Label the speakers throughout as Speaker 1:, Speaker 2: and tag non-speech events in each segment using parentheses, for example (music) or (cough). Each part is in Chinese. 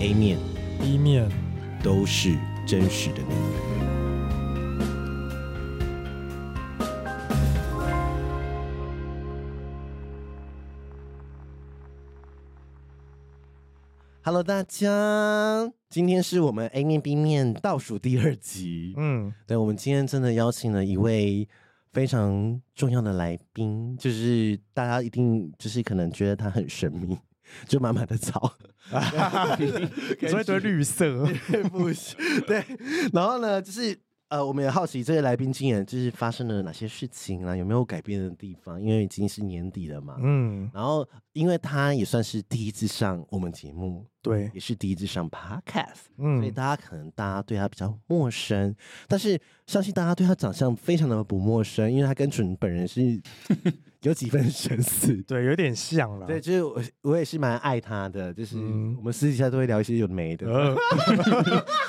Speaker 1: A 面
Speaker 2: 一面
Speaker 1: 都是真实的你。Hello，大家，今天是我们 A 面 B 面倒数第二集。
Speaker 2: 嗯，
Speaker 1: 对，我们今天真的邀请了一位非常重要的来宾，就是大家一定就是可能觉得他很神秘，就满满的草，
Speaker 2: (laughs) 所以都是绿色，
Speaker 1: (laughs) 不是对。然后呢，就是呃，我们也好奇这位来宾今年就是发生了哪些事情啊，有没有改变的地方？因为已经是年底了嘛。
Speaker 2: 嗯，
Speaker 1: 然后，因为他也算是第一次上我们节目，
Speaker 2: 对，
Speaker 1: 也是第一次上 podcast，所以
Speaker 2: 嗯，
Speaker 1: 大家可能大家对他比较陌生，但是相信大家对他长相非常的不陌生，因为他跟准本人是 (laughs) 有几分神似。
Speaker 2: 对，有点像了，
Speaker 1: 对，就是我我也是蛮爱他的，就是
Speaker 2: 嗯
Speaker 1: 我们私底下都会聊一些有的没的。
Speaker 2: 呃，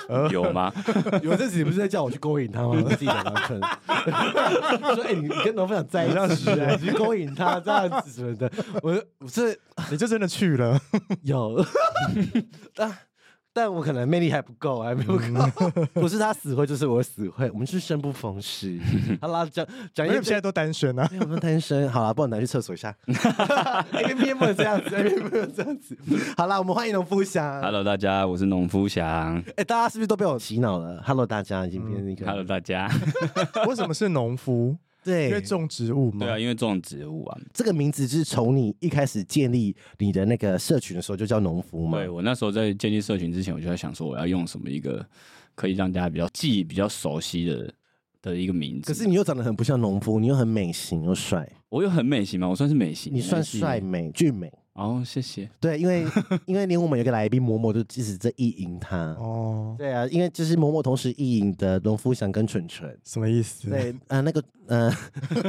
Speaker 1: 呃
Speaker 3: (laughs) 有吗？
Speaker 1: (laughs) 有阵子你不是在叫我去勾引他吗？我自己讲男生， (laughs) 说哎、你你跟农夫长在一起啊，你去勾引他这样子什么的，我我是
Speaker 2: 你就真的去了，
Speaker 1: 有， (laughs) 但但我可能魅力还不够，还没有够， (laughs) 不是他死会，就是我死会，我们是生不逢
Speaker 3: (laughs)
Speaker 1: 时。好啦，讲讲
Speaker 2: 因
Speaker 1: 一
Speaker 2: 为现
Speaker 1: 遍。
Speaker 2: 在都单身
Speaker 1: (laughs)
Speaker 2: 啊，
Speaker 1: 没有哎我们单身，好啦，不然拿去厕所一 (laughs) 下。A 边不能哎这样子，A 边不能这样子。好啦，我们欢迎农夫侠。哎、
Speaker 3: (laughs) Hello，大家，我是农夫翔。
Speaker 1: 大家是不是都被我洗脑了？Hello，大家已经变成一个、
Speaker 3: 嗯 Hello，大家。
Speaker 2: 为什么是农夫？因为
Speaker 1: 对
Speaker 2: 种植物嘛
Speaker 3: (laughs) 对，啊，因为种植物
Speaker 1: (laughs)
Speaker 3: 啊，
Speaker 1: 这个名字是从你一开始建立你的那个社群的时候就叫农夫嘛？
Speaker 3: 对我那时候在建立社群之前，我就在想说，我要用什么一个可以让大家比较记忆、比较熟悉的的一个名字。
Speaker 1: 可是你又长得很不像农夫，你又很美型又帅，
Speaker 3: 我有很美型吗？我算是美型，
Speaker 1: 你算
Speaker 3: 但是
Speaker 1: 帅美俊美。
Speaker 3: 哦，谢谢。 (laughs)
Speaker 1: 对，因 (laughs) 为因为连我们有个来宾嬷嬷就一直在意淫他。
Speaker 2: 哦，
Speaker 1: 对啊，因为就是嬷嬷同时意淫的农夫祥跟蠢蠢。
Speaker 2: 什么意思？
Speaker 1: 对，呃，那个，呃， (laughs)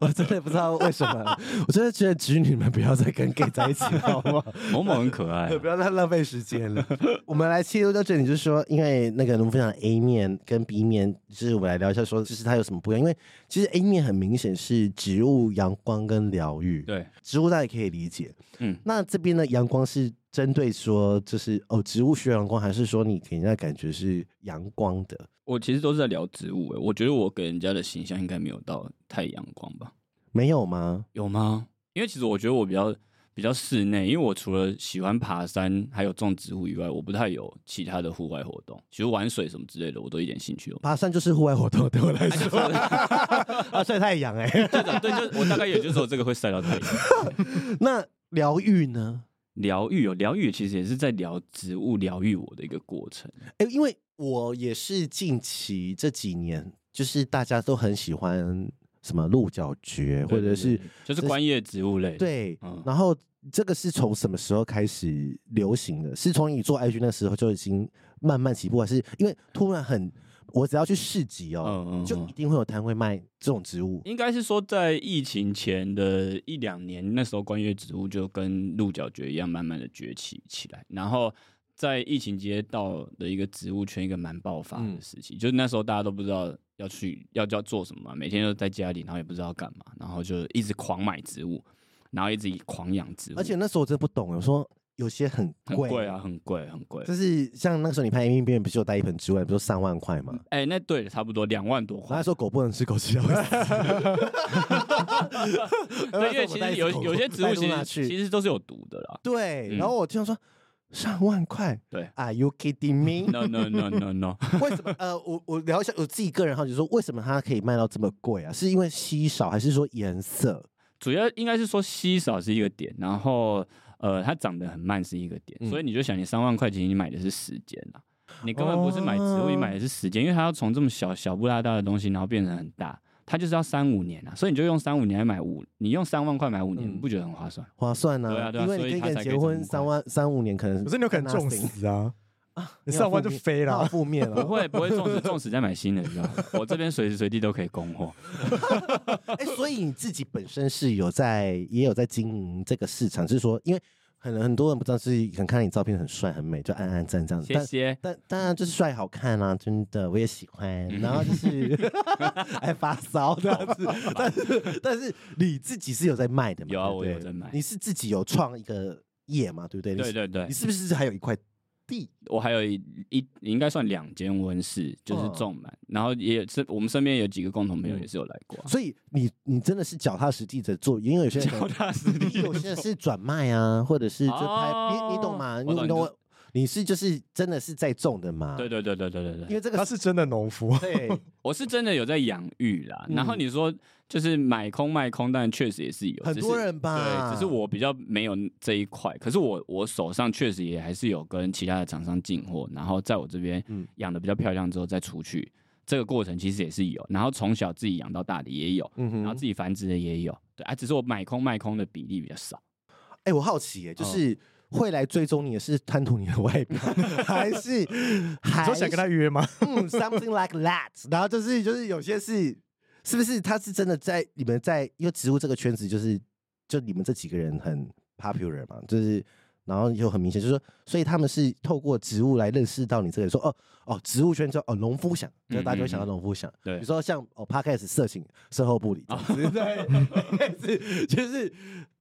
Speaker 1: 我真的不知道为什么，我真的觉得侄女们不要再跟 gay 在一起了，好不好？
Speaker 3: 某某很可爱
Speaker 1: (laughs)
Speaker 3: 啊、
Speaker 1: 不要再浪费时间了。 (laughs) 我们来切入到这里，就是说，因为那个农夫祥的 A 面跟 B 面，就是我们来聊一下，说就是它有什么不一样？因为其实 A 面很明显是植物、阳光跟疗愈，
Speaker 3: 对，
Speaker 1: 植物大家也可以理解。
Speaker 3: 嗯，
Speaker 1: 那这边的阳光是针对说，就是哦，植物需要阳光，还是说你给人家感觉是阳光的？
Speaker 3: 我其实都是在聊植物、欸。我觉得我给人家的形象应该没有到太阳光吧？
Speaker 1: 没有吗？
Speaker 3: 有吗？因为其实我觉得我比较比较室内，因为我除了喜欢爬山还有种植物以外，我不太有其他的户外活动，其实玩水什么之类的我都一点兴趣都没
Speaker 1: 爬山啊就是户外活动，对我来 (laughs) 说，啊，晒太阳哎、
Speaker 3: 有。对对，就是我大概也就只有这个会晒到太阳。
Speaker 1: 那疗愈呢？
Speaker 3: (laughs) 疗愈哦，疗愈其实也是在聊植物疗愈我的一个过程。
Speaker 1: 哎、因为我也是近期这几年，就是大家都很喜欢什么鹿角蕨，或者是
Speaker 3: 对对对就是观叶植物类。，
Speaker 1: 对
Speaker 3: 嗯，
Speaker 1: 然后这个是从什么时候开始流行的？是从你做 IG 那时候就已经慢慢起步，还是因为突然很，我只要去市集哦，
Speaker 3: 嗯嗯，
Speaker 1: 就
Speaker 3: 嗯
Speaker 1: 一定会有摊会卖这种植物。
Speaker 3: 应该是说，在疫情前的一两年，那时候观叶植物就跟鹿角蕨一样，慢慢的崛起起来。然后在疫情街道的一个植物圈一个蛮爆发
Speaker 1: 嗯
Speaker 3: 的时期，就是那时候大家都不知道要去要要做什么嘛，每天都在家里，然后也不知道干嘛，然后就一直狂买植物，然后一直狂养植物，
Speaker 1: 而且那时候我真的不懂，我说有些很
Speaker 3: 很
Speaker 1: 贵
Speaker 3: 贵啊，，很贵，很贵。
Speaker 1: 就是像那时候你拍 A 片，不是有带一盆植物，不是上万块吗？
Speaker 3: 哎、那对，差不多两万多
Speaker 1: 然后
Speaker 3: 块
Speaker 1: 他。说狗不能吃，狗吃了会死。
Speaker 3: (laughs) 对，因为其实有
Speaker 1: (laughs)
Speaker 3: 有些植物其
Speaker 1: 拿
Speaker 3: 实
Speaker 1: 去
Speaker 3: 其实都是有毒的啦。
Speaker 1: 对，
Speaker 3: 嗯
Speaker 1: 然后我听到说上万块，
Speaker 3: 对
Speaker 1: ，Are you kidding
Speaker 3: (laughs)
Speaker 1: me？
Speaker 3: No no no no no，
Speaker 1: 为什么？呃，我我聊一下我自己个人好奇，说为什么它可以卖到这么贵啊？是因为稀少，还是说颜色？
Speaker 3: 主要应该是说稀少是一个点，然后呃，它长得很慢是一个点，
Speaker 1: 嗯
Speaker 3: 所以你就想，你三万块钱你买的是时间啊，你根本不是买植物，
Speaker 1: 哦
Speaker 3: 你买的是时间，因为它要从这么小小不拉大的东西，然后变成很大，它就是要三五年啊，所以你就用三五年来买五，你用三万块买五年，
Speaker 1: 嗯
Speaker 3: 你不觉得很划算？
Speaker 1: 划算呢、
Speaker 3: 对啊对啊
Speaker 1: 因为
Speaker 3: 所以
Speaker 1: 你
Speaker 3: 它
Speaker 1: 跟一个人
Speaker 3: 才可
Speaker 1: 结
Speaker 3: 以
Speaker 1: 婚
Speaker 3: 这
Speaker 1: 三
Speaker 3: 么
Speaker 1: 万三五年，可能
Speaker 2: 可是你有可能中
Speaker 1: nothing
Speaker 2: 死啊，
Speaker 1: 啊！
Speaker 2: 你
Speaker 1: 好
Speaker 2: 上万就
Speaker 1: 负面
Speaker 2: 飞
Speaker 1: 你好
Speaker 2: 了，
Speaker 1: 负面
Speaker 3: 不
Speaker 1: 了。
Speaker 3: 会不会
Speaker 1: (laughs)
Speaker 3: 种植种植再买新的，你知道吗？我这边随时随地都可以供货。
Speaker 1: 嗯哎、所以你自己本身是有在也有在经营这个市场，是说因为可能很多人不知道，是可能看到你照片很帅很美，就暗暗赞这样子。
Speaker 3: 谢
Speaker 1: 但
Speaker 3: 谢。
Speaker 1: 但当然就是帅好看啊，真的我也喜
Speaker 3: (laughs)
Speaker 1: 欢。然后就是 (laughs) 爱发骚这样子，但是但是你自己是有在卖的嘛？
Speaker 3: 有啊
Speaker 1: 对不对
Speaker 3: 我有在卖
Speaker 1: 你是自己有创一个业嘛？对不对？你
Speaker 3: (laughs) 对
Speaker 1: 是
Speaker 3: 对对
Speaker 1: 你，是不是还有一块地，
Speaker 3: 我还有一一应该算两间温室，就是
Speaker 1: 嗯
Speaker 3: 种满，然后也是我们身边有几个共同朋友也是有来过啊、
Speaker 1: 所以你你真的是脚踏实地的做，因为有些人可
Speaker 3: 脚
Speaker 1: 能
Speaker 3: 踏实地
Speaker 1: (laughs)
Speaker 3: (laughs)
Speaker 1: 有些人是转卖啊，或者是就拍，
Speaker 3: 哦
Speaker 1: 你你懂吗？
Speaker 3: 我
Speaker 1: 你
Speaker 3: 懂
Speaker 1: 你懂我，你是就是真的是在种的嘛？
Speaker 3: 对，对对对对对对
Speaker 1: 啊因，为这个
Speaker 2: (laughs) 他是真的农夫，
Speaker 3: (laughs)
Speaker 1: 对，
Speaker 3: 我是真的有在养育啦。
Speaker 1: 嗯
Speaker 3: 然后你说就是买空卖空，但确实也是有，
Speaker 1: 很
Speaker 3: 只
Speaker 1: 多
Speaker 3: 是
Speaker 1: 人啊吧，
Speaker 3: 对，只是我比较没有这一块。可是我我手上确实也还是有跟其他的厂商进货，然后在我这边
Speaker 1: 嗯
Speaker 3: 养的比较漂亮之后再出去，这个过程其实也是有。然后从小自己养到大的也有，
Speaker 1: 嗯哼，
Speaker 3: 然后自己繁殖的也有，对啊，只是我买空卖空的比例比较少。
Speaker 1: 哎、我好奇耶，
Speaker 3: 嗯
Speaker 1: 就是会来追踪你的是贪图你的外表， (laughs) 还是还
Speaker 2: 你说想跟他约吗？
Speaker 1: 嗯 something like that？然后就是就是有些是是不是他是真的在你们在因为植物这个圈子就是就你们这几个人很 popular 嘛，就是。然后又很明显，就是说，所以他们是透过植物来认识到你这个人，说哦哦，植物圈之后哦，农夫想，就大家就会想到农夫想，
Speaker 3: 对
Speaker 1: 比如说像哦 p 开始 s 色情售后不理这样子，
Speaker 3: 哦 (laughs)
Speaker 1: 对，是 (laughs) 就是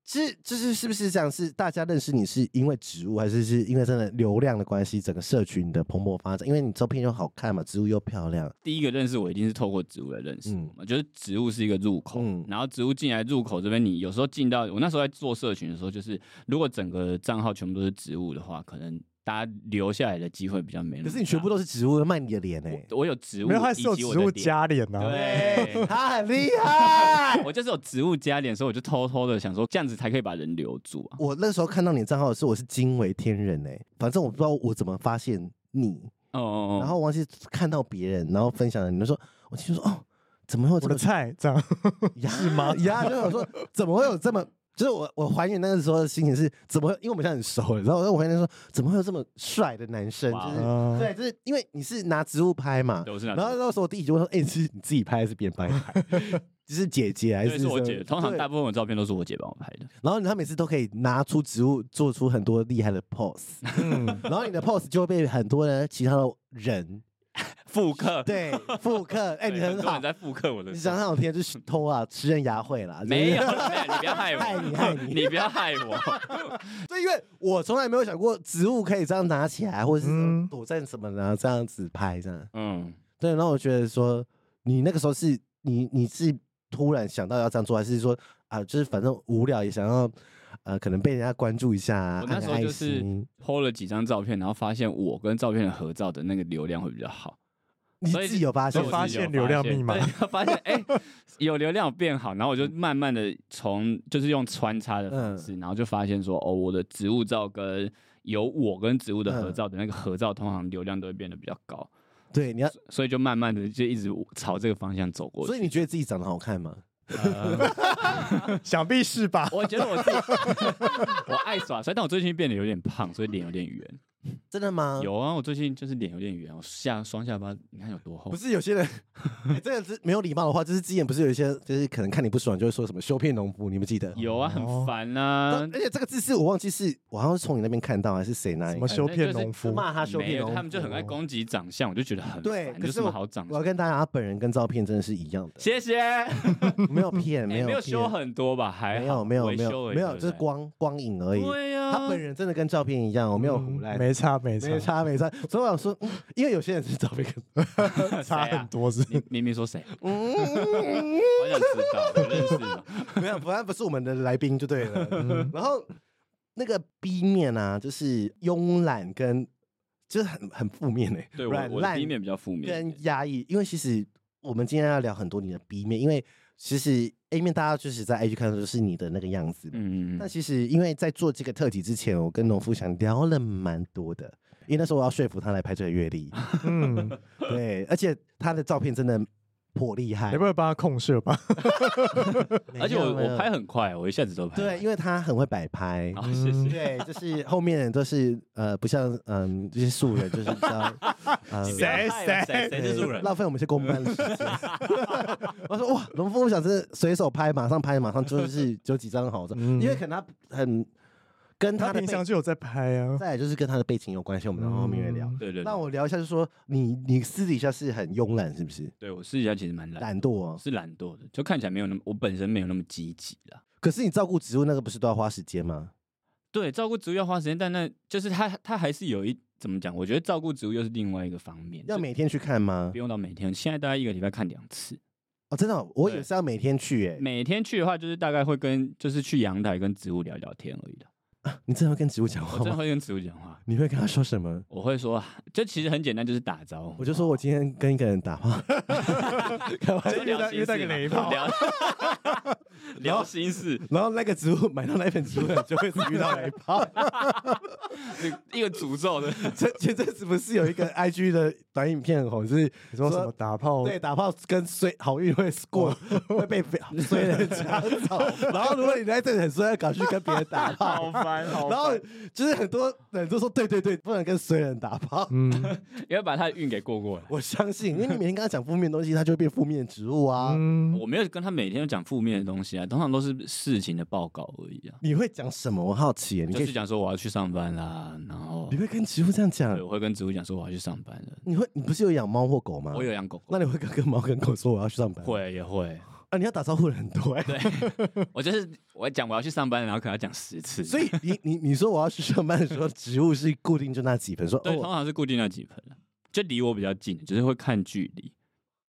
Speaker 1: 是就是是不是这样？是大家认识你是因为植物，还是是因为真的流量的关系，整个社群的蓬勃发展？因为你照片又好看嘛，植物又漂亮，
Speaker 3: 第一个认识我一定是透过植物来认识
Speaker 1: 嗯
Speaker 3: 我嘛，就是植物是一个入口，
Speaker 1: 嗯
Speaker 3: 然后植物进来入口这边，你有时候进到我那时候在做社群的时候，就是如果整个账号全部都是植物的话，可能大家留下来的机会比较没那
Speaker 1: 可
Speaker 3: 么大。
Speaker 1: 是你全部都是植物，卖你的脸哎、
Speaker 3: 嗯我我有植物，
Speaker 2: 没有，他
Speaker 3: 以
Speaker 2: 是有
Speaker 3: 及我
Speaker 2: 植
Speaker 3: 的
Speaker 2: 物
Speaker 3: 脸，
Speaker 2: 加脸啊
Speaker 1: 啊
Speaker 2: 呐。
Speaker 3: 对。。
Speaker 1: (laughs) 他很厉害 (laughs)
Speaker 3: 我就是有植物加脸，所以我就偷偷的想说，这样子才可以把人留住啊。
Speaker 1: 我那时候看到你的账号的时候，我是惊为天人哎、反正我不知道我怎么发现你，
Speaker 3: 哦哦哦，
Speaker 1: 然后忘记看到别人，然后分享了，你就说，我听说哦，怎么会有这
Speaker 2: 我
Speaker 1: 么
Speaker 2: 的菜这样，
Speaker 1: 呀是吗？ (laughs) 呀，就是我说怎么会有这么，就是我我还原那个时候的心情是怎么会，因为我们现在很熟了，然后我还原说怎么会有这么帅的男生，
Speaker 3: 哇
Speaker 1: 就是。
Speaker 2: 嗯
Speaker 1: 对，就是因为你是拿植物拍嘛，
Speaker 3: 对我是拿
Speaker 1: 然后
Speaker 3: 植
Speaker 1: 那时候我弟就问说：“哎、你是你自己拍还是别人帮你拍？ (laughs) 就是姐姐还
Speaker 3: 对，
Speaker 1: 是
Speaker 3: 是我
Speaker 1: 什么
Speaker 3: 姐，通常
Speaker 1: 对
Speaker 3: 大部分的照片都是我姐帮我拍的。
Speaker 1: 然后他每次都可以拿出植物做出很多厉害的 pose，
Speaker 2: 嗯，
Speaker 1: 然后你的 pose 就会被很多的其他的
Speaker 3: (laughs)
Speaker 1: 人
Speaker 3: 复刻，
Speaker 1: 对复刻。哎、
Speaker 3: 对
Speaker 1: 你
Speaker 3: 很
Speaker 1: 很
Speaker 3: 多
Speaker 1: 好
Speaker 3: 人，在复刻我的
Speaker 1: 你
Speaker 3: 作品。
Speaker 1: 想想我天就是偷啊，吃人牙慧啦，就是
Speaker 3: 没有，你不要害
Speaker 1: (laughs)
Speaker 3: 我，
Speaker 1: 害你害你
Speaker 3: 不要害我。
Speaker 1: 对，因为我从来没有想过植物可以这样拿起来，或者是
Speaker 2: 嗯
Speaker 1: 躲在什么然后这样子拍这样。
Speaker 3: 嗯，
Speaker 1: 对，然后我觉得说，你那个时候是你你是突然想到要这样做，还是说啊，就是反正无聊也想要呃，可能被人家关注一下、啊，
Speaker 3: 我那
Speaker 1: 按
Speaker 3: 时
Speaker 1: 个
Speaker 3: 候
Speaker 1: 爱
Speaker 3: 就是
Speaker 1: 心。
Speaker 3: PO 了几张照片，然后发现我跟照片的合照的那个流量会比较好，
Speaker 1: 你
Speaker 3: 所以
Speaker 1: 自己有啊发现
Speaker 3: 所以我
Speaker 1: 吗？
Speaker 2: 发
Speaker 3: 自己有
Speaker 2: 现流量密码
Speaker 3: 对发现哎、有流量有变好，然后我就慢慢的从就是用穿插的方
Speaker 1: 嗯
Speaker 3: 式，然后就发现说哦，我的植物照跟有我跟植物的合照的
Speaker 1: 嗯
Speaker 3: 那个合照，通常流量都会变得比较高，
Speaker 1: 对，你要，
Speaker 3: 所以就慢慢的就一直朝这个方向走过
Speaker 1: 所
Speaker 3: 去。
Speaker 1: 以你觉得自己长得好看吗？
Speaker 2: 想必是
Speaker 3: (laughs)
Speaker 2: 吧？
Speaker 3: 我觉得我自己我爱耍帅，但我最近变得有点胖，所以脸有点圆。
Speaker 1: 真的吗？
Speaker 3: 有啊，我最近就是脸有点圆，我下双下巴你看有多
Speaker 1: (laughs)
Speaker 3: 厚
Speaker 1: 不。是有些人， (laughs) 欸这个是没有礼貌的话，就是之前不是有一些，就是可能看你不爽就会说什么修片农夫，你们记得？
Speaker 3: 有啊，很
Speaker 2: 哦
Speaker 3: 烦啊
Speaker 1: 但。而且这个字是我忘记是，我好像是从你那边看到还是谁哪
Speaker 2: 什
Speaker 1: 里
Speaker 2: 么
Speaker 1: 看到？
Speaker 2: 修片农夫？
Speaker 1: 骂他修
Speaker 3: 没
Speaker 1: 片哦
Speaker 3: 有，
Speaker 1: 农夫，
Speaker 3: 他们就很爱攻击长相，我就觉得很
Speaker 1: 对可
Speaker 3: 烦，就是什么好长
Speaker 1: 我要
Speaker 3: 相。
Speaker 1: 跟大家，他本人跟照片真的是一样的，
Speaker 3: 谢谢。
Speaker 1: (laughs) 没有骗，
Speaker 3: 哎没
Speaker 1: 有
Speaker 3: 有
Speaker 1: 骗，
Speaker 3: 修很多吧？还
Speaker 1: 没
Speaker 3: 好
Speaker 1: 有没有
Speaker 3: 维
Speaker 1: 没
Speaker 3: 修
Speaker 1: 有
Speaker 3: 而已
Speaker 1: 没有，
Speaker 3: 对不
Speaker 1: 就是
Speaker 3: 对
Speaker 1: 光光影而已。
Speaker 3: 对啊呀，
Speaker 1: 他本人真的跟照片一样，我没有胡来，
Speaker 2: 嗯没差没差
Speaker 1: 没，差没差。所以我想说，嗯因为有些人是照片跟，
Speaker 3: 谁
Speaker 2: 差
Speaker 3: 啊
Speaker 2: 很。多是
Speaker 3: 你明明说谁？ (laughs)
Speaker 1: 嗯，
Speaker 3: 我想知道，我认
Speaker 1: (laughs)
Speaker 3: 识的。
Speaker 1: 没有，不然不是我们的来宾就对了。
Speaker 2: 嗯
Speaker 1: (laughs) 然后那个 B 面啊，就是慵懒跟就是很很负面哎、
Speaker 3: 对
Speaker 1: 软
Speaker 3: 我我的
Speaker 1: 烂
Speaker 3: 第一面比较负面一点，
Speaker 1: 跟压抑，因为其实我们今天要聊很多你的 B 面，因为其实 A 面大家就是在 A 去看的都是你的那个样子嘛。
Speaker 3: 嗯嗯
Speaker 1: 那
Speaker 3: 嗯，
Speaker 1: 其实因为在做这个特辑之前，我跟农夫想聊了蛮多的，因为那时候我要说服他来拍这个阅
Speaker 3: (laughs)
Speaker 1: 历，
Speaker 2: 嗯，你
Speaker 1: 对，而且他的照片真的颇厉害
Speaker 2: 要，不要帮他控射吧？
Speaker 3: 而且我
Speaker 1: 没有
Speaker 3: 我拍很哦快，我一下子都拍完。
Speaker 1: 对，嗯因为他很会摆拍。
Speaker 3: 好谢谢。
Speaker 1: 对，就是后面人都是呃，不像嗯这些素人，就是比较
Speaker 3: (laughs)
Speaker 1: 呃
Speaker 3: 不要
Speaker 2: 谁
Speaker 3: 害了谁谁
Speaker 1: 对
Speaker 3: 是路人？
Speaker 1: 浪费我们一些公班的时间。 (laughs) 我说哇，农夫我想是随手拍，马上拍，马上就是有几张好照，
Speaker 2: 嗯
Speaker 1: 因为可能他很跟 (laughs) 他
Speaker 2: 他
Speaker 1: 的
Speaker 2: 平
Speaker 1: 背
Speaker 2: 常就有在拍啊。
Speaker 1: 再来就是跟他的背景有关系，我们等后面会聊。
Speaker 2: 嗯
Speaker 3: 对对，
Speaker 1: 那
Speaker 3: 对
Speaker 1: 我聊一下，就说你你私底下是很慵懒，是不是？
Speaker 3: 对我私底下其实蛮懒的，
Speaker 1: 懒惰、哦，
Speaker 3: 是懒惰的，就看起来没有那么，我本身没有那么积极啦。
Speaker 1: 可是你照顾植物那个不是都要花时间吗？
Speaker 3: 对，照顾植物要花时间，但那就是它它还是有一怎么讲？我觉得照顾植物又是另外一个方面，
Speaker 1: 要
Speaker 3: 就
Speaker 1: 每天去看吗
Speaker 3: 不？用到每天，现在大概一个礼拜看两次。
Speaker 1: 哦，真的哦，我也
Speaker 3: 对
Speaker 1: 是要每天去诶。
Speaker 3: 每天去的话，就是大概会跟就是去阳台跟植物聊聊天而已的。
Speaker 1: 你真的会跟植物讲
Speaker 3: 我
Speaker 1: 话
Speaker 3: 真的
Speaker 1: 吗？
Speaker 3: 会跟植物讲话，
Speaker 1: 你会跟他说什么？
Speaker 3: 我会说，就其实很简单，就是打招呼。
Speaker 1: 我就说我今天跟一个人打
Speaker 3: (laughs)
Speaker 1: 话，开玩笑
Speaker 3: 就聊心
Speaker 2: 又在
Speaker 3: 事
Speaker 2: 又在
Speaker 3: 嘛
Speaker 2: 给雷
Speaker 1: (laughs)
Speaker 2: 炮
Speaker 3: 聊聊心事， (laughs)
Speaker 1: 然后那个植物买到那一盆植物，就会遇到雷炮。 (laughs)
Speaker 3: 一个诅咒的。
Speaker 1: 前前阵子不是有一个 IG 的短影片很红，就是
Speaker 2: 你说什么打炮？ (laughs)
Speaker 1: 对，打炮跟衰好运会过， (laughs) 会被被衰人家 (laughs) 走。然后如果你在这里很衰，搞去跟别人打炮，
Speaker 3: 烦，好
Speaker 1: 然后就是很多人都说对对对，不能跟衰人打炮。
Speaker 2: 嗯，
Speaker 3: 也要把他的运给过过来。
Speaker 1: 我相信，因为你每天跟他讲负面的东西，他就会变负面的植物啊。 (laughs)
Speaker 2: 嗯，
Speaker 3: 我没有跟他每天都讲负面的东西啊，通常都是事情的报告而已啊。
Speaker 1: 你会讲什么？我好奇耶，你可
Speaker 3: 就
Speaker 1: 以
Speaker 3: 是讲说我要去上班啦，然后
Speaker 1: 你会跟植物这样讲
Speaker 3: 对，？我会跟植物讲说我要去上班了。
Speaker 1: 你会你不是有养猫或狗吗？
Speaker 3: 我有。养狗狗
Speaker 1: 那，你会跟 (laughs) 跟猫跟狗说我要去上班？。
Speaker 3: 会
Speaker 1: (laughs)
Speaker 3: 也会，
Speaker 1: 啊，你要打招呼的很多哎、
Speaker 3: (laughs) 对我就是我讲我要去上班，然后可能要讲十次，
Speaker 1: 所以你你你说我要去上班的时候，植物是固定就那几盆，说
Speaker 3: 对，通
Speaker 1: 哦，
Speaker 3: 常是固定那几盆啊就离我比较近，就是会看距离。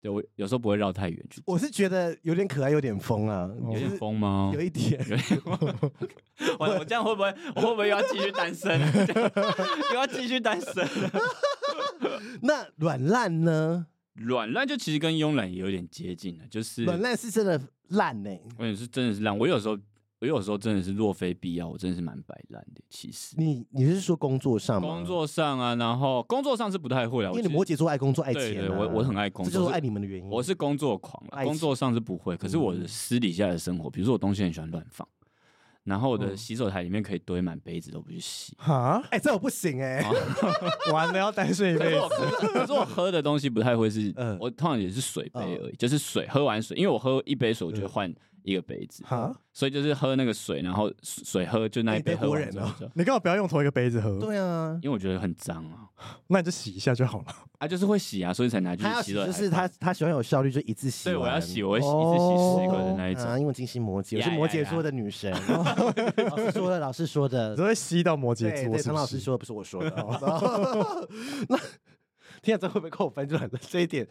Speaker 3: 对我有时候不会绕太远去，
Speaker 1: 我是觉得有点可爱，有点疯啊，
Speaker 3: 有
Speaker 1: 就
Speaker 3: 点
Speaker 1: 是
Speaker 3: 疯嗯吗？
Speaker 1: 有一点。(laughs)
Speaker 3: 有点 (laughs) 疯。我我这样会不会我会不会又要继续单
Speaker 1: (laughs)
Speaker 3: 身？又要继续单身？
Speaker 1: 那软烂呢？
Speaker 3: 软烂就其实跟慵懒也有点接近了，就是
Speaker 1: 软烂是真的烂欸呢、
Speaker 3: 我也是真的是烂。我有时候我有时候真的是若非必要，我真的是蛮摆烂的。其实
Speaker 1: 你你是说工作上吗？
Speaker 3: 工，作上啊，然后工作上是不太会啊，
Speaker 1: 因为
Speaker 3: 我
Speaker 1: 你
Speaker 3: 其实
Speaker 1: 摩羯座爱工作爱
Speaker 3: 对
Speaker 1: 钱、啊
Speaker 3: 对，我我很爱工
Speaker 1: 这
Speaker 3: 作，
Speaker 1: 就是我
Speaker 3: 是
Speaker 1: 爱你们的原因。
Speaker 3: 我是工作狂
Speaker 1: 爱
Speaker 3: 啦，
Speaker 1: 情
Speaker 3: 工作上是不会，可是
Speaker 1: 嗯
Speaker 3: 我的私底下的生活，比如说我东西很喜欢乱放，然后我的
Speaker 2: 嗯。
Speaker 3: 洗手台里面可以堆满杯子都不去洗
Speaker 1: (laughs)
Speaker 2: 哈，
Speaker 1: 哎、这我不行哎、
Speaker 3: 啊
Speaker 2: 完了要单身一
Speaker 3: 可
Speaker 2: 辈
Speaker 3: 是我
Speaker 2: 子。
Speaker 3: 可是可是我喝的东西不太会是
Speaker 1: 嗯，
Speaker 3: 我通常也是水杯而已，就是水喝完水，因为我喝一杯水我
Speaker 1: 嗯
Speaker 3: 就会换一个杯子，
Speaker 2: 哈，
Speaker 3: 所以就是喝那个水，然后水喝就那一杯
Speaker 1: 你德
Speaker 3: 喝
Speaker 1: 国
Speaker 3: 完
Speaker 1: 人
Speaker 3: 之
Speaker 1: 哦
Speaker 3: 后就，
Speaker 2: 你干嘛不要用同一个杯子喝？
Speaker 1: 对啊，
Speaker 3: 因为我觉得很脏啊，
Speaker 2: 那你就洗一下就好了。
Speaker 3: 啊就是会洗啊，所以才拿去
Speaker 1: 他要
Speaker 3: 洗
Speaker 1: 洗
Speaker 3: 手台
Speaker 1: 就
Speaker 3: 放。
Speaker 1: 是他他喜欢有效率，就一次洗
Speaker 3: 对
Speaker 1: 完。
Speaker 3: 我要洗，我会洗一次洗十个的那一种
Speaker 1: 啊，。因为金星摩羯，我是
Speaker 3: 呀
Speaker 1: 摩
Speaker 3: 呀
Speaker 1: 羯
Speaker 3: 呀
Speaker 1: 座的女
Speaker 3: (laughs)
Speaker 1: 神。老师说的，老师说的
Speaker 2: 你都，会吸到摩羯
Speaker 1: 对
Speaker 2: 座，
Speaker 1: 对，
Speaker 2: 是
Speaker 1: 唐
Speaker 2: 不
Speaker 1: 老
Speaker 2: 是
Speaker 1: 师说的不是我说的。哦 (laughs) 那天啊，这会不会扣分？就很这一点，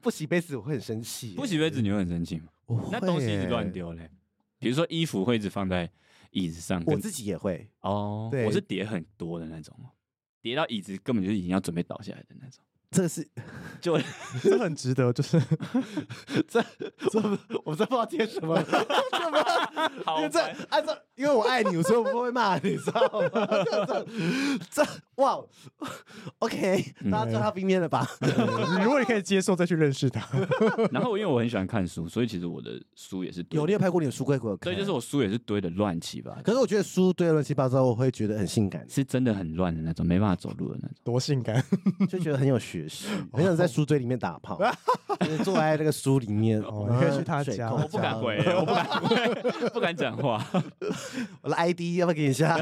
Speaker 1: 不洗杯子我会很生气耶。
Speaker 3: 不洗杯子你会很生气吗？
Speaker 1: 我啊会耶，
Speaker 3: 那东西一直乱丢嘞，比如说衣服会一直放在椅子上，
Speaker 1: 我
Speaker 3: 跟
Speaker 1: 自己也会。
Speaker 3: 哦，
Speaker 1: 对
Speaker 3: 我是叠很多的那种哦，叠到椅子根本就已经要准备倒下来的那种。 (laughs)
Speaker 1: 这个是
Speaker 3: 就
Speaker 2: 这很值
Speaker 1: (laughs)
Speaker 2: 得，就是
Speaker 1: 这这我这不知道接什么， (laughs) 因
Speaker 3: 好
Speaker 1: 为这
Speaker 3: 烦
Speaker 1: 按照因为我爱你，所以我不会骂你，知道吗？这这哇，OK，大家叫他冰面了吧？
Speaker 2: 嗯如果你可以接受，再去认
Speaker 1: (laughs)
Speaker 2: 识他。
Speaker 3: (laughs) 然后因为我很喜欢看书，所以其实我的书也是堆
Speaker 1: 有你有拍过你的书柜给我看？
Speaker 3: 对，就是我书也是堆的乱七八糟，
Speaker 1: 可是我觉得书堆得乱七八糟，我会觉得很性感，
Speaker 3: 是真的很乱的那种，没办法走路的那种。
Speaker 2: 多性感！
Speaker 1: 就觉得很有学
Speaker 2: (laughs)
Speaker 1: 识，很想在书堆里面打炮，就是坐在那个书里面。
Speaker 2: 哦你可以去他
Speaker 1: 水
Speaker 2: 家
Speaker 1: 沟
Speaker 2: 我
Speaker 3: 我不
Speaker 1: (laughs)
Speaker 3: 敢回，我不敢回， (laughs) 不敢讲话。
Speaker 1: 我的 ID 要不要给你一下？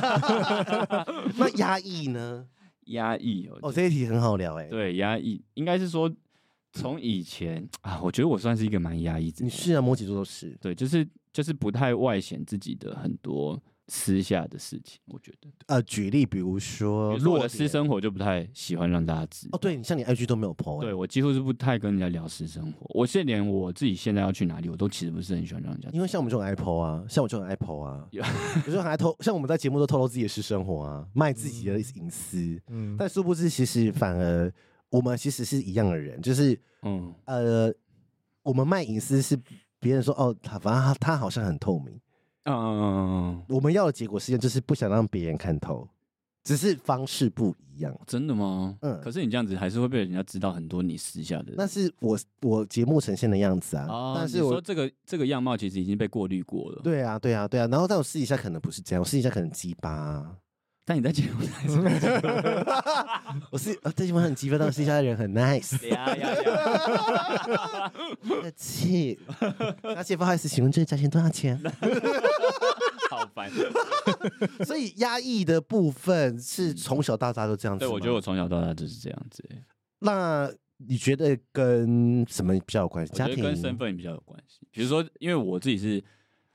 Speaker 1: (laughs) 那压抑呢？
Speaker 3: 压抑哦，
Speaker 1: 哦，这一题很好聊哎。
Speaker 3: 对，压抑应该是说从以前啊，我觉得我算是一个蛮压抑自
Speaker 1: 你
Speaker 3: 己，
Speaker 1: 是啊，摩羯座都是。
Speaker 3: 对，就是就是不太外显自己的很多私下的事情，我觉得。
Speaker 1: 呃，举例，比如说
Speaker 3: 比如说我的
Speaker 1: 呃弱
Speaker 3: 私
Speaker 1: 点
Speaker 3: 生活就不太喜欢让大家知
Speaker 1: 哦，
Speaker 3: 道。
Speaker 1: 对你像你 IG 都没有 PO，哎
Speaker 3: 对，我几乎是不太跟人家聊私生活，我现在连我自己现在要去哪里，我都其实不是很喜欢让人家知道。
Speaker 1: 因为像我们这种 Apple 啊，像我这种 Apple 啊，
Speaker 3: 有
Speaker 1: 有时候还透，像我们在节目都透露自己的私生活啊，卖自己的隐私，
Speaker 2: 嗯，
Speaker 1: 但殊不知其实反而我们其实是一样的人，就是
Speaker 3: 嗯，
Speaker 1: 呃，我们卖隐私是别人说哦，他反正他他好像很透明，
Speaker 3: 嗯嗯嗯嗯
Speaker 1: 我们要的结果是就是不想让别人看透，只是方式不一样。
Speaker 3: 真的吗？
Speaker 1: 嗯
Speaker 3: 可是你这样子还是会被人家知道很多你私下的。
Speaker 1: 那是我我节目呈现的样子啊，
Speaker 3: 哦，
Speaker 1: 但
Speaker 3: 你
Speaker 1: 是
Speaker 3: 说
Speaker 1: 我
Speaker 3: 这个这个样貌其实已经被过滤过了。，
Speaker 1: 对啊对啊对啊，然后但我私底下可能不是这样，我私底下可能鸡巴、啊。
Speaker 3: 但你在节目
Speaker 1: (laughs)
Speaker 3: 台上
Speaker 1: 我是呃，这地方很激愤，但我私下的人很 nice。
Speaker 3: 呀呀呀，
Speaker 1: 客
Speaker 3: (laughs)
Speaker 1: 气，小姐不好意思，请问这个价钱多少钱？
Speaker 3: 好烦。
Speaker 1: 所以压抑的部分
Speaker 3: 嗯
Speaker 1: 是从小到大都这样子。
Speaker 3: (laughs) 对，我觉得我。从小到大就是这样子欸，
Speaker 1: 那你觉得跟什么比较有关系？
Speaker 3: 我
Speaker 1: 家
Speaker 3: 觉得
Speaker 1: 庭
Speaker 3: 跟身份比较有关系。比如说，因为我自己是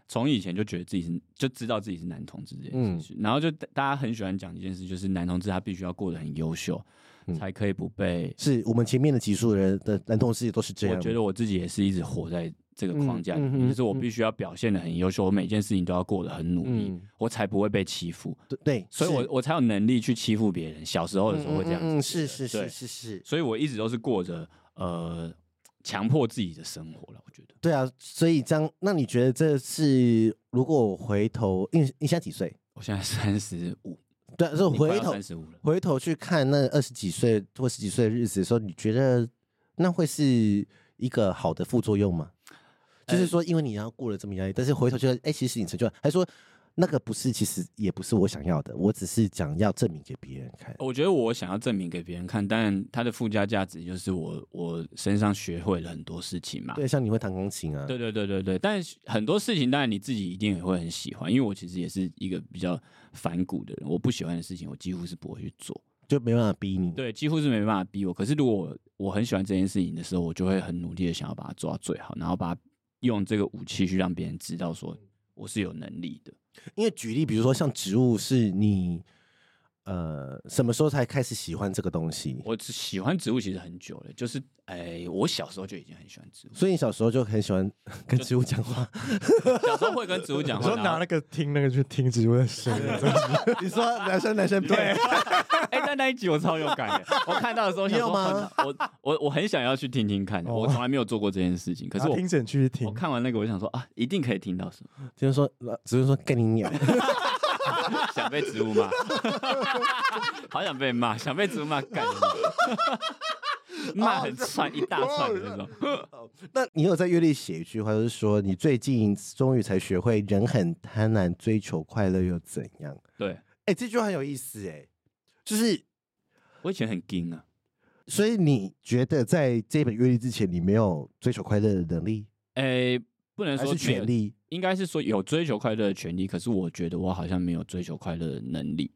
Speaker 3: 从以前就觉得自己是就知道自己是男同志这件事情，
Speaker 1: 嗯
Speaker 3: 然后就大大家很喜欢讲一件事，就是男同志他必须要过得很优秀，
Speaker 1: 嗯
Speaker 3: 才可以不被。
Speaker 1: 是我们前面的集数的人的男同事也都是这
Speaker 3: 我
Speaker 1: 样，
Speaker 3: 觉得我自己也是一直活在这个框架
Speaker 1: 嗯
Speaker 3: 里
Speaker 1: 嗯嗯
Speaker 3: 面，就是我必须要表现的很优秀，我每件事情都要过得很努力，
Speaker 1: 嗯
Speaker 3: 我才不会被欺负，
Speaker 1: 对对，
Speaker 3: 所以我
Speaker 1: 是
Speaker 3: 我才有能力去欺负别人。小时候的时候会这样子觉得，
Speaker 1: 嗯嗯嗯是是
Speaker 3: 对
Speaker 1: 是是是，
Speaker 3: 所以我一直都是过着呃强迫自己的生活了。我觉得
Speaker 1: 对啊，所以这样，那你觉得这是如果我回头，因为你现在几岁？
Speaker 3: 我现在三十五，
Speaker 1: 对、啊，是回头
Speaker 3: 三十五了。
Speaker 1: 回头去看那二十几岁或十几岁的日子的时候，你觉得那会是一个好的副作用吗？
Speaker 3: 呃
Speaker 1: 就是说，因为你要过了这么压力，但是回头觉得，哎、其实你成就了，还说那个不是，其实也不是我想要的，我只是想要证明给别人看。
Speaker 3: 我觉得我想要证明给别人看，但它的附加价值就是我我身上学会了很多事情嘛。
Speaker 1: 对，像你会弹钢琴啊，
Speaker 3: 对对对对对，但是很多事情当然你自己一定也会很喜欢，因为我其实也是一个比较反骨的人，我不喜欢的事情我几乎是不会去做，
Speaker 1: 就没办法逼你。
Speaker 3: 对，几乎是没办法逼我。可是如果我很喜欢这件事情的时候，我就会很努力的想要把它做到最好，然后把它用这个武器去让别人知道说我是有能力的。
Speaker 1: 因为举例，比如说像植物，是你呃什么时候才开始喜欢这个东西？
Speaker 3: 我只喜欢植物其实很久了，就是哎，我小时候就已经很喜欢植物，
Speaker 1: 所以你小时候就很喜欢 (laughs) 跟植物讲
Speaker 3: (laughs)
Speaker 1: 话。
Speaker 3: 小时候会跟植物讲
Speaker 2: 你
Speaker 3: 话，
Speaker 2: 说
Speaker 3: 然后
Speaker 2: 拿那个听那个去听植物的声音，真的
Speaker 1: 你说
Speaker 3: 啊
Speaker 1: (laughs) 男生男生对，
Speaker 3: 哎、但那一集我超有感的，我看到的时候想说
Speaker 1: 你有吗
Speaker 3: 很我我我很想要去听听看，
Speaker 2: 哦
Speaker 3: 我从来没有做过这件事情，可是
Speaker 2: 拿
Speaker 3: 我
Speaker 2: 听诊去
Speaker 3: 我
Speaker 2: 听，
Speaker 3: 看完那个，我就想说啊，一定可以听到什么，
Speaker 1: 就是说植物说跟你鸟，
Speaker 3: 想被植物 (laughs) 骂，好想被骂，想被植物骂干你， (laughs) 骂很串一大串的那种。
Speaker 1: 那你有在月历写一句话，就是说你最近终于才学会人很贪婪，追求快乐又怎样？
Speaker 3: 对
Speaker 1: 哎、这句话很有意思哎、就是
Speaker 3: 我以前很硬啊，
Speaker 1: 所以你觉得在这本月历之前，你没有追求快乐的能力，
Speaker 3: 哎、不能
Speaker 1: 还
Speaker 3: 说
Speaker 1: 是权
Speaker 3: 没有，
Speaker 1: 利？
Speaker 3: 应该是说有追求快乐的权利，可是我觉得我好像没有追求快乐的能力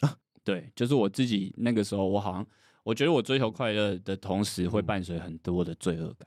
Speaker 1: 啊。
Speaker 3: 对，就是我自己那个时候，我好像我觉得我追求快乐的同时，会伴随很多的罪恶感。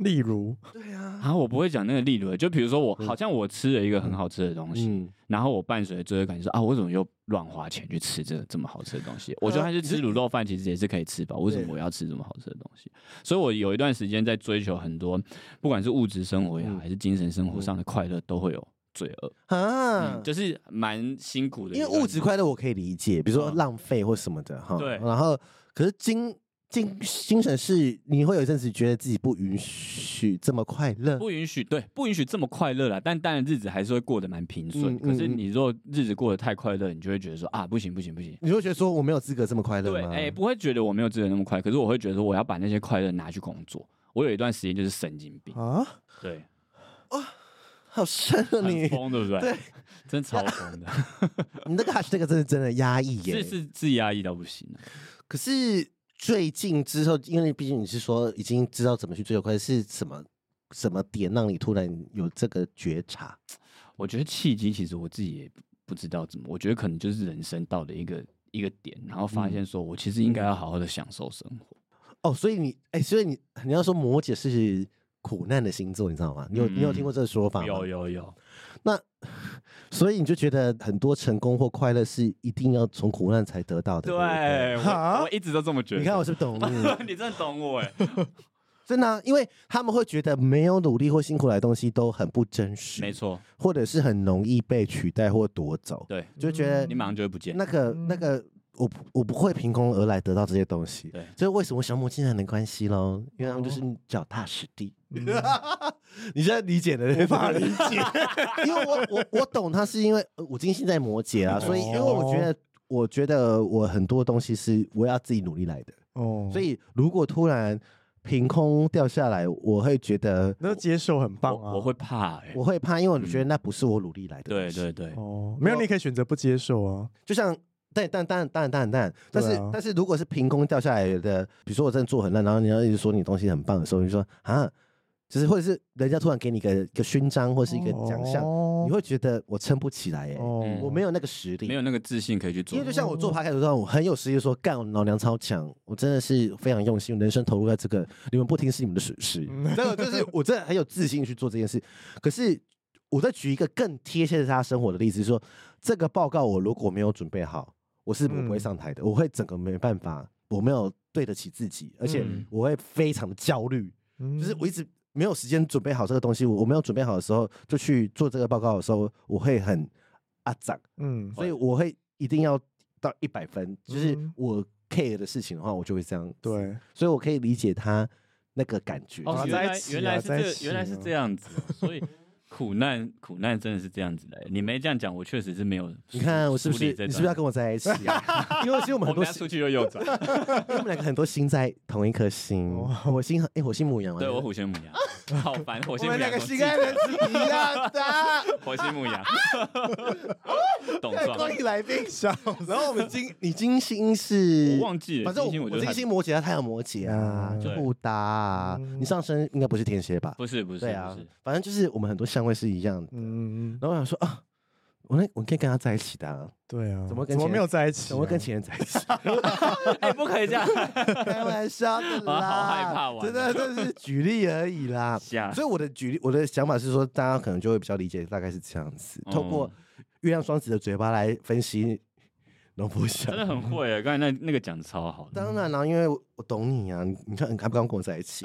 Speaker 2: 例如
Speaker 1: 对啊，
Speaker 3: 啊，我不会讲那个例如欸，就比如说我好像我吃了一个很好吃的东西，
Speaker 1: 嗯，
Speaker 3: 然后我伴随着罪恶感就是啊，我怎么又乱花钱去吃这这么好吃的东西？我就算是吃卤肉饭，其实也是可以吃饱，为什么
Speaker 1: 呃对
Speaker 3: 我要吃这么好吃的东西？所以我有一段时间在追求很多，不管是物质生活也好，
Speaker 1: 嗯
Speaker 3: 还是精神生活上的快乐，都会有罪恶，
Speaker 1: 啊，
Speaker 3: 嗯，就是蛮辛苦的一
Speaker 1: 因为
Speaker 3: 段，
Speaker 1: 物质快乐我可以理解，比如说浪费或什么的哈。
Speaker 3: 啊对
Speaker 1: 然后可是精精精神是你会有一阵子觉得自己不允许这么快乐，
Speaker 3: 不允许，对，不允许这么快乐啦。但当然日子还是会过得蛮平顺。
Speaker 1: 嗯嗯
Speaker 3: 可是
Speaker 1: 嗯
Speaker 3: 你如果日子过得太快乐，你就会觉得说啊，不行不行不行，
Speaker 1: 你会觉得说我没有资格这么快乐
Speaker 3: 对，
Speaker 1: 吗？
Speaker 3: 哎、不会觉得我没有自由那么快，可是我会觉得说我要把那些快乐拿去工作。我有一段时间就是神经
Speaker 1: 哦
Speaker 3: 病，
Speaker 2: 啊，
Speaker 1: (laughs)
Speaker 3: 对，
Speaker 1: 好深啊
Speaker 3: 很
Speaker 1: 你！
Speaker 3: 疯，对不对？
Speaker 1: 对，
Speaker 3: (laughs) 真超疯的，
Speaker 1: (laughs) 你那个 h 这个真的真的压抑耶。
Speaker 3: 是是自压抑到不行了、
Speaker 1: 可是最近之后，因为毕竟你是说已经知道怎么去追求快乐，是什么什么点让你突然有这个觉察？
Speaker 3: 我觉得契机其实我自己也不知道怎么，我觉得可能就是人生到的一个一个点，然后
Speaker 1: 嗯
Speaker 3: 发现说我其实应该要好好的享受生活。
Speaker 1: 哦，所以你哎、所以你你要说摩羯是苦难的星座，你知道吗？你有、你有听过这个说法吗？
Speaker 3: 嗯有有有，
Speaker 1: 那所以你就觉得很多成功或快乐是一定要从苦难才得到的。
Speaker 3: 对
Speaker 1: 不
Speaker 3: 我我一直都这么觉
Speaker 1: 对
Speaker 3: 得。 (laughs)
Speaker 1: 你看我是不是懂你，
Speaker 3: 你真的懂
Speaker 1: (laughs)
Speaker 3: 我哎、
Speaker 1: 真的啊、因为他们会觉得没有努力或辛苦来的东西都很不真实，
Speaker 3: 没，错，
Speaker 1: 或者是很容易被取代或夺走，
Speaker 3: 对，嗯
Speaker 1: 就觉得
Speaker 3: 你马上就会不见。
Speaker 1: 那个那个我不我不会凭空而来得到这些东西，
Speaker 3: 对
Speaker 1: 所以为什么小母竟然能关系喽？因为他们就是脚踏实地。 (laughs) 你现在理解了，嗯无法理解， (laughs) 因为我我我懂他是因为呃我金星在摩羯啊，
Speaker 2: 哦
Speaker 1: 所以因为我觉得我觉得我很多东西是我要自己努力来的，
Speaker 2: 哦，
Speaker 1: 所以如果突然凭空掉下来，我会觉得
Speaker 2: 那接受很棒啊，
Speaker 3: 我我会怕哎、
Speaker 1: 我会怕，因为我觉得那不是我努力来的。
Speaker 3: 对，对对，
Speaker 2: 哦，没有，你可以选择不接受啊，
Speaker 1: 就像。但但但但但但，但
Speaker 2: 对
Speaker 1: 是、
Speaker 2: 啊
Speaker 1: 但是，如果是凭空掉下来的，比如说我真的做很烂，然后你要一直说你东西很棒的时候，你就说啊，就是或者是人家突然给你一个一个勋章或是一个奖项，
Speaker 2: 哦
Speaker 1: 你会觉得我撑不起来耶、
Speaker 2: 哦
Speaker 3: 嗯
Speaker 1: 我没有那个实力，
Speaker 3: 没有那个自信可以去做
Speaker 1: 因为。就像我做 p 开始 c 我很有实力地说，干我老娘超强，我真的是非常用心，人生投入在这个，你们不听是你们的损失。
Speaker 2: 嗯
Speaker 1: 真的就是我真的很有自信去做这件事。可是我再举一个更贴切他生活的例子，是说这个报告我如果没有准备好，我是不
Speaker 2: 嗯
Speaker 1: 会上台的，我会整个没办法，我没有对得起自己，而且
Speaker 2: 嗯
Speaker 1: 我会非常的焦虑，
Speaker 2: 嗯
Speaker 1: 就是我一直。没有时间准备好这个东西，我我没有准备好的时候，就去做这个报告的时候，我会很阿长。
Speaker 2: 嗯
Speaker 1: 所以我会一定要到一百分，就是
Speaker 2: 嗯
Speaker 1: 我 care 的事情的话，我就会这样。，
Speaker 2: 对，
Speaker 1: 所以我可以理解他那个感觉。
Speaker 3: 哦，
Speaker 2: 啊
Speaker 3: 原
Speaker 2: 在一
Speaker 3: 来
Speaker 2: 起
Speaker 3: 原
Speaker 2: 啊
Speaker 3: 来是
Speaker 2: 在一
Speaker 3: 这个，
Speaker 2: 起
Speaker 3: 原来是
Speaker 2: 啊
Speaker 3: 这样子哦、所
Speaker 2: (laughs)
Speaker 3: 以苦难苦难真的是这样子来的。你没这样讲，我确实是没有梳。
Speaker 1: (laughs) 你看我是不
Speaker 3: 梳
Speaker 1: 是
Speaker 3: 理
Speaker 1: 你
Speaker 3: 这
Speaker 1: 是不是要
Speaker 3: 段
Speaker 1: 跟我在一起
Speaker 2: (laughs)
Speaker 1: 啊？因为其实我们很
Speaker 3: 我们
Speaker 1: 多
Speaker 3: 俩
Speaker 1: 星，
Speaker 3: 出去又右转？
Speaker 1: 因为我们两个很多心在同一颗心。
Speaker 2: 哦
Speaker 1: 我心哎， (laughs) 我心母羊啊。
Speaker 3: 对我虎先母
Speaker 1: (laughs)
Speaker 3: 羊，好烦！火
Speaker 1: 我
Speaker 3: 星母
Speaker 1: 们两
Speaker 3: 羊，
Speaker 1: 个
Speaker 3: 我记
Speaker 1: 心爱
Speaker 3: (laughs)
Speaker 1: 的啊
Speaker 3: 得
Speaker 1: 是一样
Speaker 2: (laughs)
Speaker 1: 的。
Speaker 3: 火
Speaker 1: (laughs)
Speaker 3: 星母羊，懂
Speaker 1: 对，
Speaker 3: 撞。
Speaker 1: 光迎来宾。
Speaker 2: 笑
Speaker 1: 然后我们金，你金星是
Speaker 3: 我忘记了，
Speaker 1: 反正我
Speaker 3: 金星我觉
Speaker 1: 我
Speaker 3: 得
Speaker 1: 金
Speaker 3: 还
Speaker 1: 星摩羯，他太阳摩羯啊，
Speaker 2: 嗯
Speaker 1: 就
Speaker 3: 对
Speaker 1: 不搭啊。
Speaker 2: 嗯
Speaker 1: 你上升应该不是天蝎吧？
Speaker 3: 不是不是
Speaker 1: 对啊
Speaker 3: 不是，
Speaker 1: 反正就是我们很多相位是一样的。
Speaker 2: 嗯，
Speaker 1: 然后我想说啊，我那我可以跟他在一起的、啊，
Speaker 2: 对啊，
Speaker 1: 怎么跟
Speaker 2: 怎么
Speaker 1: 前
Speaker 2: 没有在一起啊？
Speaker 1: 怎么会跟情人在一起？
Speaker 3: 哎，不可以这
Speaker 1: (laughs)
Speaker 3: 样，
Speaker 1: 开玩笑的啦，
Speaker 3: 啊好害怕玩啊
Speaker 1: 真的，这是举例而已啦。
Speaker 3: 吓
Speaker 1: 所以我的举例，我的想法是说，大家可能就会比较理解，大概是这样子，
Speaker 3: 嗯
Speaker 1: 透过月亮双子的嘴巴来分析农夫想
Speaker 3: (laughs) 真。的很会啊！刚才那那个讲的超好的，
Speaker 1: 当然啦，因为我我懂你啊，你你看你刚不刚跟我在一起？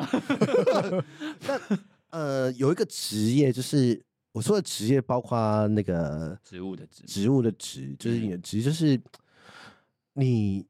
Speaker 1: (laughs) 但呃，有一个职业，就是我说的职业，包括那个
Speaker 3: 植物的植，
Speaker 1: 植物的植，就是你的
Speaker 3: 嗯
Speaker 1: 植，就是你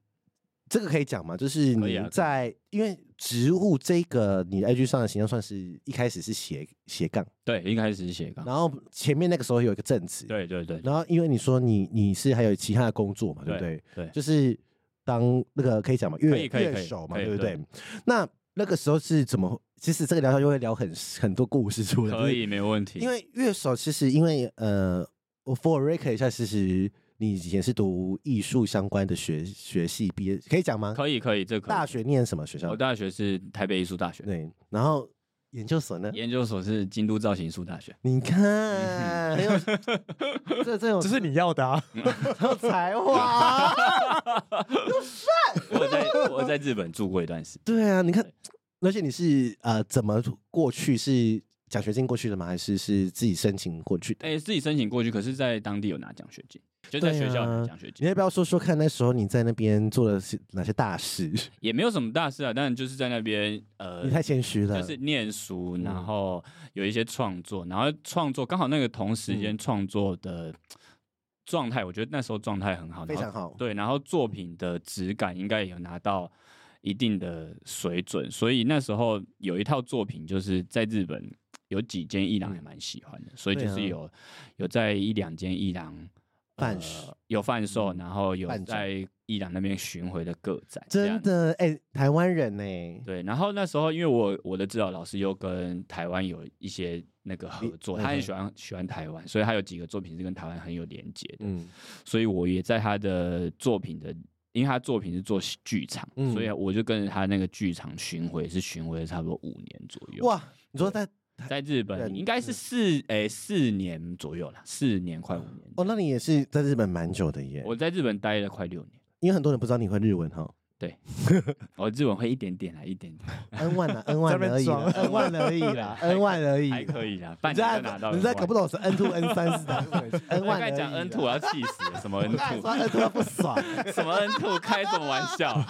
Speaker 1: 这个可以讲嘛？就是
Speaker 3: 可以
Speaker 1: 你
Speaker 3: 啊可以
Speaker 1: 在、因为植物这个你 IG 上的形象算是一开始是斜斜杠，
Speaker 3: 对，一开始是斜杠，
Speaker 1: 然后前面那个时候有一个正职，，
Speaker 3: 对对对
Speaker 1: 然后因为你说你你是还有其他的工作嘛，对不对？
Speaker 3: 对对，
Speaker 1: 就是当那个可以讲嘛，
Speaker 3: 可
Speaker 1: 乐
Speaker 3: 以可以可
Speaker 1: 乐
Speaker 3: 以
Speaker 1: 手嘛，
Speaker 3: 可以
Speaker 1: 对不
Speaker 3: 对
Speaker 1: 对？那那个时候是怎么？其实这个聊下就会聊很很多故事出来，就
Speaker 3: 可
Speaker 1: 是
Speaker 3: 以没问题，
Speaker 1: 因为乐手其实因为呃，我 for rec 一下，其实你以前是读艺术相关的学学系毕业，可以讲吗？
Speaker 3: 可以可以，这可以哦
Speaker 1: 大学念什么学
Speaker 3: 我
Speaker 1: 校？
Speaker 3: 大学是台北艺术大学，
Speaker 1: 对，然后研究所 (laughs) 呢？
Speaker 3: 研究所是京都造型艺术大学，
Speaker 1: 你
Speaker 3: 嗯
Speaker 1: 看，
Speaker 3: (laughs)
Speaker 1: 很有这这种
Speaker 2: 这是你要的啊？
Speaker 1: 很有才
Speaker 3: (laughs)
Speaker 1: 华，啊 (laughs)
Speaker 3: 我在我在日本住过一段时间，
Speaker 1: 对啊，你看，而且你是呃怎么过去是奖学金过去的吗？还是是自己申请过去的？
Speaker 3: 哎，自己申请过去，可是在当地有拿奖学金，就在
Speaker 1: 对
Speaker 3: 学校
Speaker 1: 啊
Speaker 3: 拿奖学
Speaker 1: 你
Speaker 3: 金，
Speaker 1: 要不要说说看，那时候你在那边做了是哪些大事？
Speaker 3: 也没有什么大事啊，但就是在那边呃
Speaker 1: 你，太谦虚了，嗯
Speaker 3: 就是念书，然后有一些创作，然后创作刚好那个同时
Speaker 1: 嗯
Speaker 3: 间创作的状态，我觉得那时候状态很好，
Speaker 1: 非
Speaker 3: 然后
Speaker 1: 常好
Speaker 3: 对，然后作品的质感应该也有拿到一定的水准，所以那时候有一套作品就是在日本有几间艺廊还蛮喜欢的，所以就
Speaker 1: 嗯对
Speaker 3: 是
Speaker 1: 啊
Speaker 3: 有、有在一两间艺廊
Speaker 1: 贩
Speaker 3: 呃
Speaker 1: 售嗯
Speaker 3: 有贩售，然后有
Speaker 1: 贩展
Speaker 3: 在艺廊那边巡回的个展，这样
Speaker 1: 真
Speaker 3: 子
Speaker 1: 的哎、台湾人哎呢、
Speaker 3: 对，然后那时候因为我我的指导老师又跟台湾有一些那个合作，
Speaker 1: 嗯
Speaker 3: 他很
Speaker 1: 哼
Speaker 3: 喜欢喜欢台湾，所以他有几个作品是跟台湾很有连接的，
Speaker 1: 嗯，
Speaker 3: 所以我也在他的作品的，因为他作品是做剧场，
Speaker 1: 嗯
Speaker 3: 所以我就跟着他那个剧场巡回是巡回了差不多五年左右。
Speaker 1: 哇，你说在
Speaker 3: 在日
Speaker 1: 人
Speaker 3: 本应该是
Speaker 1: 嗯
Speaker 3: 四诶、四年左右啦，四年快五年。
Speaker 1: 哦，那你也是在日本蛮久的耶，
Speaker 3: 我在日本待了快六年，
Speaker 1: 因为很多人不知道你会日文哈
Speaker 3: 我日文会一点点啦，一点点，
Speaker 1: ，N 万啦，N
Speaker 3: (laughs)
Speaker 1: 万
Speaker 2: 在那
Speaker 1: 而
Speaker 2: 边
Speaker 1: 已啦
Speaker 2: 装
Speaker 1: ，N 万而已啦
Speaker 3: 还
Speaker 1: ，N 万而已啦，
Speaker 3: 还可以啦，半
Speaker 1: 你
Speaker 3: 年
Speaker 1: 在
Speaker 3: 就拿到。
Speaker 1: 你在搞不。懂是 N two N 三是
Speaker 3: (laughs)
Speaker 1: 哪个？N
Speaker 3: 我
Speaker 1: 万啊
Speaker 3: 刚才讲 N two，
Speaker 1: two
Speaker 3: 我要气死了，什么
Speaker 1: (laughs)
Speaker 3: N
Speaker 1: 我刚才说 N
Speaker 3: two？
Speaker 1: two 不爽，
Speaker 3: 什么 N two 开什么玩
Speaker 1: (laughs)
Speaker 3: 笑？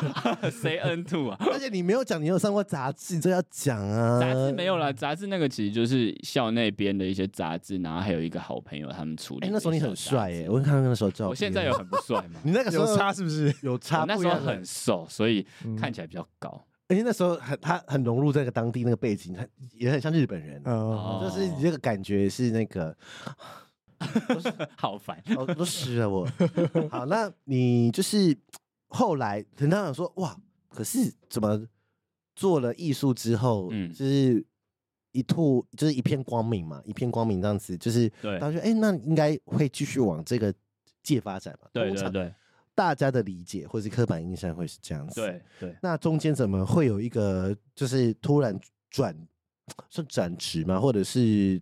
Speaker 3: 谁 N two 啊？
Speaker 1: 而且你没有讲你有上过杂志，这要讲啊，
Speaker 3: 杂志没有啦，杂志那个其实就是校内编的一些杂志，然后还有一个好朋友他们处理。
Speaker 1: 哎，那时候你很帅耶，，我看到那时候照片，？
Speaker 3: 我现在有很不帅
Speaker 1: (laughs)
Speaker 3: 吗
Speaker 1: 你那个时候
Speaker 2: 有差是不是？
Speaker 1: 有
Speaker 3: 我
Speaker 1: 差
Speaker 3: 那
Speaker 1: 不一
Speaker 3: 时候
Speaker 1: 样
Speaker 3: 很，瘦，所以
Speaker 2: 嗯
Speaker 3: 看起来比较
Speaker 1: (laughs)
Speaker 3: 高。
Speaker 1: 而且那时候很他很融入这个当地那个背景，他也很像日本人，啊
Speaker 3: 哦
Speaker 2: 呃，
Speaker 1: 就是你这个感觉是那
Speaker 3: (laughs)
Speaker 1: 个。
Speaker 3: 好烦。
Speaker 1: 哦，都湿了我。好，那你就是后来陈道长说，哇，可是怎么做了艺术之后，
Speaker 3: 嗯
Speaker 1: 就是一吐就是一片光明嘛，一片光明这样子，就是
Speaker 3: 对
Speaker 1: 他说，哎、那应该会继续往这个界发展嘛？
Speaker 3: 对
Speaker 1: 通
Speaker 3: 对
Speaker 1: 常
Speaker 3: 对
Speaker 1: 大家的理解或是刻板印象会是这样子。，
Speaker 3: 对对，
Speaker 1: 那中间怎么会有一个就是突然转算转职嘛，或者是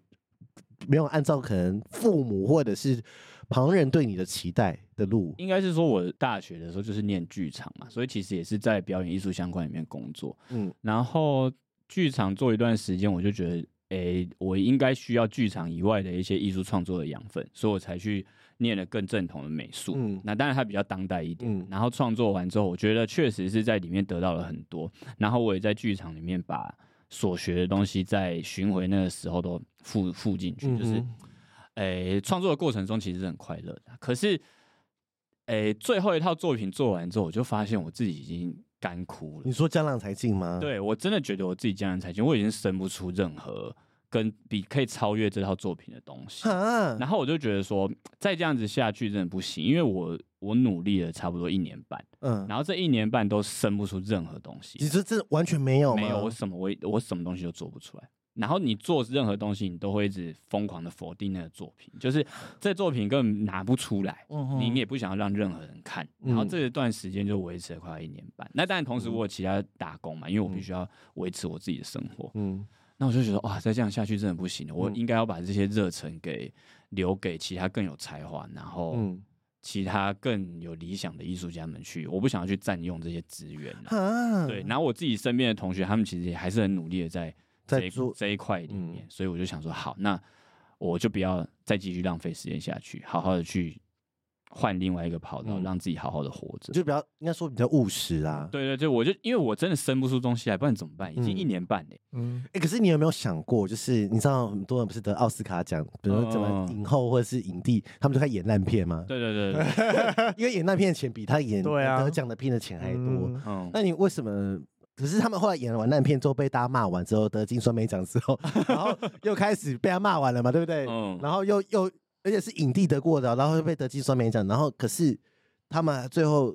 Speaker 1: 没有按照可能父母或者是旁人对你的期待的路，
Speaker 3: 应该是说我大学的时候就是念剧场嘛，所以其实也是在表演艺术相关里面工作。
Speaker 1: 嗯，
Speaker 3: 然后剧场做一段时间，我就觉得，诶、我应该需要剧场以外的一些艺术创作的养分，所以我才去念了更正统的美术。
Speaker 1: 嗯
Speaker 3: 那当然它比较当代一点。
Speaker 1: 嗯
Speaker 3: 然后创作完之后，我觉得确实是在里面得到了很多，然后我也在剧场里面把所学的东西在巡回那个时候都附附进去，就是
Speaker 1: 嗯
Speaker 3: 诶，创作的过程中其实是很快乐的，啊可是，诶，最后一套作品做完之后，我就发现我自己已经干枯了
Speaker 1: 你。说江郎才尽吗？，
Speaker 3: 对我真的觉得我自己江郎才尽，我已经生不出任何跟比可以超越这套作品的东西。
Speaker 1: 啊，
Speaker 3: 然后我就觉得说，再这样子下去真的不行，因为我我努力了差不多一年半，
Speaker 1: 嗯，
Speaker 3: 然后这一年半都生不出任何东西
Speaker 1: 你。说这完全没有吗？
Speaker 3: 没有，我什么我我什么东西都做不出来。然后你做任何东西，你都会一直疯狂的否定那个作品，就是这作品根本拿不出来，
Speaker 1: 嗯哼
Speaker 3: 你也不想要让任何人看。然后
Speaker 1: 嗯
Speaker 3: 这一段时间就维持了快一年半。那当然，同时我有其他打工嘛，因为我必须要维持我自己的生活。
Speaker 1: 嗯，
Speaker 3: 那我就觉得哇，再这样下去真的不行了，我应该要把这些热忱给留给其他更有才华，然后
Speaker 1: 嗯
Speaker 3: 其他更有理想的艺术家们去。我不想要去占用这些资源啊、
Speaker 1: 啊，
Speaker 3: 对，然后我自己身边的同学，他们其实也还是很努力的在
Speaker 1: 在
Speaker 3: 这一
Speaker 1: 做嗯
Speaker 3: 这一块里面，所以我就想说，好，那我就不要再继续浪费时间下去，好好的去换另外一个跑道，
Speaker 1: 嗯
Speaker 3: 让自己好好的活着
Speaker 1: 你。就比较应该说比较务实啦。
Speaker 3: 对对对，我就因为我真的生不出东西来，不然怎么办？已经
Speaker 1: 嗯
Speaker 3: 一年半嘞、
Speaker 2: 嗯，
Speaker 1: 哎、可是你有没有想过，就是你知道很多人不是得奥斯卡奖，比如说怎么
Speaker 3: 嗯
Speaker 1: 影后或者是影帝，他们就开始演烂片吗？
Speaker 3: 对对对对，
Speaker 1: 因为演烂片的钱比他演
Speaker 2: 对啊
Speaker 1: 得奖的片的钱还多。
Speaker 2: 嗯
Speaker 3: 嗯，
Speaker 1: 那你为什么？可是他们后来演完烂片之后，被大家骂完之后得金酸梅奖之后，然
Speaker 2: (laughs)
Speaker 1: 后又开始被他骂完了嘛，对不对？
Speaker 3: 嗯
Speaker 1: 然后又又而且是影帝得过的，哦然后又被得金酸梅奖，然后可是他们最后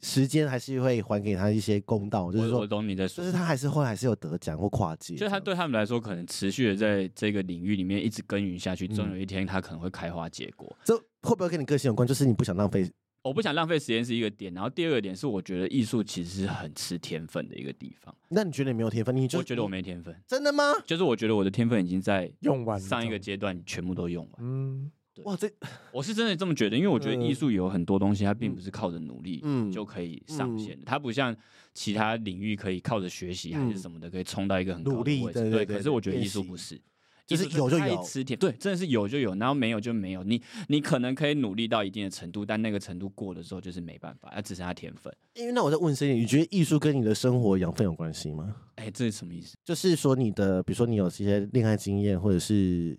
Speaker 1: 时间还是会还给他一些公道，就是
Speaker 3: 我我
Speaker 1: 说，
Speaker 3: 懂你在
Speaker 1: 就
Speaker 3: 说
Speaker 1: 是。他还是后来还是有得奖或跨界这
Speaker 3: 就
Speaker 1: 样，
Speaker 3: 他对他们来说，可能持续的在这个领域里面一直耕耘下去，总
Speaker 1: 嗯
Speaker 3: 有一天他可能会开花结果。
Speaker 1: 这会不会跟你个性有关？就是你不想浪费，
Speaker 3: 我不想浪费时间是一个点，然后第二个点是，我觉得艺术其实是很吃天分的一个地方。
Speaker 1: 那你觉得你没有天分？你就
Speaker 3: 我觉得我没天分，
Speaker 1: 真的吗？
Speaker 3: 就是我觉得我的天分已经在
Speaker 2: 用完了
Speaker 3: 上一
Speaker 2: 这
Speaker 3: 个
Speaker 2: 样
Speaker 3: 阶段全部都用完。
Speaker 2: 嗯，
Speaker 1: 哇，这
Speaker 3: 我是真的这么觉得，因为我觉得艺
Speaker 1: 嗯
Speaker 3: 术有很多东西，它并不是靠着努力
Speaker 1: 嗯
Speaker 3: 就可以上线的，它不像其他领域可以靠着学习还是
Speaker 1: 嗯
Speaker 3: 什么的可以冲到一个很高的
Speaker 1: 努力
Speaker 3: 位置
Speaker 1: 对对
Speaker 3: 对，
Speaker 1: 对
Speaker 3: 可是我觉得
Speaker 1: 练
Speaker 3: 艺术
Speaker 1: 习
Speaker 3: 不是。
Speaker 1: 就是
Speaker 3: 艺术
Speaker 1: 有就
Speaker 3: 太
Speaker 1: 有
Speaker 3: 吃甜，对，真的是有就有，然后没有就没有。你你可能可以努力到一定的程度，但那个程度过了之后就是没办法，它只剩下天分。
Speaker 1: 因为那我再问深一点，你觉得艺术跟你的生活养分有关系吗？
Speaker 3: 哎，这是什么意思？
Speaker 1: 就是说你的，比如说你有这些恋爱经验，或者是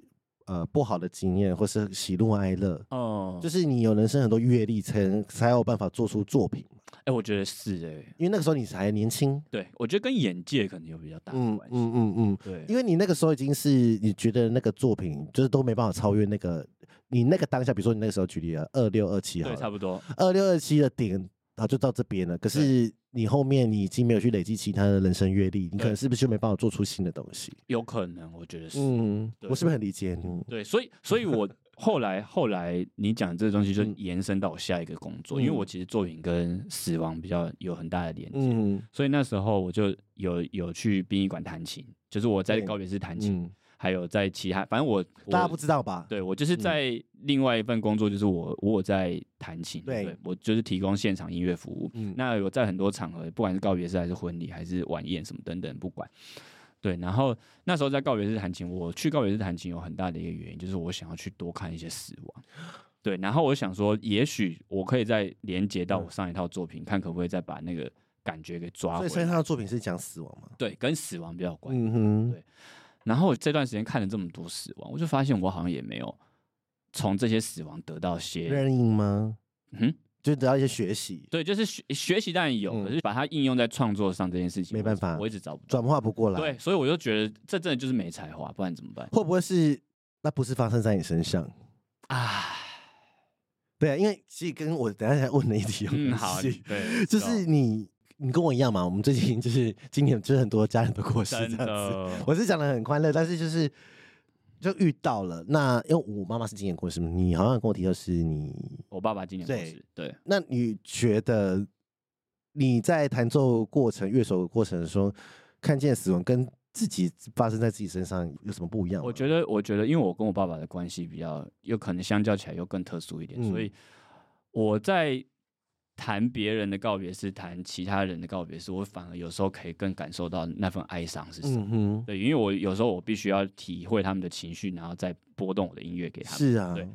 Speaker 1: 呃不好的经验，或是喜怒哀乐，
Speaker 3: 哦，
Speaker 1: 就是你有人生很多阅历，才能才有办法做出作品嘛。
Speaker 3: 哎，我觉得是哎、
Speaker 1: 因为那个时候你才年轻，
Speaker 3: 对我觉得跟眼界可能有比较大的
Speaker 1: 嗯
Speaker 3: 关系。
Speaker 1: 嗯嗯嗯，
Speaker 3: 对，
Speaker 1: 因为你那个时候已经是你觉得那个作品就是都没办法超越那个你那个当下，比如说你那个时候举例了二六二七好
Speaker 3: 对，
Speaker 1: 了，
Speaker 3: 差不多。
Speaker 1: 二六二七的点，然后就到这边了。可是你后面你已经没有去累积其他的人生阅历，你可能是不是就没办法做出新的东西？
Speaker 3: 有可能，我觉得是。
Speaker 1: 嗯，
Speaker 3: 对
Speaker 1: 我是不是很理解你？
Speaker 3: 对，所以，所
Speaker 1: (laughs)
Speaker 3: 以我后来后来你讲这个东西，就
Speaker 1: 嗯
Speaker 3: 延伸到我下一个工作，因为
Speaker 1: 嗯
Speaker 3: 我其实作品跟死亡比较有很大的连接，
Speaker 1: 嗯
Speaker 3: 所以那时候我就有有去殡仪馆弹琴，就是我在
Speaker 1: 对
Speaker 3: 告别室弹琴，
Speaker 1: 嗯，
Speaker 3: 还有在其他，反正我我
Speaker 1: 大家不知道吧？
Speaker 3: 对我就是
Speaker 1: 嗯
Speaker 3: 在另外一份工作，就是我我有在弹琴，
Speaker 1: 对
Speaker 3: 对我就是提供现场音乐服务。
Speaker 1: 嗯，
Speaker 3: 那有在很多场合，不管是告别式还是婚礼还是晚宴什么等等，不管。对，然后那时候在告别式弹琴，我去告别式弹琴有很大的一个原因，就是我想要去多看一些死亡。对，然后我想说，也许我可以再连接到我上一套作品，看可不可以再把那个感觉给抓
Speaker 1: 嗯所
Speaker 3: 回
Speaker 1: 以所以
Speaker 3: 来。
Speaker 1: 他的作品是讲死亡嘛？
Speaker 3: 对，跟死亡比较有关。
Speaker 1: 嗯哼
Speaker 3: 对，然后这段时间看了这么多死亡，我就发现我好像也没有从这些死亡得到些，
Speaker 1: 认应吗？
Speaker 3: 嗯，
Speaker 1: 就得到一些学习，
Speaker 3: 对，就是学学习当然有，
Speaker 1: 嗯
Speaker 3: 可是把它应用在创作上这件事情，
Speaker 1: 没办法
Speaker 3: 我一直找不到。
Speaker 1: 转化不过来。
Speaker 3: 对，，所以我就觉得这真的就是没才华，不然怎么办？
Speaker 1: 会不会是那不是发生在你身上？
Speaker 3: 啊，
Speaker 1: 对啊，因为其实跟我等一下才问的一题有 (laughs)
Speaker 3: (laughs) 嗯，
Speaker 1: 关
Speaker 3: 好，
Speaker 1: 系，
Speaker 3: 对，啊
Speaker 1: 就是你你跟我一样嘛，我们最近就是今年就是很多家人都过世
Speaker 3: 真
Speaker 1: 这样子。
Speaker 3: 的，
Speaker 1: 我是讲的很欢乐，但是就是就遇到了。那因为我妈妈是今年过世嘛，你好像跟我提到是你，
Speaker 3: 我爸爸今年过
Speaker 1: 对
Speaker 3: 世，对，
Speaker 1: 那你觉得你在弹奏过程、乐手过程中看见死亡跟自己发生在自己身上有什么不一样吗？
Speaker 3: 我觉得，我觉得，因为我跟我爸爸的关系比较，有可能相较起来又更特殊一点，
Speaker 1: 嗯
Speaker 3: 所以我在谈别人的告别式，谈其他人的告别式，我反而有时候可以更感受到那份哀伤是什么。
Speaker 1: 嗯哼，
Speaker 3: 对，因为我有时候我必须要体会他们的情绪，然后再拨动我的音乐给他们。
Speaker 1: 是啊，
Speaker 3: 对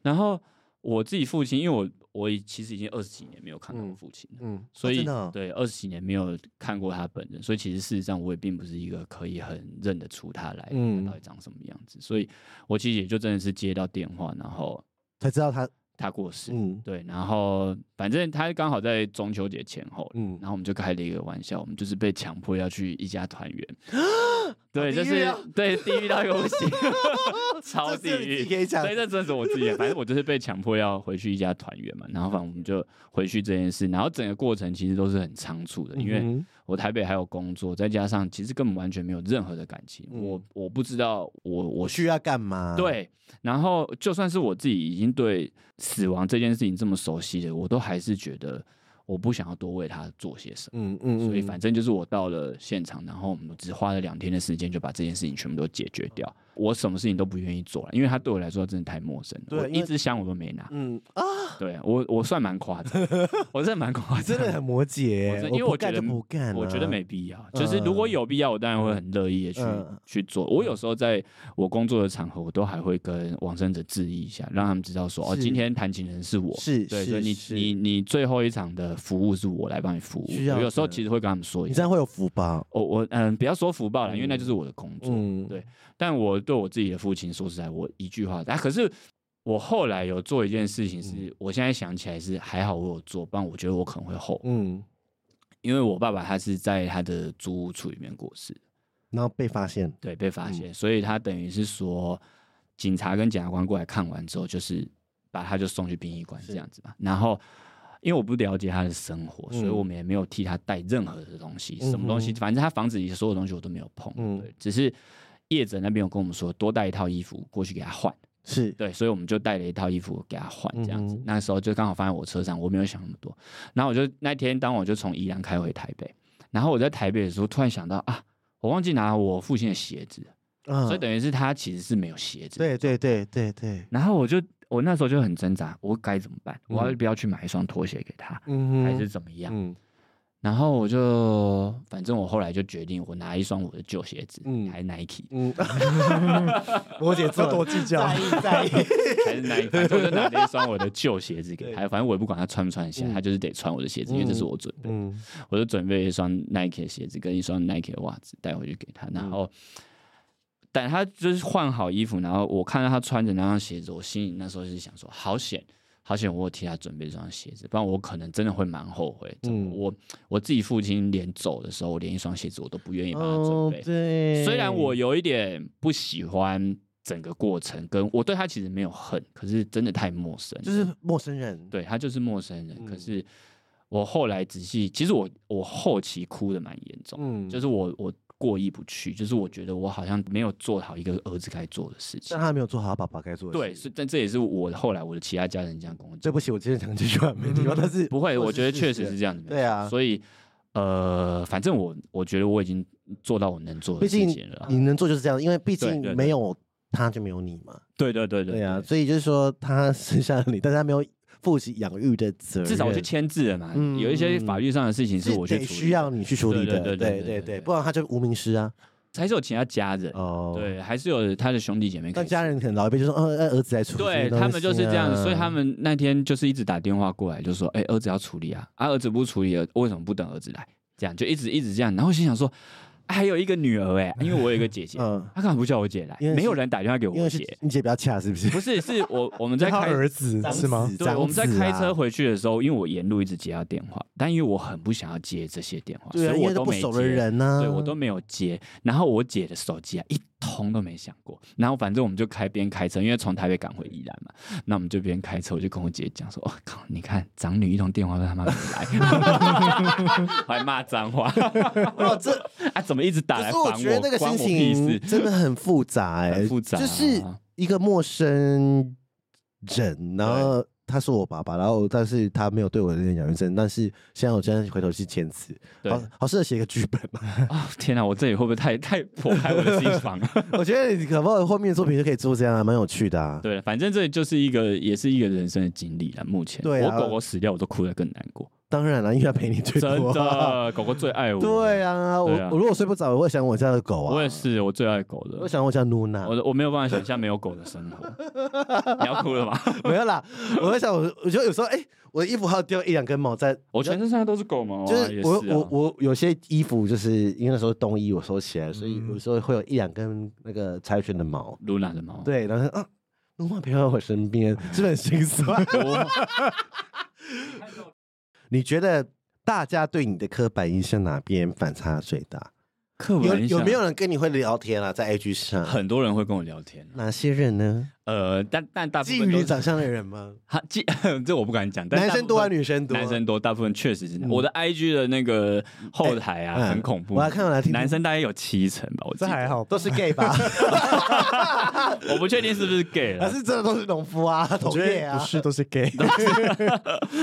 Speaker 3: 然后我自己父亲，因为我我已其实已经二十几年没有看到我
Speaker 1: 嗯
Speaker 3: 父亲了。
Speaker 1: 嗯，
Speaker 3: 所
Speaker 1: 哦
Speaker 3: 以、
Speaker 1: 真的哦
Speaker 3: 对二十几年没有看过他本人，所以其实事实上我也并不是一个可以很认得出他来、
Speaker 1: 嗯
Speaker 3: 到底长什么样子，所以我其实也就真的是接到电话，然后
Speaker 1: 才知道他，
Speaker 3: 他过世，
Speaker 1: 嗯
Speaker 3: 对，然后反正他刚好在中秋节前后，
Speaker 1: 嗯
Speaker 3: 然后我们就开了一个玩笑，我们就是被强迫要去一家团圆，对，就
Speaker 1: 地狱
Speaker 3: 是
Speaker 1: 啊
Speaker 3: 对地狱到一个
Speaker 1: (laughs)
Speaker 3: 不行， (laughs) 超
Speaker 1: 这
Speaker 3: 地
Speaker 1: 是你自
Speaker 3: 狱，
Speaker 1: 己可以讲嗯
Speaker 3: 对，这真的是我自己的，反正我就是被强迫要回去一家团圆嘛，然后反正我们就回去这件事，然后整个过程其实都是很仓促的，因为
Speaker 1: 嗯
Speaker 3: 我台北还有工作，再加上其实根本完全没有任何的感情，
Speaker 1: 嗯啊
Speaker 3: 我我不知道我我
Speaker 1: 我需要干嘛？，
Speaker 3: 对，然后就算是我自己已经对死亡这件事情这么熟悉了，我都还是觉得我不想要多为他做些什么。
Speaker 1: 嗯嗯，
Speaker 3: 所以
Speaker 1: 嗯
Speaker 3: 反正就是我到了现场，然后我们只花了两天的时间就把这件事情全部都解决掉。我什么事情都不愿意做了，因为他对我来说真的太陌生了。
Speaker 1: 对
Speaker 3: 我
Speaker 1: 因为
Speaker 3: 一支香我都没
Speaker 1: (laughs)
Speaker 3: 拿。
Speaker 1: 嗯啊，
Speaker 3: 对我我算蛮夸张的，
Speaker 1: (laughs)
Speaker 3: 我 (laughs) 真的蛮夸张
Speaker 1: 真
Speaker 3: 的，
Speaker 1: 的很摩羯，
Speaker 3: 我真因为
Speaker 1: 不
Speaker 3: 我觉
Speaker 1: 干
Speaker 3: 得
Speaker 1: 就不干啊，
Speaker 3: 我觉得没必要。就是如果
Speaker 1: 嗯
Speaker 3: 有必要，我当然会很乐意的去、
Speaker 1: 嗯
Speaker 3: 去做。我有时候在我工作的场合，我都还会跟往生者致意一下，让他们知道说，哦，
Speaker 1: 是
Speaker 3: 今天弹琴的人是我。
Speaker 1: 是，
Speaker 3: 对，
Speaker 1: 是
Speaker 3: 所以你
Speaker 1: 是
Speaker 3: 你你最后一场的服务是我来帮你服务。
Speaker 1: 需要
Speaker 3: 我有时候
Speaker 1: 的
Speaker 3: 其实会跟他们说一
Speaker 1: 你
Speaker 3: 下
Speaker 1: 这，样会有福报，
Speaker 3: 我我嗯，不要说福报了，因为那
Speaker 1: 嗯
Speaker 3: 就是我的工作。
Speaker 1: 嗯，
Speaker 3: 对但我对我自己的父亲，说实在，我一句话啊，可是我后来有做一件事情是，
Speaker 1: 嗯
Speaker 3: 我现在想起来是还好我有做，不然我觉得我可能会后悔。
Speaker 1: 嗯，
Speaker 3: 因为我爸爸他是在他的租屋处里面过世，
Speaker 1: 然后被发现，
Speaker 3: 对，被发现，所以他等于是说，警察跟检察官过来看完之后，就是把他就送去殡仪馆
Speaker 1: 是
Speaker 3: 这样子嘛。然后，因为我不了解他的生活，
Speaker 1: 嗯
Speaker 3: 所以我们也没有替他带任何的东西，
Speaker 1: 嗯哼
Speaker 3: 什么东西，反正他房子里所有东西我都没有碰，
Speaker 1: 嗯
Speaker 3: 对，只是业者那边有跟我们说多带一套衣服过去给他换，
Speaker 1: 是，
Speaker 3: 对，所以我们就带了一套衣服给他换，这样子。
Speaker 1: 嗯哼
Speaker 3: 那时候就刚好放在我车上，我没有想那么多。然后我就那天当晚我就从宜兰开回台北，然后我在台北的时候突然想到啊，我忘记拿我父亲的鞋子，
Speaker 1: 嗯
Speaker 3: 所以等于是他其实是没有鞋子。。
Speaker 1: 对对对对对，
Speaker 3: 然后我就我那时候就很挣扎，我该怎么办？
Speaker 1: 嗯
Speaker 3: 我要不要去买一双拖鞋给他，
Speaker 1: 嗯哼，
Speaker 3: 还是怎么样？
Speaker 1: 嗯
Speaker 3: 然后我就反正我后来就决定，我拿一双我的旧鞋子，
Speaker 1: 嗯
Speaker 3: 还
Speaker 1: (laughs)
Speaker 3: Nike，
Speaker 1: 嗯，摩羯座
Speaker 2: 要多计较。
Speaker 1: 在意
Speaker 3: (laughs)
Speaker 1: 在意，
Speaker 3: 还是那一反正我就拿了一双我的旧鞋子给他，反正我也不管他穿不穿得下，
Speaker 1: 嗯
Speaker 3: 他就是得穿我的鞋子，因为这是我准备的。
Speaker 1: 嗯
Speaker 3: 我就准备了一双 Nike 的鞋子跟一双 Nike 的袜子带回去给他，
Speaker 1: 嗯
Speaker 3: 然后等他就是换好衣服，然后我看到他穿着那双鞋子，我心里那时候是想说，好险。好险！我有替他准备这双鞋子，不然我可能真的会蛮后悔。
Speaker 1: 嗯
Speaker 3: 我我自己父亲连走的时候，我连一双鞋子我都不愿意帮他准
Speaker 1: 哦
Speaker 3: 备，。
Speaker 1: 对，
Speaker 3: 虽然我有一点不喜欢整个过程，跟我对他其实没有恨，可是真的太陌生了，
Speaker 1: 就是陌生人，
Speaker 3: 对他就是陌生人。可
Speaker 1: 嗯
Speaker 3: 是我后来仔细，其实我我后期哭的蛮严重，
Speaker 1: 嗯，
Speaker 3: 就是是我我过意不去，就是我觉得我好像没有做好一个儿子该做的事情
Speaker 1: 但。他没有做好爸爸该做的事，
Speaker 3: 对，是，但这也是我后来我的其他家人这样跟我
Speaker 1: 对
Speaker 3: 讲，
Speaker 1: 不起，我今天讲这句话没礼貌，但是
Speaker 3: 嗯不会，
Speaker 1: 或者
Speaker 3: 我觉得
Speaker 1: 是
Speaker 3: 确
Speaker 1: 事
Speaker 3: 实是这样子，没
Speaker 1: 对啊
Speaker 3: 错所以。呃，反正我我觉得我已经做到我能做的
Speaker 1: 毕
Speaker 3: 事
Speaker 1: 竟
Speaker 3: 情了啊啦。
Speaker 1: 你能做就是这样，因为毕
Speaker 3: 对对
Speaker 1: 竟
Speaker 3: 对
Speaker 1: 没有他就没有你嘛，
Speaker 3: 对对对
Speaker 1: 对啊，所以就是说他生下了你， (laughs) 但是他没有负起养育的责任，
Speaker 3: 至少我去签字了嘛。
Speaker 1: 嗯
Speaker 3: 有一些法律上的事情是
Speaker 1: 是
Speaker 3: 我去
Speaker 1: 得
Speaker 3: 处理，
Speaker 1: 需要你去处理的，
Speaker 3: 对对对对
Speaker 1: 对
Speaker 3: 对对对
Speaker 1: 不然他就无名尸啊，
Speaker 3: 还是有其他家人，
Speaker 1: 哦，。
Speaker 3: 对，还是有他的兄弟姐妹可以
Speaker 1: 但
Speaker 3: 处理。
Speaker 1: 家人可能老一辈就说，呃，呃儿子来处理这
Speaker 3: 对
Speaker 1: 些东西啊、
Speaker 3: 他们就是这样，所以他们那天就是一直打电话过来，就说：“哎、儿子要处理啊，啊，儿子不处理了，为什么不等儿子来？”这样就一直一直这样，然后我心想说，哎还有一个女儿
Speaker 1: (laughs)
Speaker 3: 哎、因为我有一个姐姐，
Speaker 1: 嗯，
Speaker 3: 她干嘛不叫我姐来
Speaker 1: 因为？是
Speaker 3: 没有人打电话给
Speaker 1: 因
Speaker 3: 我
Speaker 1: 为是
Speaker 3: 姐，
Speaker 1: 你姐比较恰是不是？
Speaker 3: 不是，是我我们
Speaker 2: 就
Speaker 3: 在
Speaker 2: 他
Speaker 3: 开
Speaker 2: 儿子是吗？
Speaker 1: 长子
Speaker 3: 对，我们在开车，
Speaker 1: 长子啊
Speaker 3: 回去的时候，因为我沿路一直接到电话，但因为我很不想要接这些电话，
Speaker 1: 对啊，
Speaker 3: 所以
Speaker 1: 因为
Speaker 3: 我
Speaker 1: 都
Speaker 3: 都
Speaker 1: 不
Speaker 3: 没
Speaker 1: 熟
Speaker 3: 接。
Speaker 1: 的人啊呢、
Speaker 3: 对我都没有接。然后我姐的手机啊，一通都没响过。然后反正我们就开边开车，因为从台北赶回宜兰嘛，那我们就边开车，我就跟我姐讲说：“我、靠，你看长女一通电话都他妈没
Speaker 1: (laughs)
Speaker 3: 来，还骂脏话，
Speaker 1: 哇，这
Speaker 3: 啊，怎么一直打
Speaker 1: 可
Speaker 3: 来
Speaker 1: 是
Speaker 3: 烦
Speaker 1: 我觉得那个
Speaker 3: 关
Speaker 1: 心
Speaker 3: 我屁
Speaker 1: 情
Speaker 3: 事。 (laughs)
Speaker 1: 真的很复杂、哎，
Speaker 3: 很复杂啊
Speaker 1: 就是一个陌生人，然后他是我爸爸，然后但是他没有对我有点养育症，但是现在我真的回头去检视，
Speaker 3: 对
Speaker 1: 好好适合写一个剧本嘛。 (laughs)
Speaker 3: 啊，天哪，我这里会不会太太破坏我的心房？ (laughs)
Speaker 1: 我觉得你可不可以后面的作品就可以做这样啊，蛮有趣的啊。
Speaker 3: 对，反正这就是一个，也是一个人生的经历了。目前，
Speaker 1: 对啊
Speaker 3: 我狗狗死掉，我都哭得更难
Speaker 1: (laughs)
Speaker 3: 过。
Speaker 1: 当然了，因为要陪你最
Speaker 3: 真
Speaker 1: 多。
Speaker 3: 的，狗狗最爱
Speaker 1: 啊 (laughs)
Speaker 3: 我。
Speaker 1: 对啊，我
Speaker 3: 对啊
Speaker 1: 我如果睡不着，我会想我家的狗啊。
Speaker 3: 我也，是，我最爱狗
Speaker 1: 我
Speaker 3: 的。
Speaker 1: 想我家露娜。
Speaker 3: 我我没有办法想象没有狗的生活。 (laughs) 你要哭
Speaker 1: (laughs)
Speaker 3: 了吗？
Speaker 1: 没有啦，我在想，我我觉得有时候，哎、我的衣服还有掉一两根毛在，
Speaker 3: 我全身上下都是狗毛啊，
Speaker 1: 就是
Speaker 3: 也
Speaker 1: 我
Speaker 3: 是啊
Speaker 1: 我我有些衣服就是因为那时候冬衣我收起来，所以
Speaker 2: 嗯
Speaker 1: 有时候会有一两根那个柴犬的毛。
Speaker 3: 露娜的毛。
Speaker 1: 对，然后啊，露娜陪在我身边，是不是很心酸？ (laughs) 你觉得大家对你的刻板印象哪边反差最大？
Speaker 3: 刻
Speaker 1: 有
Speaker 3: 板印象啊
Speaker 1: 有没有人跟你会聊天啊？在 IG 上，
Speaker 3: 很多人会跟我聊天？啊
Speaker 1: 哪些人呢？
Speaker 3: 呃，但但大部
Speaker 1: 基
Speaker 3: 分
Speaker 1: 于
Speaker 3: 都
Speaker 1: 你
Speaker 3: 是
Speaker 1: 长相的人吗？
Speaker 3: 哈，基 (laughs) 这我不敢讲。但
Speaker 1: 男
Speaker 3: 大
Speaker 1: 生
Speaker 3: 部
Speaker 1: 多还
Speaker 3: 分
Speaker 1: 是女生多？啊
Speaker 3: 男生多，大部分确实是。
Speaker 2: 嗯
Speaker 3: 我的 IG 的那个后台
Speaker 1: 哎
Speaker 3: 啊，很恐怖。
Speaker 1: 我来看我来听听
Speaker 3: 男生大概有七成吧，我记
Speaker 2: 这
Speaker 3: 得
Speaker 2: 还，好吧，
Speaker 1: 都是 gay 吧？
Speaker 3: 我不确定是不是
Speaker 1: (laughs)
Speaker 3: gay
Speaker 1: 还
Speaker 3: 了。
Speaker 1: 是真的都是农夫啊、
Speaker 2: 我
Speaker 1: 同
Speaker 2: 觉
Speaker 1: 业
Speaker 2: 得
Speaker 1: 啊
Speaker 2: 不？是都是 gay，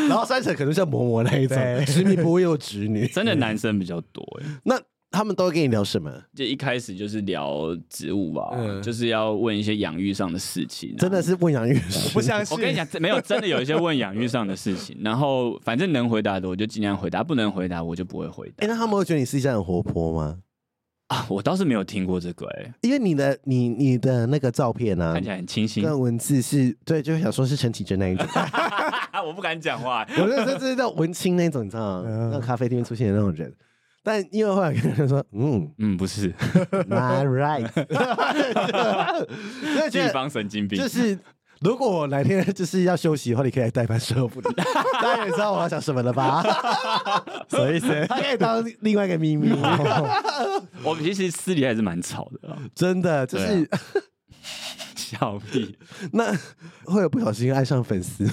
Speaker 1: 然后三婶可能像嬷嬷那一种，
Speaker 2: 对
Speaker 1: 执迷不悟又侄女。
Speaker 3: 真的男生比较多哎、
Speaker 1: 那他们都会跟你聊什么？
Speaker 3: 就一开始就是聊植物啊，
Speaker 1: 嗯
Speaker 3: 就是要问一些养育上的事情、啊
Speaker 1: 真的。是问养育
Speaker 2: 我
Speaker 1: 师
Speaker 2: 不相信。
Speaker 3: (laughs) 我跟你讲，真没有真的有一些问养育上的事情，然后反正能回答的我就尽量回答，不能回答我就不会回
Speaker 1: (laughs) 哎、
Speaker 3: 答。
Speaker 1: 那他们会觉得你私底下很活泼吗？
Speaker 3: 啊，我倒是没有听过这个、哎，
Speaker 1: 因为你的你你的那个照片啊
Speaker 3: 看，起来很清新。
Speaker 1: 跟文字是对，就会想说是陈绮贞那一种。
Speaker 3: (laughs) 我不敢讲话、
Speaker 1: 我认真是叫文青那种，你知道吗？
Speaker 2: 嗯
Speaker 1: 那咖啡厅出现的那种人。但因为后来跟人说，嗯
Speaker 3: 嗯，不是， (laughs)
Speaker 1: ，not right，就
Speaker 3: 地
Speaker 1: 觉得
Speaker 3: 方神经病
Speaker 1: 就。是。如果我哪天就是要休息的话，你可以来代班收 (laughs) 服你。大家也知道我要想什么了 (laughs) 吧？
Speaker 2: 什么意思？
Speaker 1: 他可以当另外一个秘 (laughs) 密，
Speaker 3: 我们其实私底下还是蛮吵的、
Speaker 1: (laughs)
Speaker 3: 啊，
Speaker 1: 真的就是、
Speaker 3: 笑屁。
Speaker 1: 那会有不小心爱上粉丝，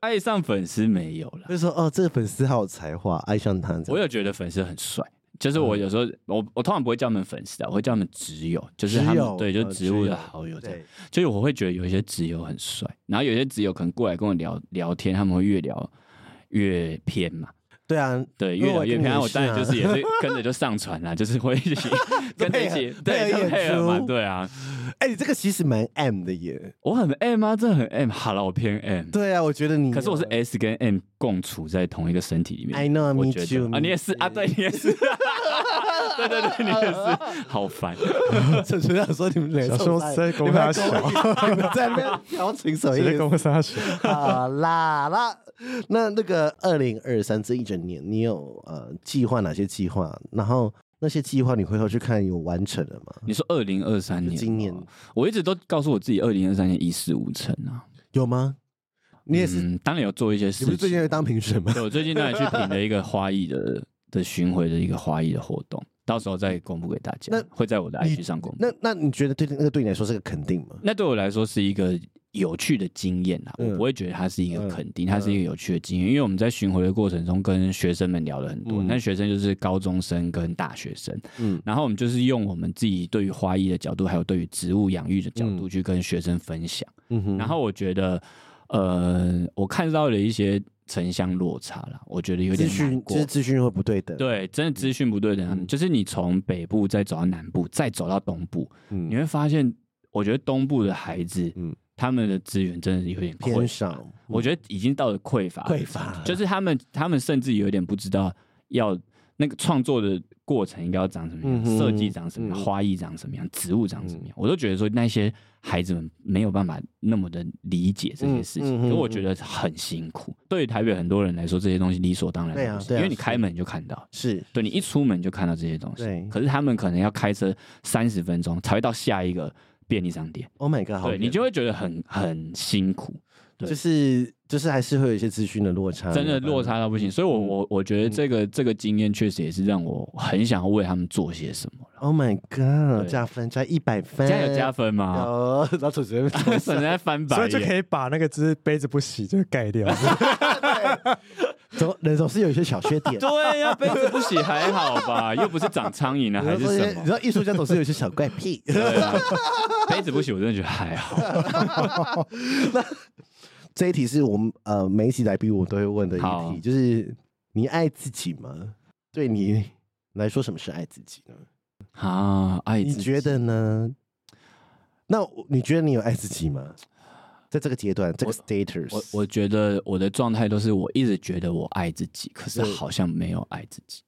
Speaker 3: 爱上粉丝没有了，
Speaker 1: (laughs) 就说哦，这个粉丝好有才华，爱上他。
Speaker 3: 我
Speaker 1: 有
Speaker 3: 有觉得粉丝很帅。就是
Speaker 1: 嗯
Speaker 3: 我有时候，我我通常不会叫他们粉丝啊，我会叫他们植友，就是他们对，就植物的好友这样。
Speaker 1: 呃对，
Speaker 3: 就是我会觉得有一些植友很帅，然后有些植友可能过来跟我聊聊天，他们会越聊越偏嘛，
Speaker 1: 对啊，
Speaker 3: 对，
Speaker 1: 因为
Speaker 3: 越
Speaker 1: 我
Speaker 3: 聊越
Speaker 1: 跟
Speaker 3: 偏。
Speaker 1: 你
Speaker 3: 啊我当然
Speaker 1: 是啊
Speaker 3: 就是也是跟着就上船啦， (laughs) 就是会一
Speaker 1: (laughs)
Speaker 3: 起跟着一起
Speaker 1: 配合
Speaker 3: 对
Speaker 1: 配合
Speaker 3: 就配合
Speaker 1: 啊演
Speaker 3: 嘛，
Speaker 1: 出
Speaker 3: 对啊，
Speaker 1: 哎、你这个其实蛮 M 的耶。
Speaker 3: 我很 M 啊，这很 M，好了，我偏 M。
Speaker 1: 对啊，我觉得你，
Speaker 3: 可
Speaker 1: (laughs)
Speaker 3: 是我是 S 跟 M 共处在同一个身体里面
Speaker 1: I know,
Speaker 3: 我
Speaker 1: me
Speaker 3: 觉
Speaker 1: too,
Speaker 3: 得啊，你也是
Speaker 1: me
Speaker 3: 啊，对你也是， (laughs) 对对对，你
Speaker 1: (laughs)
Speaker 3: 也是，好烦。
Speaker 1: 陈学长说你们两个
Speaker 2: 小时候
Speaker 1: 臭
Speaker 2: 在
Speaker 1: 菜
Speaker 2: 公
Speaker 1: 你们
Speaker 2: 他
Speaker 1: 在公你们在那边调情什么
Speaker 2: 谁
Speaker 1: 意
Speaker 2: 在跟
Speaker 1: 思？
Speaker 2: 我撒手？
Speaker 1: 好啦啦，那那个二零二三这一整年，你有呃计划哪些计划？然后那些计划你回头去看有完成了吗？
Speaker 3: 你说二零二三年吗，
Speaker 1: 今年哦
Speaker 3: 我一直都告诉我自己，二零二三年一事无成啊。
Speaker 1: 有吗？你也是，
Speaker 3: 嗯，当然有做一些事
Speaker 1: 你
Speaker 3: 情。
Speaker 1: 不是最近在当评审吗？
Speaker 3: 对我最近当然去评了一个花艺的 (laughs) 的巡回的一个花艺的活动，到时候再公布给大家
Speaker 1: 那，
Speaker 3: 会在我的
Speaker 1: 你
Speaker 3: IG 上公布。
Speaker 1: 那那你觉得对那个对你来说是个肯定吗？
Speaker 3: 那对我来说是一个有趣的经验啦，
Speaker 1: 嗯
Speaker 3: 我不会觉得它是一个
Speaker 1: 嗯
Speaker 3: 肯定，它是一个有趣的经验，因为我们在巡回的过程中跟学生们聊了很多，
Speaker 1: 嗯
Speaker 3: 那学生就是高中生跟大学生，
Speaker 1: 嗯，
Speaker 3: 然后我们就是用我们自己对于花艺的角度，还有对于植物养育的角度
Speaker 1: 嗯
Speaker 3: 去跟学生分享。
Speaker 1: 嗯哼
Speaker 3: 然后我觉得，呃，我看到了一些城乡落差啦，我觉得有
Speaker 1: 资
Speaker 3: 点难
Speaker 1: 讯
Speaker 3: 过
Speaker 1: 就是。资讯会不对等，，
Speaker 3: 对，真的资讯不对等啊，
Speaker 1: 嗯
Speaker 3: 就是你从北部再走到南部，再走到东部，
Speaker 1: 嗯
Speaker 3: 你会发现，我觉得东部的孩子，
Speaker 1: 嗯
Speaker 3: 他们的资源真的有点
Speaker 1: 偏
Speaker 3: 匮
Speaker 1: 少嗯
Speaker 3: 乏，，我觉得已经到了匮乏，
Speaker 1: 匮乏
Speaker 3: 就是他们他们甚至有点不知道要那个创作的过程应该要长什么
Speaker 1: 嗯
Speaker 3: 样，
Speaker 1: 哼
Speaker 3: 设计长什么样，
Speaker 1: 嗯
Speaker 3: 花艺长什么样，植物长什么样，我都觉得说那些孩子们没有办法那么的理解这些事情，
Speaker 1: 嗯嗯哼
Speaker 3: 所以我觉得很辛苦。对于台北很多人来说，这些东西理所当然的
Speaker 1: 对啊
Speaker 3: 东西
Speaker 1: 对啊
Speaker 3: 因为你
Speaker 1: 是
Speaker 3: 开门你就看到。
Speaker 1: 是
Speaker 3: 对你一出门就看到这些东西
Speaker 1: 对，
Speaker 3: 可是他们可能要开车三十分钟才会到下一个便利商店，
Speaker 1: ，Oh my god，好
Speaker 3: 对
Speaker 1: 远
Speaker 3: 你就会觉得很很辛苦。对
Speaker 1: 就是就是还是会有一些资讯的落差，
Speaker 3: 真的落差到
Speaker 1: 嗯
Speaker 3: 不行。所以我，我我觉得这个、这个经验确实也是让我很想要为他们做些什么了。
Speaker 1: ，Oh my god，
Speaker 3: 对
Speaker 1: 加分加一百分，
Speaker 3: 加油加分 (laughs) 吗？
Speaker 1: 有，然后主持人
Speaker 3: 省得在翻白
Speaker 2: 所以就可
Speaker 3: 眼。。
Speaker 2: 以把那个只是杯子不洗就盖掉。
Speaker 1: 总人总是有一些小缺点
Speaker 3: (laughs) 对呀、杯子不洗还好吧，又不是长苍蝇了 (laughs) 还
Speaker 1: 你
Speaker 3: 是
Speaker 1: 知道
Speaker 3: 什
Speaker 1: 你知
Speaker 3: 么？
Speaker 1: 道艺术家总是有一些小怪
Speaker 3: (laughs)
Speaker 1: 癖。
Speaker 3: 对啊，杯子不洗我真的觉得还好。
Speaker 1: 这一题是我们呃每一期来宾我都会问的一
Speaker 3: 好
Speaker 1: 题，就是你爱自己吗？对你来说，什么是爱自己呢？
Speaker 3: 啊，爱
Speaker 1: 你
Speaker 3: 自己
Speaker 1: 觉得呢？那我你觉得你有爱自己吗？在这个阶段，这个 status，
Speaker 3: 我我觉得我的状态都是我一直觉得我爱自己，可是
Speaker 1: 对
Speaker 3: 好像没有爱自己，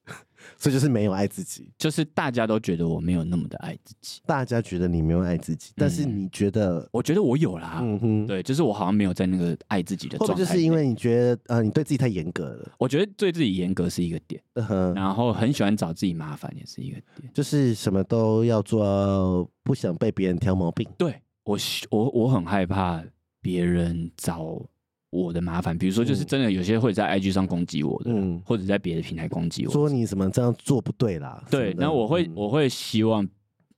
Speaker 1: 所以就是没有爱自己。
Speaker 3: 就是大家都觉得我没有那么的爱自己，
Speaker 1: 大家觉得你没有爱自己，但是你觉得，
Speaker 3: 我觉得我有啦，
Speaker 1: 嗯哼，
Speaker 3: 嗯啊对，就是我好像没有在那个爱自己的
Speaker 1: 会不
Speaker 3: 状
Speaker 1: 会
Speaker 3: 态，
Speaker 1: 就是因。为你觉得呃你对自己太严格了？
Speaker 3: 我觉得对自己严格是一个点，
Speaker 1: 嗯哼，
Speaker 3: 然后很喜欢找自己麻烦也是一个点。
Speaker 1: 就是什么都要做，不想被别人挑毛病。
Speaker 3: 对我喜，我我很害怕别人找我的麻烦，比如说就是
Speaker 1: 嗯
Speaker 3: 真的有些会在 IG 上攻击我的，
Speaker 1: 嗯
Speaker 3: 或者在别的平台攻击我的，
Speaker 1: 说你什么这样做不对啦？
Speaker 3: 对，
Speaker 1: 什么的
Speaker 3: 那我会、
Speaker 1: 嗯
Speaker 3: 我会希望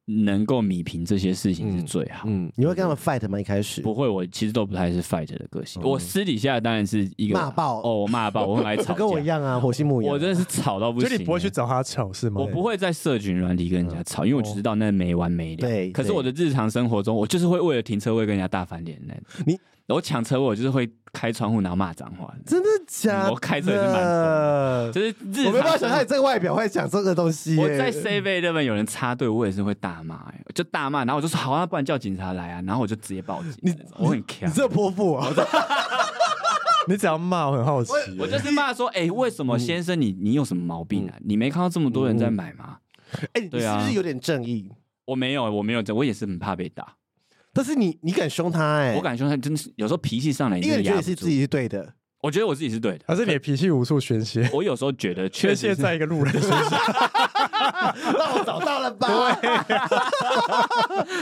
Speaker 3: 能够米平这些事情是
Speaker 1: 嗯
Speaker 3: 最好。
Speaker 1: 嗯，你会跟他们 fight 吗？一开始
Speaker 3: 不会，我其实都不太是 fight 的个性。
Speaker 1: 嗯
Speaker 3: 我私底下当然是一个
Speaker 1: 骂爆
Speaker 3: 哦，我骂爆，我很爱吵架，
Speaker 1: 跟我一样啊，火星木一样
Speaker 3: 我真的是吵到 (laughs) 不
Speaker 2: 就
Speaker 3: 行。
Speaker 2: 你不会去找他吵是吗？
Speaker 3: 我不会在社群软体跟人家吵，因为我就知道那没完没了。
Speaker 1: 嗯哦对
Speaker 3: 可是
Speaker 1: 对
Speaker 3: 我的日常生活中，我就是会为了停车位跟人家大翻脸那种。
Speaker 1: 你
Speaker 3: 我抢车位，我就是会开窗户然后骂脏话的，
Speaker 1: 真的假的？
Speaker 3: 嗯我开车也是蛮疯
Speaker 1: 的
Speaker 3: 就是
Speaker 1: 呃
Speaker 3: 日
Speaker 1: 我
Speaker 3: 常
Speaker 1: 没办法想
Speaker 3: 生活
Speaker 1: 象你这个外表会讲这个东西耶。
Speaker 3: 我在 C 位那边有人插队，我也是会大骂、欸，就大骂，然后我就说好啊，不然叫警察来啊，然后我就直接报警那种。我很强
Speaker 1: 你，这泼妇啊！
Speaker 2: 你只要骂，我很好奇耶。
Speaker 3: 我就是骂说，哎、为什么
Speaker 1: 嗯
Speaker 3: 先生你你有什么毛病啊？你没看到这么多人在买吗？
Speaker 1: 哎，你
Speaker 3: 对
Speaker 1: 是
Speaker 3: 啊
Speaker 1: 不是有点正义？
Speaker 3: 我没有，我没有，我也是很怕被打。
Speaker 1: 但是你你敢凶他哎？
Speaker 3: 我，感觉他真的是有时候脾气上来，
Speaker 1: 因为你觉
Speaker 3: 压
Speaker 1: 得
Speaker 3: 不
Speaker 1: 你是
Speaker 3: 住
Speaker 1: 自，己是对的。
Speaker 3: 我觉得我自己是对的。
Speaker 2: 还是你的脾气无处宣
Speaker 3: (laughs)
Speaker 2: 泄，
Speaker 3: 我有时候觉得确
Speaker 2: 宣
Speaker 3: 实
Speaker 2: 泄
Speaker 3: 是
Speaker 2: 在一个路人身上。
Speaker 1: 那我找到了吧？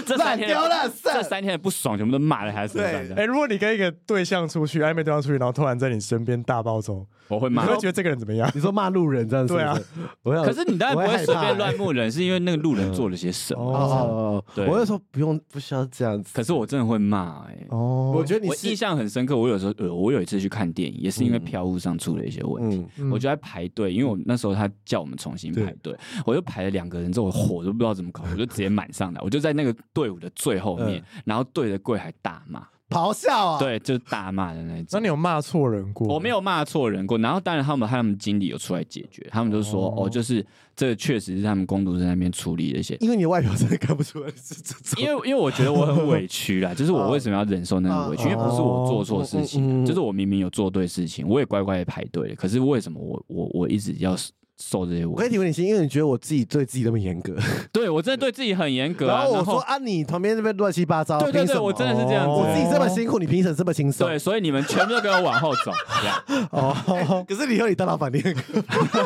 Speaker 3: 这三
Speaker 1: 烂
Speaker 3: 天
Speaker 1: 掉
Speaker 3: 的
Speaker 1: 了，
Speaker 3: 这
Speaker 1: 散
Speaker 3: 三天的不爽全部都骂在他身上
Speaker 2: 哎，
Speaker 3: 的，
Speaker 2: 如果你跟一个对象出去，暧昧对象出去，然后突然在你身边大暴走，
Speaker 3: 我会
Speaker 2: 你
Speaker 3: 骂。
Speaker 2: 会觉得这个人怎么样？
Speaker 1: 你说骂路人这样子？
Speaker 2: 对啊，
Speaker 1: 我要
Speaker 3: 可是你当然不
Speaker 1: 我
Speaker 3: 会
Speaker 1: 害
Speaker 3: 随
Speaker 1: 怕
Speaker 3: 便乱
Speaker 1: 欸
Speaker 3: 摸人，是因为那个路人做了些什
Speaker 1: 哦
Speaker 3: 么。
Speaker 1: 哦，哦
Speaker 3: 对
Speaker 1: 我就说不用，不需要这样子。哦
Speaker 3: 可是我真的会骂，哎，
Speaker 2: 哦
Speaker 1: 我觉得你
Speaker 3: 我
Speaker 1: 是
Speaker 3: 印象很深刻，我有时候呃，我有一次去看电影，也是因为票务上出了一些问题，
Speaker 1: 嗯
Speaker 2: 嗯
Speaker 3: 我就在排队，因为我那时候他叫我们重新排队，我就排了两个人之后，我火都不知道怎么搞，我就直接满上来，我就在那个队伍的最后面，然后对着柜台大骂，
Speaker 1: 咆哮嗯啊！
Speaker 3: 对，就是大骂的那
Speaker 2: 那
Speaker 3: 种。
Speaker 2: 你有骂错人过？
Speaker 3: 我没
Speaker 2: 有。
Speaker 3: 有骂错人过，然后当然他们他们经理有出来解决，他们就说哦
Speaker 2: 哦
Speaker 3: 就是这确实是他们工读生那边处理的一
Speaker 1: (laughs)
Speaker 3: 些，
Speaker 1: 因为你的外表真的看不出来是这种。
Speaker 3: 因为因为我觉得我很委
Speaker 1: (laughs)
Speaker 3: 屈啦，就是我为什么要忍受那个委屈？
Speaker 1: 啊
Speaker 3: 因为不是我做错事
Speaker 1: 哦嗯嗯
Speaker 3: 情，啊
Speaker 1: 嗯
Speaker 3: 就是我明明有做对事情，我也乖乖的排队了，可是为什么我我我一直要受这些
Speaker 1: 我可以
Speaker 3: 委屈？
Speaker 1: 体会你心，因为你觉得我自己对自己那么严格，
Speaker 3: 对我真的对自己很严格
Speaker 1: 然
Speaker 3: 啊，
Speaker 1: 后我
Speaker 3: 然
Speaker 1: 说
Speaker 3: 后
Speaker 1: 啊，你旁边那边乱七八糟，
Speaker 3: 对对
Speaker 1: 凭什
Speaker 3: 对，
Speaker 1: 么
Speaker 3: 我真的是这样子，
Speaker 2: 哦
Speaker 1: 我自己这么辛苦，你凭什么这么轻松？
Speaker 3: 对，所以你们全部都给我往后走， (laughs) 这样
Speaker 1: 哦， (laughs) 可是你以后你当老板，你很 (laughs)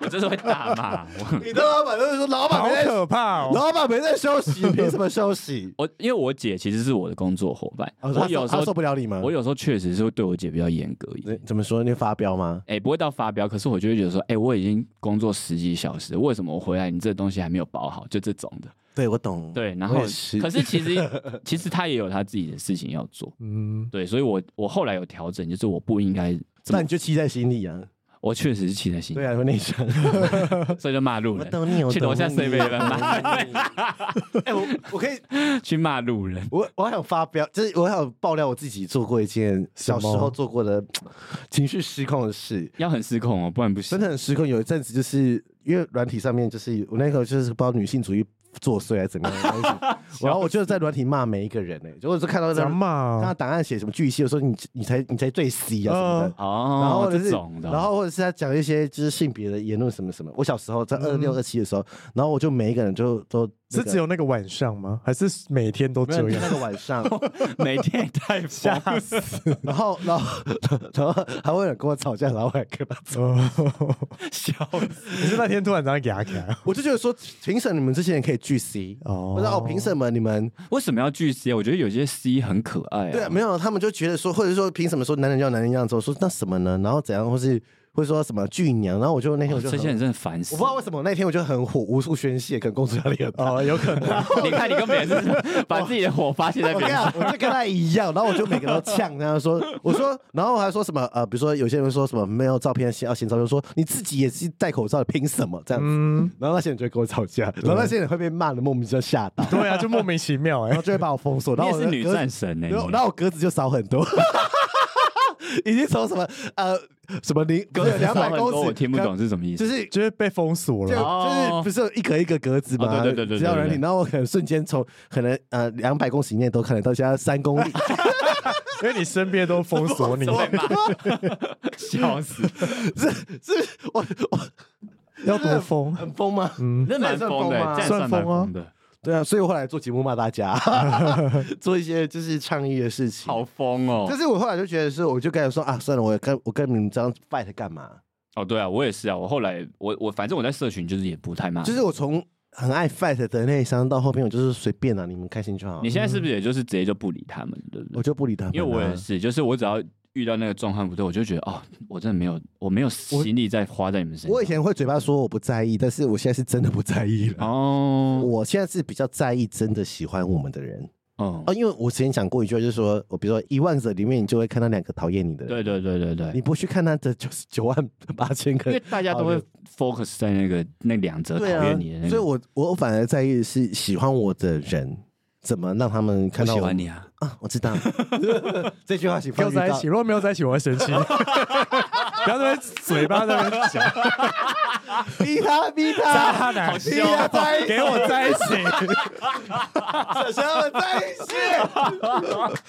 Speaker 3: 我就是会大骂我。
Speaker 1: 你当老板都是说老板
Speaker 2: 好
Speaker 1: 没在，
Speaker 2: 可怕哦！
Speaker 1: 老板没在休 (laughs) 息，你凭什么休息？
Speaker 3: 我因为我姐其实是我的工作伙伴，
Speaker 1: 哦
Speaker 3: 我
Speaker 1: 他
Speaker 3: 有时
Speaker 1: 他受
Speaker 3: 候
Speaker 1: 不了你吗？
Speaker 3: 我有时候确实是会对我姐比较严格一点
Speaker 1: 你。怎么说？你发飙吗？
Speaker 3: 哎、不会到发飙，可是我就会觉得说，哎、我已经工作十几小时，为什么我回来你这东西还没有包好？就这种的，
Speaker 1: 对，我懂。
Speaker 3: 对。然
Speaker 1: 嗯我
Speaker 3: 后
Speaker 1: 也，是
Speaker 3: 可是其
Speaker 1: (laughs)
Speaker 3: 实其实他也有他自己的事情要做，
Speaker 2: 嗯，
Speaker 3: 对，所以我我后来有调整，就是我不应该这
Speaker 1: 那
Speaker 3: 么
Speaker 1: 你，就记在心里啊。
Speaker 3: 我确实是气在心里，
Speaker 1: 对啊，说内向。
Speaker 3: 所以就骂路人，
Speaker 1: 你，
Speaker 3: 去楼下 C 位
Speaker 1: (laughs)
Speaker 3: 骂， (laughs)
Speaker 1: 哎，我 (laughs) 我可以，
Speaker 3: 去骂路人，
Speaker 1: 我我还想发飙，就是我还想爆料我自己做过一件小时候做过的情绪失控的事。
Speaker 3: 要很失控哦，不然不行
Speaker 1: 真。的很失控。有一阵子就是因为软体上面，就是我那个就是不知道女性主义作祟还是怎么样的东西，然后我就在软体骂每一个人呢、欸，就是看到
Speaker 2: 怎
Speaker 1: 在
Speaker 2: 么
Speaker 1: 看
Speaker 2: 骂
Speaker 1: 他
Speaker 2: 啊？
Speaker 1: 档案写什么巨细，我说你你才你才最 C 啊什么的。然后
Speaker 3: 哦，
Speaker 1: 或者
Speaker 3: 这
Speaker 1: 是，
Speaker 3: 种的哦，
Speaker 1: 然后或者是他讲一些就是性别的言论什么什么。我小时候在二六二七的时候，然后我就每一个人就都那
Speaker 2: 是
Speaker 1: 个
Speaker 2: 只有那个晚上吗？还是每天都
Speaker 1: 没有
Speaker 2: 这样
Speaker 1: 那？个晚上，
Speaker 3: 每天也太 (laughs) 吓
Speaker 2: (laughs)
Speaker 3: 死，
Speaker 1: 然后然后然后还会有人跟我吵架，然后我还跟他吵。
Speaker 2: 哦，
Speaker 3: (laughs) 笑
Speaker 2: (laughs)
Speaker 3: 死，
Speaker 2: 你是那天突然这样牙起来？
Speaker 1: 我就觉得说，凭什么你们这些人可以巨 C？
Speaker 2: 哦
Speaker 1: 我说哦，凭什么你们
Speaker 3: 为什么要巨 C？我觉得有些 C 很可爱啊，
Speaker 1: 对啊，没有，他们就觉得说，或者说凭什么说男人要男人样子？我说那什么呢？然后怎样，或是会说什么巨娘？然后我就那天
Speaker 3: 哦
Speaker 1: 我就
Speaker 3: 这
Speaker 1: 很、
Speaker 3: 些人真的烦死
Speaker 1: 我
Speaker 3: 了。
Speaker 1: 不知道为什么那天我就很火，无处宣泄，可能工作压力很大。
Speaker 2: 哦，有可能。
Speaker 3: (laughs) 你看，你根本也是把自己的火发泄
Speaker 1: (laughs)
Speaker 3: 在
Speaker 1: 我
Speaker 3: 别
Speaker 1: 跟
Speaker 3: 人。 (laughs)
Speaker 1: 他，我就跟他一样，然后我就每个都呛，然后说， (laughs) 我说，然后还说什么呃，比如说有些人说什么没有照片先要先照片，我说你自己也是戴口罩的，凭什么这样子？
Speaker 2: 嗯，
Speaker 1: 然后那些人就会跟我吵架，
Speaker 3: 嗯
Speaker 1: 然后那些人会被骂的莫名其妙吓
Speaker 3: (laughs)
Speaker 1: 到，
Speaker 2: 对啊，就莫名其妙哎
Speaker 1: 然后。就会把我封锁。
Speaker 3: 你
Speaker 1: 然后
Speaker 3: 也
Speaker 1: 我
Speaker 3: 是
Speaker 1: 的
Speaker 3: 女
Speaker 1: 格子
Speaker 3: 战神呢、
Speaker 1: 然后然后我格子就少很多。 (laughs) 已经从什么呃什么零
Speaker 3: (laughs) 格子
Speaker 1: 两
Speaker 3: 上
Speaker 1: 百
Speaker 3: 很
Speaker 1: 公
Speaker 3: 多
Speaker 1: 尺，
Speaker 3: 我听不懂是什么意思。
Speaker 1: 就是
Speaker 2: 就是被封锁
Speaker 1: 就
Speaker 2: 了。
Speaker 1: 就是
Speaker 3: 哦
Speaker 1: 不是有一格一格格子嘛？
Speaker 3: 哦对对对对
Speaker 1: 只要
Speaker 3: 对对
Speaker 1: 人体，
Speaker 3: 对
Speaker 1: 然后我可能瞬间从可能呃两百公尺以内都看得到，现在三公里，
Speaker 2: 因为你身边都封
Speaker 1: (laughs)
Speaker 2: 锁
Speaker 3: (laughs)
Speaker 2: 你，
Speaker 3: 笑死，
Speaker 1: 是是，我
Speaker 3: (laughs)
Speaker 1: 我
Speaker 2: 要多疯？
Speaker 1: 很疯吗？
Speaker 2: 嗯，
Speaker 3: 那蛮疯的、欸
Speaker 1: 那也算疯吗
Speaker 3: 这样也算蛮
Speaker 2: 算疯啊
Speaker 3: 疯的，
Speaker 1: 对啊，所以我后来做节目骂大
Speaker 3: (laughs)
Speaker 1: 家，做一些就是倡议的事情。
Speaker 3: 好疯
Speaker 1: 但
Speaker 3: 哦！
Speaker 1: 是我后来就觉得是，我就跟他说啊，算了，我跟我跟你们这样 fight 干嘛？
Speaker 3: 哦，对啊，我也是啊，我后来我我反正我在社群就是也不太骂人，
Speaker 1: 就是我从很爱 fight 的内伤到后面，我就是随便啊，你们开心就好
Speaker 3: 你。现在是不是也就是直接就不理他们，对不对
Speaker 1: 我？就不理他们啊，
Speaker 3: 因为我也是，就是我只要遇到那个状况不对，我就觉得哦，我真的没有，我没有心力在花在你们身上。
Speaker 1: 我以前会嘴巴说我不在意，但是我现在是真的不在意了。
Speaker 3: 哦，
Speaker 1: 我现在是比较在意真的喜欢我们的人
Speaker 3: 哦
Speaker 1: 哦，，因为我之前讲过一句话，就是说我比如说一万个里面，你就会看到两个讨厌你的人，
Speaker 3: 对对对对对
Speaker 1: 你，不去看他的九十九万八千个
Speaker 3: 因为大家都会呃哦 focus 在那个那两则讨
Speaker 1: 对啊，
Speaker 3: 厌你的那
Speaker 1: 所以
Speaker 3: 个，
Speaker 1: 我我反而在意的是喜欢我的人怎么让他们
Speaker 3: 我
Speaker 1: 看到
Speaker 3: 喜
Speaker 1: 我
Speaker 3: 欢你 (laughs) 啊，
Speaker 1: 啊，我知道这句话请
Speaker 2: 不
Speaker 1: 放
Speaker 2: 要在一起，如果没有在一起，我会生气。 (laughs) 不要在那边嘴巴在那边讲，
Speaker 1: (laughs) 逼他逼他，
Speaker 2: 渣男，
Speaker 1: 逼
Speaker 2: (laughs)
Speaker 1: 他在一起，
Speaker 2: 给我在一
Speaker 1: (laughs)
Speaker 2: 起。
Speaker 1: 小强我们在一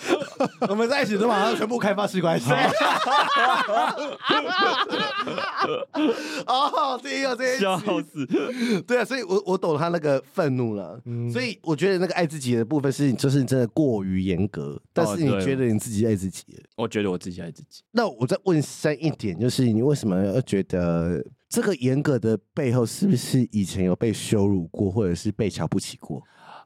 Speaker 1: 起， (laughs) 我们在一起都马上全部开放式关系。 (laughs) 哦，好听哦，这一集
Speaker 3: 死！
Speaker 1: (laughs) 对啊，所以我我懂他那个愤怒了，
Speaker 2: 嗯
Speaker 1: 所以我觉得那个爱自己的部分是，就是你真的过于严格，但是你
Speaker 3: 哦对
Speaker 1: 觉得你自己爱自己了。
Speaker 3: 我觉得我自己爱自己，
Speaker 1: 那我再问深一点，就是你为什么要觉得这个严格的背后，是不是以前有被羞辱过，或者是被瞧不起过？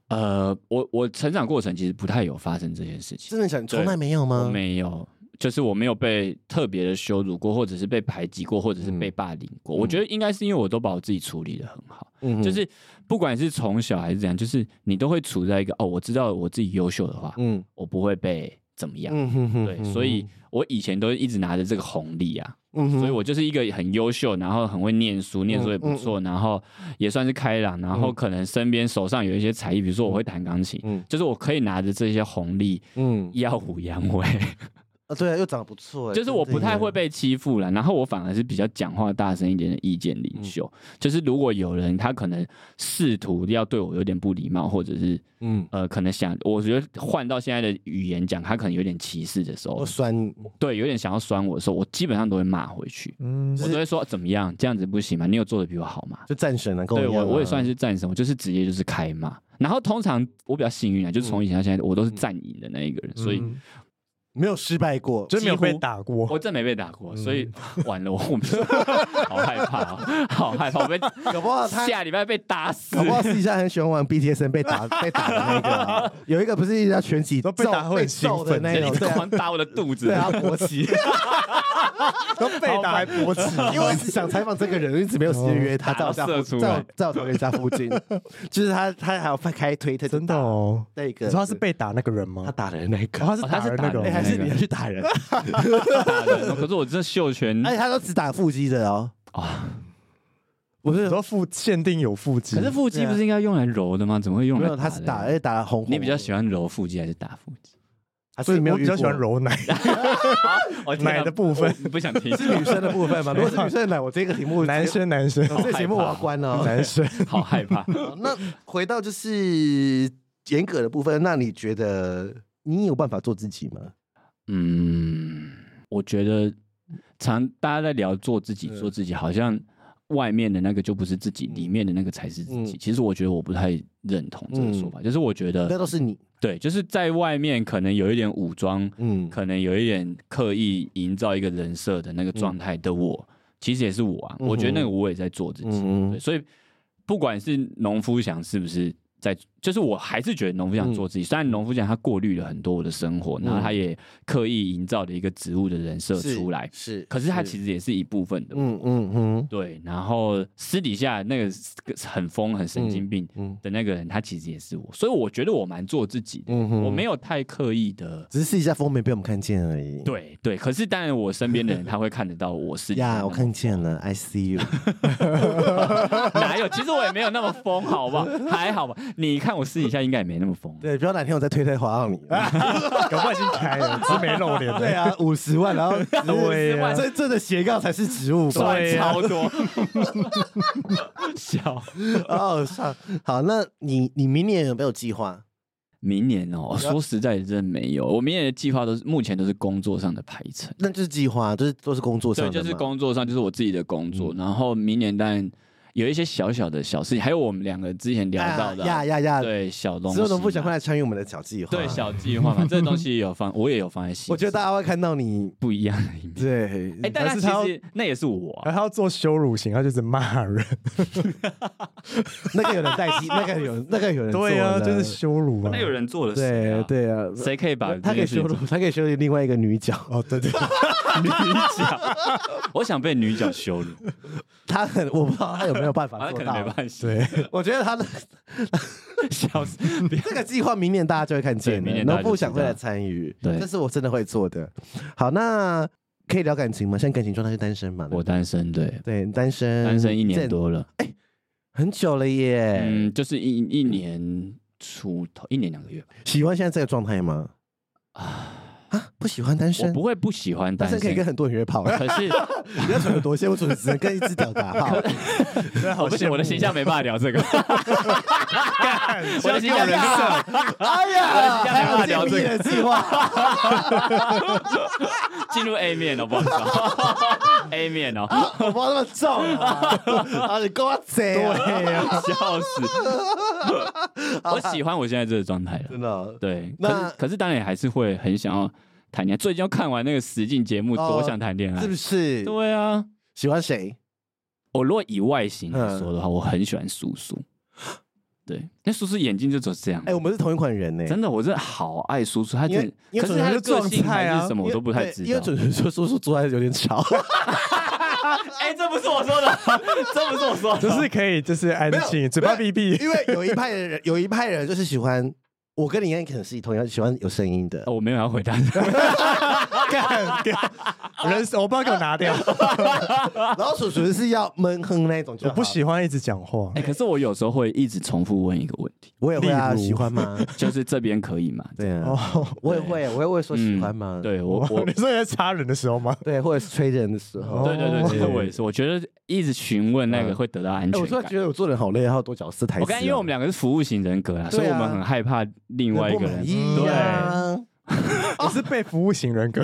Speaker 3: 呃，我我成长过程其实不太有发生这件事情。
Speaker 1: 真的想从来没有
Speaker 3: 我
Speaker 1: 吗？
Speaker 3: 没有，就是我没有被特别的羞辱过，或者是被排挤过，或者是
Speaker 1: 嗯
Speaker 3: 被霸凌过。我觉得应该是因为我都把我自己处理的很好，
Speaker 1: 嗯哼
Speaker 3: 就是不管是从小还是怎样，就是你都会处在一个哦，我知道我自己优秀的话，
Speaker 1: 嗯
Speaker 3: 我不会被怎么样。
Speaker 1: 嗯哼哼
Speaker 3: 对，所以我以前都一直拿着这个红利啊，
Speaker 1: 嗯嗯哼
Speaker 3: 所以我就是一个很优秀，然后很会念书，念书也不错，然后也算是开朗，然后可能身边手上有一些才艺，比如说我会弹钢琴，
Speaker 1: 嗯
Speaker 3: 就是我可以拿着这些红利
Speaker 1: 嗯
Speaker 3: 耀武扬威，
Speaker 1: 啊，对啊，又长得不错欸，
Speaker 3: (laughs) 就是我不太会
Speaker 1: 被
Speaker 3: 被欺负了，然后我反而是比较讲话大声一点的意见
Speaker 1: 嗯
Speaker 3: 领袖。就是如果有人他可能试图要对我有点不礼貌，或者是
Speaker 1: 嗯，
Speaker 3: 呃可能想，我觉得换到现在的语言讲，他可能有点歧视的时候
Speaker 1: 我，酸你，
Speaker 3: 对，有点想要酸我的时候，我基本上都会骂回去，
Speaker 2: 嗯
Speaker 3: 我都会说怎么样，这样子不行吗？你有做的比我好吗？
Speaker 1: 就战神啊，跟
Speaker 3: 对
Speaker 1: 一样
Speaker 3: 我
Speaker 1: 啊
Speaker 3: 我也算是战神，我就是直接就是开骂。然后通常我比较幸运啊，就是从以前到现在，我都
Speaker 1: 嗯
Speaker 3: 是战赢的那一个人，所以
Speaker 2: 嗯
Speaker 1: 没有失败过，
Speaker 2: 就没有被
Speaker 3: 几乎
Speaker 2: 打过。
Speaker 3: 我真没被打过，所以
Speaker 1: 嗯
Speaker 3: 完了，我我 (laughs) 好害怕啊，好害怕，我被 (laughs)
Speaker 1: 搞不好他。
Speaker 3: 下礼拜被打死
Speaker 1: 搞。不好私底下很喜欢玩 BTS 被打被打的那个 (laughs) 啊，有一个不是一直在拳击
Speaker 2: 都被打
Speaker 1: 揍
Speaker 2: 会
Speaker 1: 被
Speaker 2: 很兴
Speaker 1: 揍的
Speaker 2: 奋
Speaker 1: 那
Speaker 3: 你
Speaker 1: 种，对啊 (laughs)
Speaker 3: 狂打我的肚子
Speaker 1: 对，啊，国旗。
Speaker 2: 都被打还勃起，
Speaker 1: (laughs) 因为我一直想采访这个人，一直没有时间约哦他，
Speaker 3: 打
Speaker 1: 在我家
Speaker 3: 到射
Speaker 1: 附
Speaker 3: 出
Speaker 1: 在
Speaker 3: 来
Speaker 1: 我在我桃园家附 (laughs) 近，就是他他还有开推特，
Speaker 2: (laughs) 真的哦。
Speaker 1: 那个，
Speaker 2: 你说他是被打那个人吗？
Speaker 1: 他打人那个，
Speaker 2: 哦他是
Speaker 3: 哦
Speaker 2: 打
Speaker 3: 他是
Speaker 2: 人那个
Speaker 3: 打
Speaker 1: 哎，
Speaker 3: 人
Speaker 2: 哦，
Speaker 1: 还是你要去打
Speaker 2: (laughs)
Speaker 1: 人？
Speaker 3: 打人可是我这秀拳
Speaker 1: 而且哎他都只打腹肌的哦，
Speaker 3: 啊，
Speaker 1: 不
Speaker 2: 你
Speaker 1: 是
Speaker 2: 说腹限定有腹肌，
Speaker 3: 可是腹肌不是应该用来揉的吗？怎么会用
Speaker 1: 啊没
Speaker 3: 来
Speaker 1: 有，他是打，哎而
Speaker 3: 的？
Speaker 1: 且打了红红。
Speaker 3: 你比较喜欢揉腹肌还是打腹
Speaker 1: (laughs)
Speaker 3: 肌？
Speaker 1: 还
Speaker 2: 所
Speaker 1: 是
Speaker 2: 以
Speaker 1: 你没有
Speaker 2: 我比较
Speaker 1: 遇
Speaker 2: 喜欢
Speaker 1: 过
Speaker 2: 揉奶，
Speaker 3: 哦 (laughs) 天啊
Speaker 2: 奶的部分。
Speaker 1: (laughs)
Speaker 3: 不想听，
Speaker 1: 是女生的部分吗？如果是女生的奶，我这个题目
Speaker 2: (laughs) 男生男生
Speaker 1: 我这个节目我要关了哦。
Speaker 2: 男生，
Speaker 3: 好害怕。
Speaker 1: 好 (laughs) 那回到就是严格的部分，那你觉得你有办法做自己吗？
Speaker 3: 嗯，我觉得常大家在聊做自己，做自己，好像外面的那个就不是自己，
Speaker 1: 嗯
Speaker 3: 里面的那个才是自己。其实我觉得我不太认同这个说法，就是我觉
Speaker 1: 嗯那
Speaker 3: 得
Speaker 1: 都是你，
Speaker 3: 对，就是在外面可能有一点武装，
Speaker 1: 嗯
Speaker 3: 可能有一点刻意营造一个人设的那个状态的我，其实也是我啊。
Speaker 1: 嗯嗯哼
Speaker 3: 我觉得那个我也在做自己，
Speaker 1: 嗯
Speaker 3: 对，所以不管是农夫想是不是在，就是我还是觉得农夫想做自己。
Speaker 1: 嗯
Speaker 3: 虽然农夫想他过滤了很多我的生活，然后他也刻意营造了一个植物的人设
Speaker 1: 是
Speaker 3: 出来，
Speaker 1: 是，
Speaker 3: 可是他其实也是一部分的我。
Speaker 1: 嗯嗯嗯
Speaker 3: 对，然后私底下那个很疯、很神经病
Speaker 1: 嗯
Speaker 3: 的那个人，他其实也是我，所以我觉得我蛮做自己的，
Speaker 1: 嗯哼
Speaker 3: 我没有太刻意的
Speaker 1: 只是试一下风没被我们看见而已。
Speaker 3: 对对，可是当然我身边的人他会看得到我是
Speaker 1: (laughs)
Speaker 3: 啊
Speaker 1: 呀，我看见了，I (laughs) see you。
Speaker 3: (laughs) 哪有？其实我也没有那么疯，好不好？还好吧？你看但我私底下应该也没那么疯。
Speaker 1: 对，不要哪天我在推特滑到你。 (laughs)
Speaker 2: 搞不好已经开了，只是没露脸。
Speaker 1: 啊对，啊，五十万，
Speaker 3: (laughs)
Speaker 1: 然后
Speaker 2: 对啊
Speaker 1: 真正的斜杠才是植物吧？ (laughs)
Speaker 2: 对啊
Speaker 3: 超 (laughs) 多，笑。
Speaker 1: 哦，上好，那你你明年有没有计划？
Speaker 3: 明年哦，说实在的，真的没有。我明年的计划都是目前都是工作上的排程，
Speaker 1: 那就是计划，就是都是工作上
Speaker 3: 对，
Speaker 1: 的
Speaker 3: 就是
Speaker 1: 嘛
Speaker 3: 工作上，就是我自己的工作。然后明年当然有一些小小的小事情，还有我们两个之前聊到的，
Speaker 1: 啊呀呀呀！
Speaker 3: 对小东西
Speaker 1: 之
Speaker 3: 嘛，
Speaker 1: 后能不想快来参与我们的小计划？
Speaker 3: 对小计划嘛，这东西有放， (laughs) 我也有放在心。
Speaker 1: 我觉得大家会看到你
Speaker 3: 不一样的一面。
Speaker 1: 对，
Speaker 3: 哎，但
Speaker 2: 还
Speaker 3: 是
Speaker 2: 是他
Speaker 3: 其
Speaker 2: 要
Speaker 3: 实那也是我啊、 (laughs)
Speaker 2: 然后他要做羞辱型，他就是
Speaker 1: (laughs)
Speaker 2: 骂人。 (laughs)
Speaker 1: 那个有人代替，那个有那个有人做
Speaker 2: 对啊，
Speaker 1: 了
Speaker 2: 就是羞辱啊。
Speaker 3: 那有人做了谁
Speaker 1: 对
Speaker 3: 啊？
Speaker 1: 对啊，
Speaker 3: 谁可以把
Speaker 1: 他可以
Speaker 3: 这件事
Speaker 1: 修
Speaker 3: 情
Speaker 1: 理
Speaker 3: 做，
Speaker 1: 他可以修理另外一个女角，
Speaker 2: 哦，对对，
Speaker 3: 女角？我想被女角羞辱，
Speaker 1: (laughs) 他很我不知道他有没有办
Speaker 3: (laughs)
Speaker 1: 法
Speaker 3: 好像
Speaker 1: 做
Speaker 3: 可能没
Speaker 1: 到。
Speaker 3: 办法。
Speaker 2: 对，
Speaker 1: 我觉得他的
Speaker 3: 笑死！
Speaker 1: 这个计划明年大家就会看见
Speaker 3: 对
Speaker 1: 了，
Speaker 3: 明年
Speaker 1: 然
Speaker 3: 大
Speaker 1: 后
Speaker 3: 家就
Speaker 1: 不想会
Speaker 3: 知道
Speaker 1: 来参与，
Speaker 3: 对
Speaker 1: 这是我真的会做的。好，那可以聊感情吗？现在感情状态是单身嘛？
Speaker 3: 我单身，对，
Speaker 1: 对单身，
Speaker 3: 单身一年
Speaker 1: 见
Speaker 3: 多了，
Speaker 1: 很久了耶。
Speaker 3: 嗯，就是一一年出头，一年两个月吧。
Speaker 1: 喜欢现在这个状态吗？啊，不喜欢单
Speaker 3: 我
Speaker 1: 身，
Speaker 3: 不会不喜欢单
Speaker 1: 单身
Speaker 3: 身，
Speaker 1: 可以跟很多人约炮，啊
Speaker 3: 可是
Speaker 1: 你要准多些，我准只能跟一只屌
Speaker 3: (laughs)
Speaker 1: 打炮。
Speaker 3: 我不行，我的形象没办法聊这个， (laughs) 我的形象没办法
Speaker 1: 哎呀，还有建立的计划，
Speaker 3: 进入 A 面哦，不好意思，A 面哦，
Speaker 1: 我包那么重
Speaker 3: (laughs)
Speaker 1: 啊，啊你跟我贼啊，
Speaker 3: 笑死！我喜欢我现在这个状态了，
Speaker 1: 真的哦。
Speaker 3: 对，
Speaker 1: 那
Speaker 3: 可是可是当然也还是会很想要谈恋爱。最近要看完那个实境节目，
Speaker 1: 哦
Speaker 3: 多想谈恋爱
Speaker 1: 是，不是
Speaker 3: 对啊。
Speaker 1: 喜欢谁？
Speaker 3: 我如果以外形来
Speaker 1: 嗯
Speaker 3: 说的话，我很喜欢苏苏。对，那苏苏眼睛就走这样
Speaker 1: 哎，，我们是同一款人呢，
Speaker 3: 真的，我真的好爱苏苏。他
Speaker 1: 因为
Speaker 3: 真的，
Speaker 1: 因为
Speaker 3: 可是他的
Speaker 2: 准
Speaker 3: 个
Speaker 2: 是
Speaker 3: 性
Speaker 2: 撞菜啊
Speaker 3: 还是什么，我都不太知
Speaker 1: 因为
Speaker 3: 道
Speaker 1: 准。确说，叔叔坐在有点
Speaker 3: (laughs)
Speaker 1: 吵，
Speaker 3: 哎，这不是我说的， (laughs) 这不是我说的，
Speaker 2: 就是可以，就是安静，嘴巴闭闭。
Speaker 1: 因为有一派的人，有一派人就是喜欢。我跟你应该可能是同样喜欢有声音的
Speaker 3: 哦，我没有要回答。
Speaker 2: 干掉人，我不要给我拿掉，
Speaker 1: (laughs) 啊然后叔叔是要闷哼那一种就
Speaker 2: 我
Speaker 1: 好，
Speaker 2: 不喜欢一直讲话
Speaker 3: (laughs) 哎，。可是我有时候会一直重复问一个问题，
Speaker 1: 我也会啊，
Speaker 2: 例如
Speaker 1: 喜欢吗？
Speaker 3: 就是这边可
Speaker 1: (laughs)
Speaker 3: 以吗？
Speaker 1: 对啊，
Speaker 2: 哦，
Speaker 1: 我也会，我也会说喜欢吗？
Speaker 3: 嗯对我
Speaker 1: (laughs)
Speaker 3: 我
Speaker 2: (laughs) 你说你在插人的时候吗？
Speaker 1: 对，或者是催人的时候。
Speaker 2: 哦
Speaker 3: 对对对，其实我也是，我觉得一直询问那个会得到安
Speaker 1: 哎
Speaker 3: 全
Speaker 1: 我突然
Speaker 3: 感。
Speaker 1: 觉得我做人好累，还有多角色台词哦。
Speaker 3: 我刚因为我们两个是服务型人格啊，所以
Speaker 1: 对
Speaker 3: 我
Speaker 1: 啊
Speaker 3: 们很害怕另外一个人。
Speaker 1: 对呀，哦
Speaker 2: 我是被服务型人格，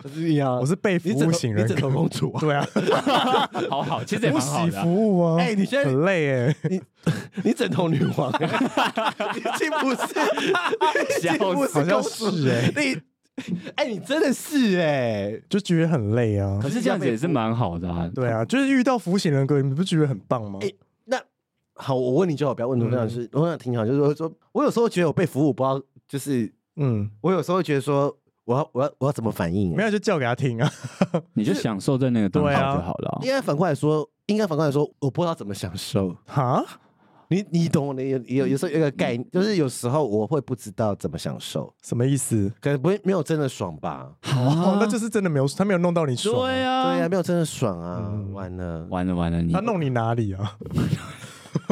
Speaker 1: 不是呀，
Speaker 2: 我是被服
Speaker 1: 你枕
Speaker 2: 务
Speaker 1: 头
Speaker 2: 型人
Speaker 1: 哦你枕头
Speaker 2: 格。
Speaker 1: 公主啊，(laughs)
Speaker 2: 对啊，
Speaker 3: 好好，其实也
Speaker 2: 不
Speaker 3: 蛮好
Speaker 2: 洗
Speaker 3: 的啊、
Speaker 2: 服务啊。
Speaker 1: 哎你现在
Speaker 2: 很累哎，
Speaker 1: 你枕头女王，啊
Speaker 3: (laughs)
Speaker 1: 你竟不是，你竟不是公
Speaker 2: 好像
Speaker 1: 主，
Speaker 2: 是哎
Speaker 1: 你，哎，你真的是哎，
Speaker 2: 就觉得很累啊
Speaker 3: 可。是这样子也是蛮好的啊。
Speaker 2: 对啊，就是遇到服务型人格，你不觉得很棒吗？
Speaker 1: 哎那好，我问你就好，不要问我
Speaker 2: 嗯
Speaker 1: 想是，我想挺好，就是说说，我有时候觉得我被服务，不知道，就是
Speaker 2: 嗯，
Speaker 1: 我有时候会觉得说，我要我要我要怎么反应？
Speaker 2: 没有就叫给他听啊。
Speaker 3: 你就享受在那个当
Speaker 2: 对啊
Speaker 3: 下就好了啊、
Speaker 1: 应该反过来说，应该反过来说，我不知道怎么享受。
Speaker 2: 哈，
Speaker 1: 你你懂我的有
Speaker 3: 嗯
Speaker 1: 有有时候有一个概念，就是有时候我会不知道怎么享受，
Speaker 2: 什么意思？
Speaker 1: 可能不会没有真的爽吧？
Speaker 2: 哦，那就是真的没有，他没有弄到你爽
Speaker 3: 对
Speaker 2: 啊。
Speaker 3: 啊，
Speaker 1: 对呀、没有真的爽啊，
Speaker 2: 嗯
Speaker 1: 完了，
Speaker 3: 完了完了，你
Speaker 2: 他弄你哪里啊？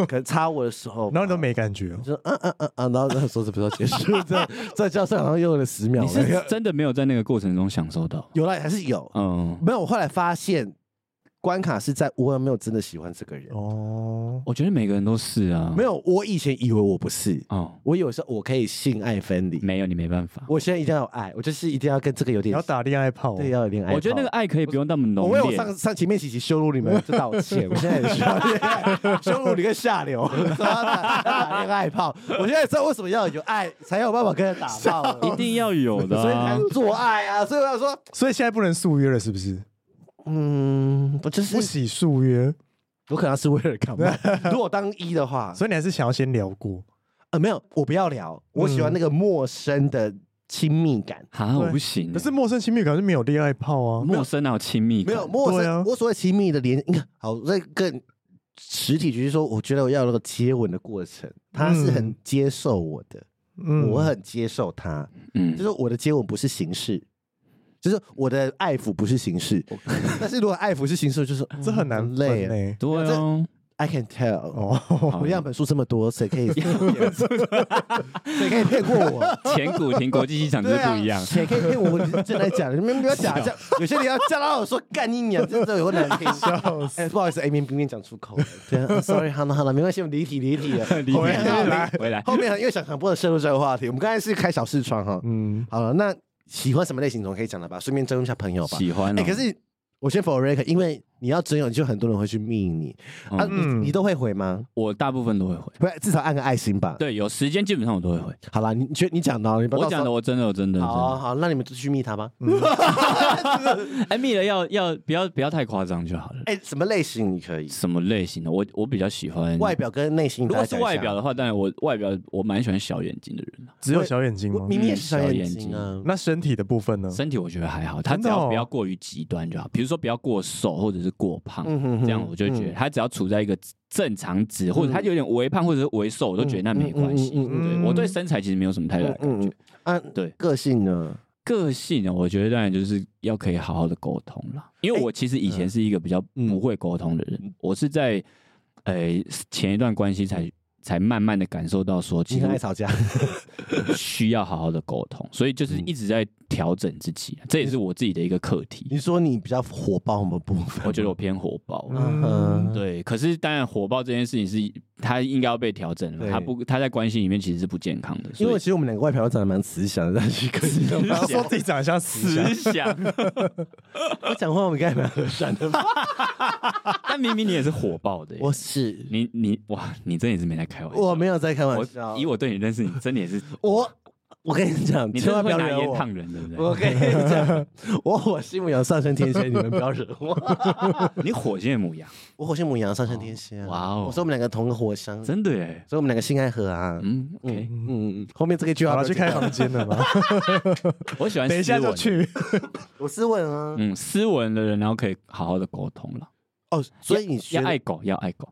Speaker 1: 可能插我的时候，
Speaker 2: 然后你都没感觉哦。
Speaker 1: 就嗯嗯嗯嗯，然后那说什么时候结束？这这教室好像用了十秒
Speaker 3: 你是
Speaker 1: 了，
Speaker 3: 真的没有在那个过程中享受到。
Speaker 1: 有了还是有，
Speaker 3: 嗯，
Speaker 1: 没有。我后来发现关卡是在我有没有真的喜欢这个人，
Speaker 2: 哦，
Speaker 3: 我觉得每个人都是啊。
Speaker 1: 没有。我以前以为我不是，
Speaker 3: 哦，
Speaker 1: 我有时候我可以性爱分离，
Speaker 3: 没有你没办法。
Speaker 1: 我现在一定要有爱，我就是一定要跟这个有
Speaker 2: 你
Speaker 1: 点
Speaker 2: 要打恋爱炮哦。
Speaker 1: 对，啊要有恋爱。
Speaker 3: 我觉得那个。爱可以不用那么
Speaker 1: 我
Speaker 3: 浓
Speaker 1: 为我
Speaker 3: 烈。
Speaker 1: 上上前面几集羞辱你们，就道歉。 (laughs) 我现在也需要恋爱， (laughs) 羞辱你跟下 (laughs) 流，说要打要打恋爱炮。我现在知道为什么要有爱，才有办法跟人打炮了，
Speaker 3: 一定要有
Speaker 1: (laughs)
Speaker 3: 的、
Speaker 1: 所以才
Speaker 3: 啊
Speaker 1: 能，做爱啊。所以我要说，
Speaker 2: 所以现在不能速约了，是不是？
Speaker 1: 嗯，我就是
Speaker 2: 不喜速约，
Speaker 1: 我可能是为了干 (laughs) 嘛？如果当一的话，
Speaker 2: 所以你还是想要先聊过。
Speaker 1: 呃，没有，我不要聊，我喜欢那个陌生的亲密感。
Speaker 3: 哈，我不行、
Speaker 2: 可是陌生亲密感是没有恋爱炮啊。
Speaker 3: 陌生嗯哪有亲密
Speaker 1: 没
Speaker 3: 感？
Speaker 1: 有陌
Speaker 2: 对
Speaker 1: 生，
Speaker 2: 啊
Speaker 1: 我所谓亲密的连，你看，好，我再更实体，就是说，我觉得我要有那个接吻的过程，他是很
Speaker 2: 嗯
Speaker 1: 接受我的，
Speaker 2: 嗯
Speaker 1: 我很接受他，
Speaker 3: 嗯
Speaker 1: 就是我的接吻不是形式。就是我的 (laughs) 爱抚不是形式，但是如果爱抚是形式，就是
Speaker 2: 这很难分
Speaker 1: 累啊。
Speaker 2: 欸
Speaker 3: 对啊，
Speaker 1: I can tell，哦，样本数这么多，谁可以 (laughs) 谁可以骗过
Speaker 3: (laughs)
Speaker 1: 我？
Speaker 3: 前古亭国际机场就是
Speaker 1: 对
Speaker 3: 不一样
Speaker 1: 啊，。谁可以骗我？我正在讲，你们不要假讲，有些人要叫到我说干你娘，真的有难 (laughs) 听。哎，不好意思，A 面 B 面讲出口了，对啊，sorry，好了好了，没关系，我们离题离题了，
Speaker 3: (laughs) 离题
Speaker 1: 后面
Speaker 2: 回来
Speaker 3: 回来
Speaker 1: 后面又想很不能深入这个话题，我们刚才是开小视窗哈，
Speaker 2: 嗯，
Speaker 1: 好了，那喜欢什么类型总可以讲了吧？顺便征一下朋友吧。
Speaker 3: 喜欢哦
Speaker 1: 哎、可是我先否认，因为你要真有，就很多人会去密你、啊，
Speaker 2: 嗯
Speaker 1: 你你都会回吗？
Speaker 3: 我大部分都会回。
Speaker 1: 不，至少按个爱心吧。，
Speaker 3: 对，有时间基本上我都会回。
Speaker 1: 好啦，你觉你讲的哦，你不要
Speaker 3: 我
Speaker 1: 到时
Speaker 3: 讲的
Speaker 1: 候
Speaker 3: 我真的我真的嗯
Speaker 1: 好啊
Speaker 3: 真
Speaker 1: 好，那你们就去密他吧。
Speaker 3: 的。哎，密了要要不要不要太夸张就好了。
Speaker 1: (laughs) 哎、什么类型你可以？
Speaker 3: 什么类型的？我我比较喜欢
Speaker 1: 外。表跟内心，
Speaker 3: 如果是外表
Speaker 1: 的，
Speaker 3: 的话，当然我外表我蛮喜欢小眼睛的人啊
Speaker 2: (laughs) 只有小眼睛
Speaker 1: 我
Speaker 2: 吗？
Speaker 1: 明明也
Speaker 3: 嗯
Speaker 1: 是小
Speaker 3: 小
Speaker 1: 眼
Speaker 3: 眼
Speaker 1: 睛
Speaker 3: 睛
Speaker 1: 啊。
Speaker 2: 那身体的部分呢？
Speaker 3: 身体我觉得还好，他
Speaker 2: 真
Speaker 3: 只
Speaker 2: 的哦
Speaker 3: 要不要过于极端就好，比如说不要过瘦或者是过胖，
Speaker 1: 嗯哼哼
Speaker 3: 这样我就觉得
Speaker 1: 嗯
Speaker 3: 他只要处在一个正常值，或者他有点微胖或者是微瘦，我都觉得那没关系。
Speaker 1: 嗯嗯
Speaker 2: 嗯嗯嗯
Speaker 3: 对我对身材其实没有什么太大的感
Speaker 1: 嗯
Speaker 3: 觉
Speaker 1: 嗯。啊，
Speaker 3: 对
Speaker 1: 个性呢？
Speaker 3: 个性啊呢，我觉得当然就是要可以好好的沟通啦，因为我其实以
Speaker 1: 嗯
Speaker 3: 前是一个比较不会沟通的人，我是在呃前一段关系才才慢慢的感受到说，其
Speaker 1: 经
Speaker 3: 实
Speaker 1: 常爱吵架，
Speaker 3: (laughs) 需要好好的沟通，所以就是
Speaker 1: 嗯
Speaker 3: 一直在调整自己，啊这也是我自己的一个课题。
Speaker 1: 你说你比较火爆吗？部分，
Speaker 3: 我觉得我偏火爆，
Speaker 1: 嗯
Speaker 3: 对，可是当然火爆这件事情是他应该要被调整
Speaker 1: 对
Speaker 3: 了，他不他在关系里面其实是不健康的，
Speaker 1: 因为
Speaker 3: 所以
Speaker 1: 其实我们两个外表都长得蛮慈祥的，但是个性都蛮
Speaker 2: 他说自己长得像死
Speaker 3: 只想，
Speaker 1: 我 (laughs) 讲话我们该蛮和善的吧？
Speaker 3: (laughs) 但明明你也是火爆的耶，
Speaker 1: (laughs) 我是，
Speaker 3: 你你哇，你真的也是没在开玩笑，
Speaker 1: 我没有在开玩笑
Speaker 3: 我。呃以我对你认识，你真的也是，
Speaker 1: (laughs) 我我跟你讲，
Speaker 3: 你
Speaker 1: 千
Speaker 3: 真
Speaker 1: 万
Speaker 3: 的
Speaker 1: 不
Speaker 3: 会
Speaker 1: 要
Speaker 3: 拿
Speaker 1: 惹
Speaker 3: 烟
Speaker 1: 我。
Speaker 3: 烫人，对不对？
Speaker 1: 我跟你讲， (laughs) 我火星母羊上升天蝎，你们不要惹我。
Speaker 3: (laughs) 你火箭母羊，
Speaker 1: (laughs) 我火星母羊上升天蝎啊、
Speaker 3: 哇哦
Speaker 1: 我说我们两个同个火星，所
Speaker 3: 真的耶，
Speaker 1: 以我们两个性爱合啊。嗯
Speaker 3: 嗯，OK，
Speaker 1: 嗯嗯，后面这个句
Speaker 2: 好
Speaker 1: 话
Speaker 2: 了，
Speaker 1: 不
Speaker 2: 去
Speaker 1: 要
Speaker 2: 开
Speaker 1: 讲
Speaker 2: 房间了吗？
Speaker 3: 我喜欢
Speaker 2: 等一下
Speaker 3: 斯文
Speaker 2: 就
Speaker 3: 的，
Speaker 2: 去。
Speaker 1: (laughs) 我斯文啊。
Speaker 3: 嗯，斯文的人，然后可以好好的沟通了，
Speaker 1: 哦，所以你学
Speaker 3: 要爱狗，要爱狗，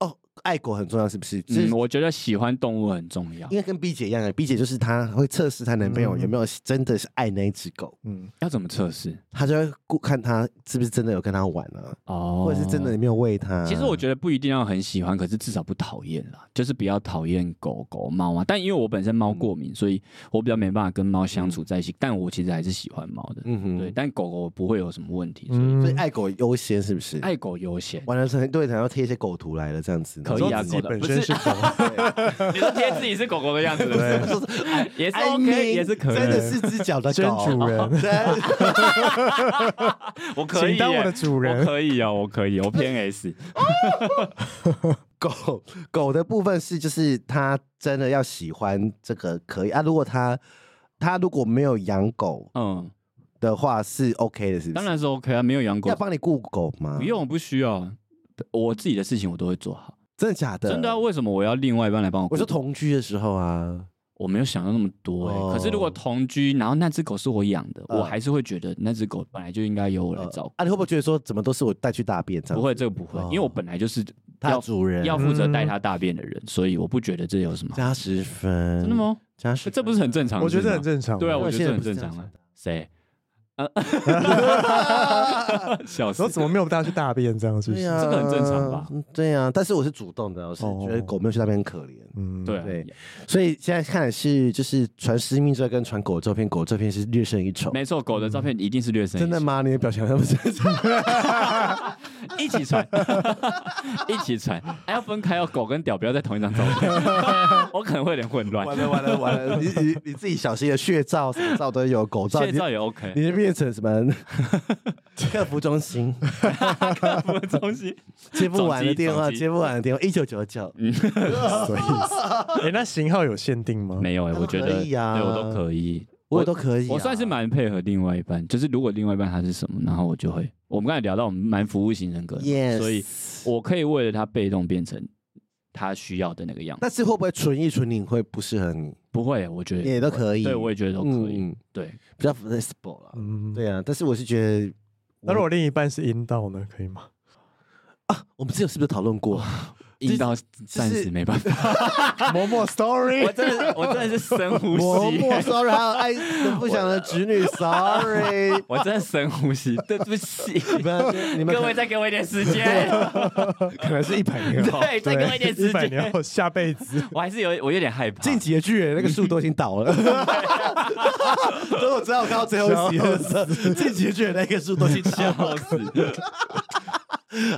Speaker 1: 哦，爱国很重要，是不是？就是
Speaker 3: 嗯，我觉得喜欢动物很重要
Speaker 1: 因，为跟 B 姐一样啊，B 姐就是她会测试她男朋友有没有真的是爱那一只狗，
Speaker 2: 嗯，
Speaker 3: 要怎么测试？
Speaker 1: 她就会顾看她是不是真的有跟他玩啊，
Speaker 3: 哦，
Speaker 1: 或者是真的。没有喂它。
Speaker 3: 其实我觉得不一定要很喜欢，可是至少不讨厌啦，就是比较讨厌狗狗、猫啊。但因为我本身猫过
Speaker 1: 嗯
Speaker 3: 敏，所以我比较没办法跟猫相处在一起。但我其实还是喜欢猫的，
Speaker 1: 嗯哼
Speaker 3: 对。但狗狗不会有什么问题，所以
Speaker 1: 所以
Speaker 2: 嗯，
Speaker 1: 爱狗优先是不是？
Speaker 3: 爱狗优先。
Speaker 1: 完了，成对，然后贴一些狗图来了，这样子
Speaker 3: 可以啊，
Speaker 2: 你说自
Speaker 3: 狗
Speaker 2: 己
Speaker 3: 的
Speaker 2: 本
Speaker 3: 不
Speaker 2: 身是狗
Speaker 3: 你说贴自己是狗狗的样子，对不是， (laughs) 也是哎 OK，也是可以，
Speaker 1: 真的是只脚
Speaker 2: (laughs)
Speaker 1: 的狗
Speaker 2: 真主人，
Speaker 1: 真
Speaker 3: 我可以耶，
Speaker 2: 请当我的主人
Speaker 3: 我可以哦，我
Speaker 1: (laughs)
Speaker 3: 可以，我偏 S，
Speaker 1: 狗狗的部分是就是它真的要喜欢这个可以啊，如果它它如果没有养狗
Speaker 3: 嗯，
Speaker 1: 的话是 OK 的，是不
Speaker 3: 当
Speaker 1: 是？
Speaker 3: 然是 OK 啊，没有养狗
Speaker 1: 要，帮你顾狗吗？
Speaker 3: 不，用，不需要，我自己的事情我都会做好，
Speaker 1: 真的假的？
Speaker 3: 真的啊，为什么我要另外一半来帮我？
Speaker 1: 我说，同居的时候啊，
Speaker 3: 我没有想到那么多
Speaker 1: 哦
Speaker 3: 哎，可是如果同居，然后那只狗是我养的，
Speaker 1: 嗯
Speaker 3: 我还是会觉得那只狗本来就应该由我来照顾，
Speaker 1: 啊，你会不会觉得说怎么都是我带去大便这样？
Speaker 3: 哦不会，，这个不会
Speaker 1: 哦，
Speaker 3: 因为我本来就是
Speaker 1: 它
Speaker 3: 要
Speaker 1: 主人
Speaker 3: 要负责带它大便的人，所以我不觉得这有什么，
Speaker 1: 加十分，
Speaker 3: 真的？吗？
Speaker 1: 加十分，
Speaker 3: 这不是很正常的
Speaker 2: 我
Speaker 3: 事吗？
Speaker 2: 觉得这很正常。
Speaker 3: 对啊，我觉得这
Speaker 1: 因为现在
Speaker 3: 很
Speaker 1: 不是
Speaker 3: 正
Speaker 1: 这样
Speaker 3: 常啊。谁？呃， (laughs) 笑死
Speaker 2: 说！怎么没有带他去大便这样？是不
Speaker 1: 对
Speaker 2: 是？
Speaker 1: 呀、啊，
Speaker 3: 这个很正常吧
Speaker 1: 嗯？对呀、啊，但是我是主动的，我是
Speaker 2: 哦
Speaker 1: 觉得狗没有去那边很可怜，
Speaker 2: 嗯，
Speaker 3: 对啊
Speaker 1: 对所以现在看来是就是传私密照跟传狗照片，狗照片是略胜一筹。
Speaker 3: 没错，狗的照片一定是略胜一
Speaker 1: 真的
Speaker 3: 筹？
Speaker 1: 吗？你的表情好像不是这样
Speaker 3: 一起传， (laughs) 一起传，还要分开哦。狗跟屌不要在同一张照片，我可能会有点混乱。
Speaker 1: 完了完了完
Speaker 3: (laughs)
Speaker 1: 了！你你你自己小心了，血照什么照都有，狗照
Speaker 3: 现在
Speaker 1: 你
Speaker 3: 照也 OK，
Speaker 1: 你就变成什
Speaker 3: (laughs)
Speaker 1: 么客服中心
Speaker 3: 我的东西
Speaker 1: 接不完的电话，
Speaker 3: 总机嗯
Speaker 1: 接不完的电话，一九九九。 (laughs)
Speaker 2: 所以，哎，那型号有限定吗？
Speaker 3: 没有哎，
Speaker 1: 他
Speaker 3: 我
Speaker 1: 都
Speaker 3: 觉
Speaker 1: 可
Speaker 3: 得
Speaker 1: 以啊
Speaker 3: 对我都可以，
Speaker 1: 我都可以、啊
Speaker 3: 我算是，蛮配合另外一半，就是如果另外一半他是什么，然后我就会，我们刚才聊到我们蛮服务型人格的嘛
Speaker 1: yes，
Speaker 3: 所以我可以为了他被动变成他需要的那个样子。
Speaker 1: 但是会不会纯一纯零会不适合你？
Speaker 3: 不会，我觉得
Speaker 1: 也都可以，
Speaker 3: 对我也觉得都可以。
Speaker 1: 嗯嗯
Speaker 3: 对，
Speaker 1: 比较 flexible 啦。
Speaker 2: 嗯，
Speaker 1: 对啊，但是我是觉得，
Speaker 2: 那如果另一半是阴道呢？可以吗？
Speaker 1: (laughs) 我们之前是不是讨论过？
Speaker 3: 硬到暂时没办法。
Speaker 1: 嬷嬷 sorry，
Speaker 3: (laughs) 我真的我真的是深 (laughs) 呼
Speaker 1: 嬷
Speaker 3: 吸、
Speaker 1: 嬷 sorry，还有爱不想的侄女 (laughs) sorry，
Speaker 3: 我真的深呼吸，对不起，
Speaker 1: 你们你们
Speaker 3: 各位再给我一点时间，
Speaker 2: (laughs) 可能是一百年后，
Speaker 3: 对，再给我一点时
Speaker 2: 一百
Speaker 3: 间
Speaker 2: 年，后下辈 (laughs) 子。
Speaker 3: 我还是有我有点害怕。
Speaker 1: 进击的巨人那个树都已经倒了，所以我知道我看到最后一集的时候，进击的巨人那个树都已经消
Speaker 3: 笑死！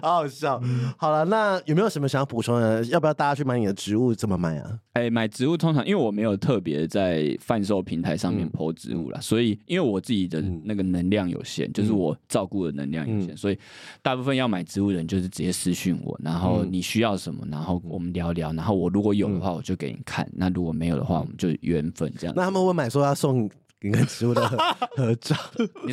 Speaker 1: 好好笑。好了，那有没有什么想要补充的？要不要大家去买你的植物？怎么买啊？
Speaker 3: 哎，买植物通常因为我没有特别在贩售平台
Speaker 1: 嗯
Speaker 3: 上面抛植物啦，所以因为我自己的那个能量有限，
Speaker 1: 嗯
Speaker 3: 就是我照顾的能量有限，所以大部分要买植物的人就是直接私讯我，然
Speaker 1: 嗯
Speaker 3: 后你需要什么，然后我们聊聊，然后我如果有的话我就给你看，那如果没有的话我们就缘分这样。
Speaker 1: 那他们会买说要送你跟植物的合合照，
Speaker 3: 你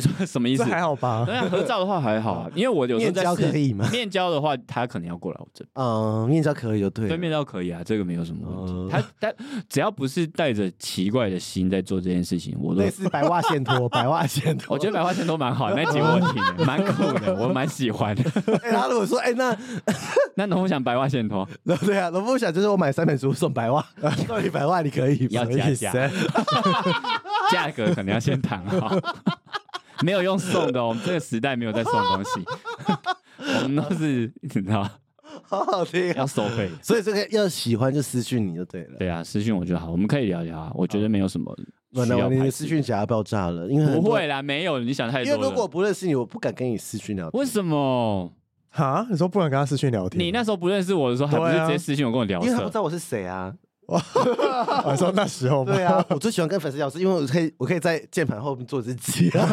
Speaker 1: (laughs)
Speaker 3: 说什么意
Speaker 2: 这
Speaker 3: 思？
Speaker 2: 还好吧？
Speaker 3: 对啊，合照的话还好啊，因为我有时候
Speaker 1: 面
Speaker 3: 在
Speaker 1: 交
Speaker 3: 试
Speaker 1: 可以吗？
Speaker 3: 面交的话，他可能要过来我这边。
Speaker 1: 嗯，面交可以就对
Speaker 3: 对
Speaker 1: 了。
Speaker 3: 面交可以啊，这个没有什么问题。
Speaker 1: 嗯
Speaker 3: 他他只要不是带着奇怪的心在做这件事情，我都
Speaker 1: 类似白袜线拖，白袜线拖。
Speaker 3: (laughs) 我觉得百花钱都蛮好，那集我挺的，蛮酷的，我蛮喜
Speaker 1: (laughs)
Speaker 3: 欢的。
Speaker 1: 得，哎、他如果说，哎、那
Speaker 3: 那农夫想百花线头
Speaker 1: 那对啊，罗布想就是我买三本书送白袜， (laughs) 送你白袜，你可以吗
Speaker 3: 要
Speaker 2: 什么
Speaker 3: 加
Speaker 2: 意思
Speaker 3: 价，价格可能要先谈好， (laughs) 没有用送的哦，我们这个时代没有在送东
Speaker 1: (laughs)
Speaker 3: 西，我们都是你知道
Speaker 1: (laughs) 好好听、啊。
Speaker 3: 要收费的。
Speaker 1: 所以这个要喜欢就私讯你就对了。
Speaker 3: 对啊，私讯我就好，我们可以聊聊啊，我觉得没有什么
Speaker 1: 不
Speaker 3: 需
Speaker 1: 然
Speaker 3: 要
Speaker 1: 我那
Speaker 3: 排
Speaker 1: 个
Speaker 3: 斥
Speaker 1: 私讯夹爆炸了，因为很
Speaker 3: 不
Speaker 1: 多
Speaker 3: 会，啦，没有，你想太
Speaker 1: 因
Speaker 3: 多
Speaker 1: 为如果
Speaker 3: 了。
Speaker 1: 不认识你，我不敢跟你私讯聊啊天。
Speaker 3: 为什么？
Speaker 2: 哈，你说不能跟他私讯聊天？
Speaker 3: 你
Speaker 2: (laughs)
Speaker 3: 那时候不认识我的时候，还不
Speaker 2: 对
Speaker 3: 是
Speaker 2: 啊
Speaker 3: 直接私信我跟我聊
Speaker 1: 啊因为他不
Speaker 3: 色
Speaker 1: 知？道我是谁啊。
Speaker 2: 晚上哦那时候吗？
Speaker 1: 对
Speaker 3: (laughs)
Speaker 1: 啊，我最喜欢跟粉丝聊天，因为我可以，我可以在键盘后面做自己、啊。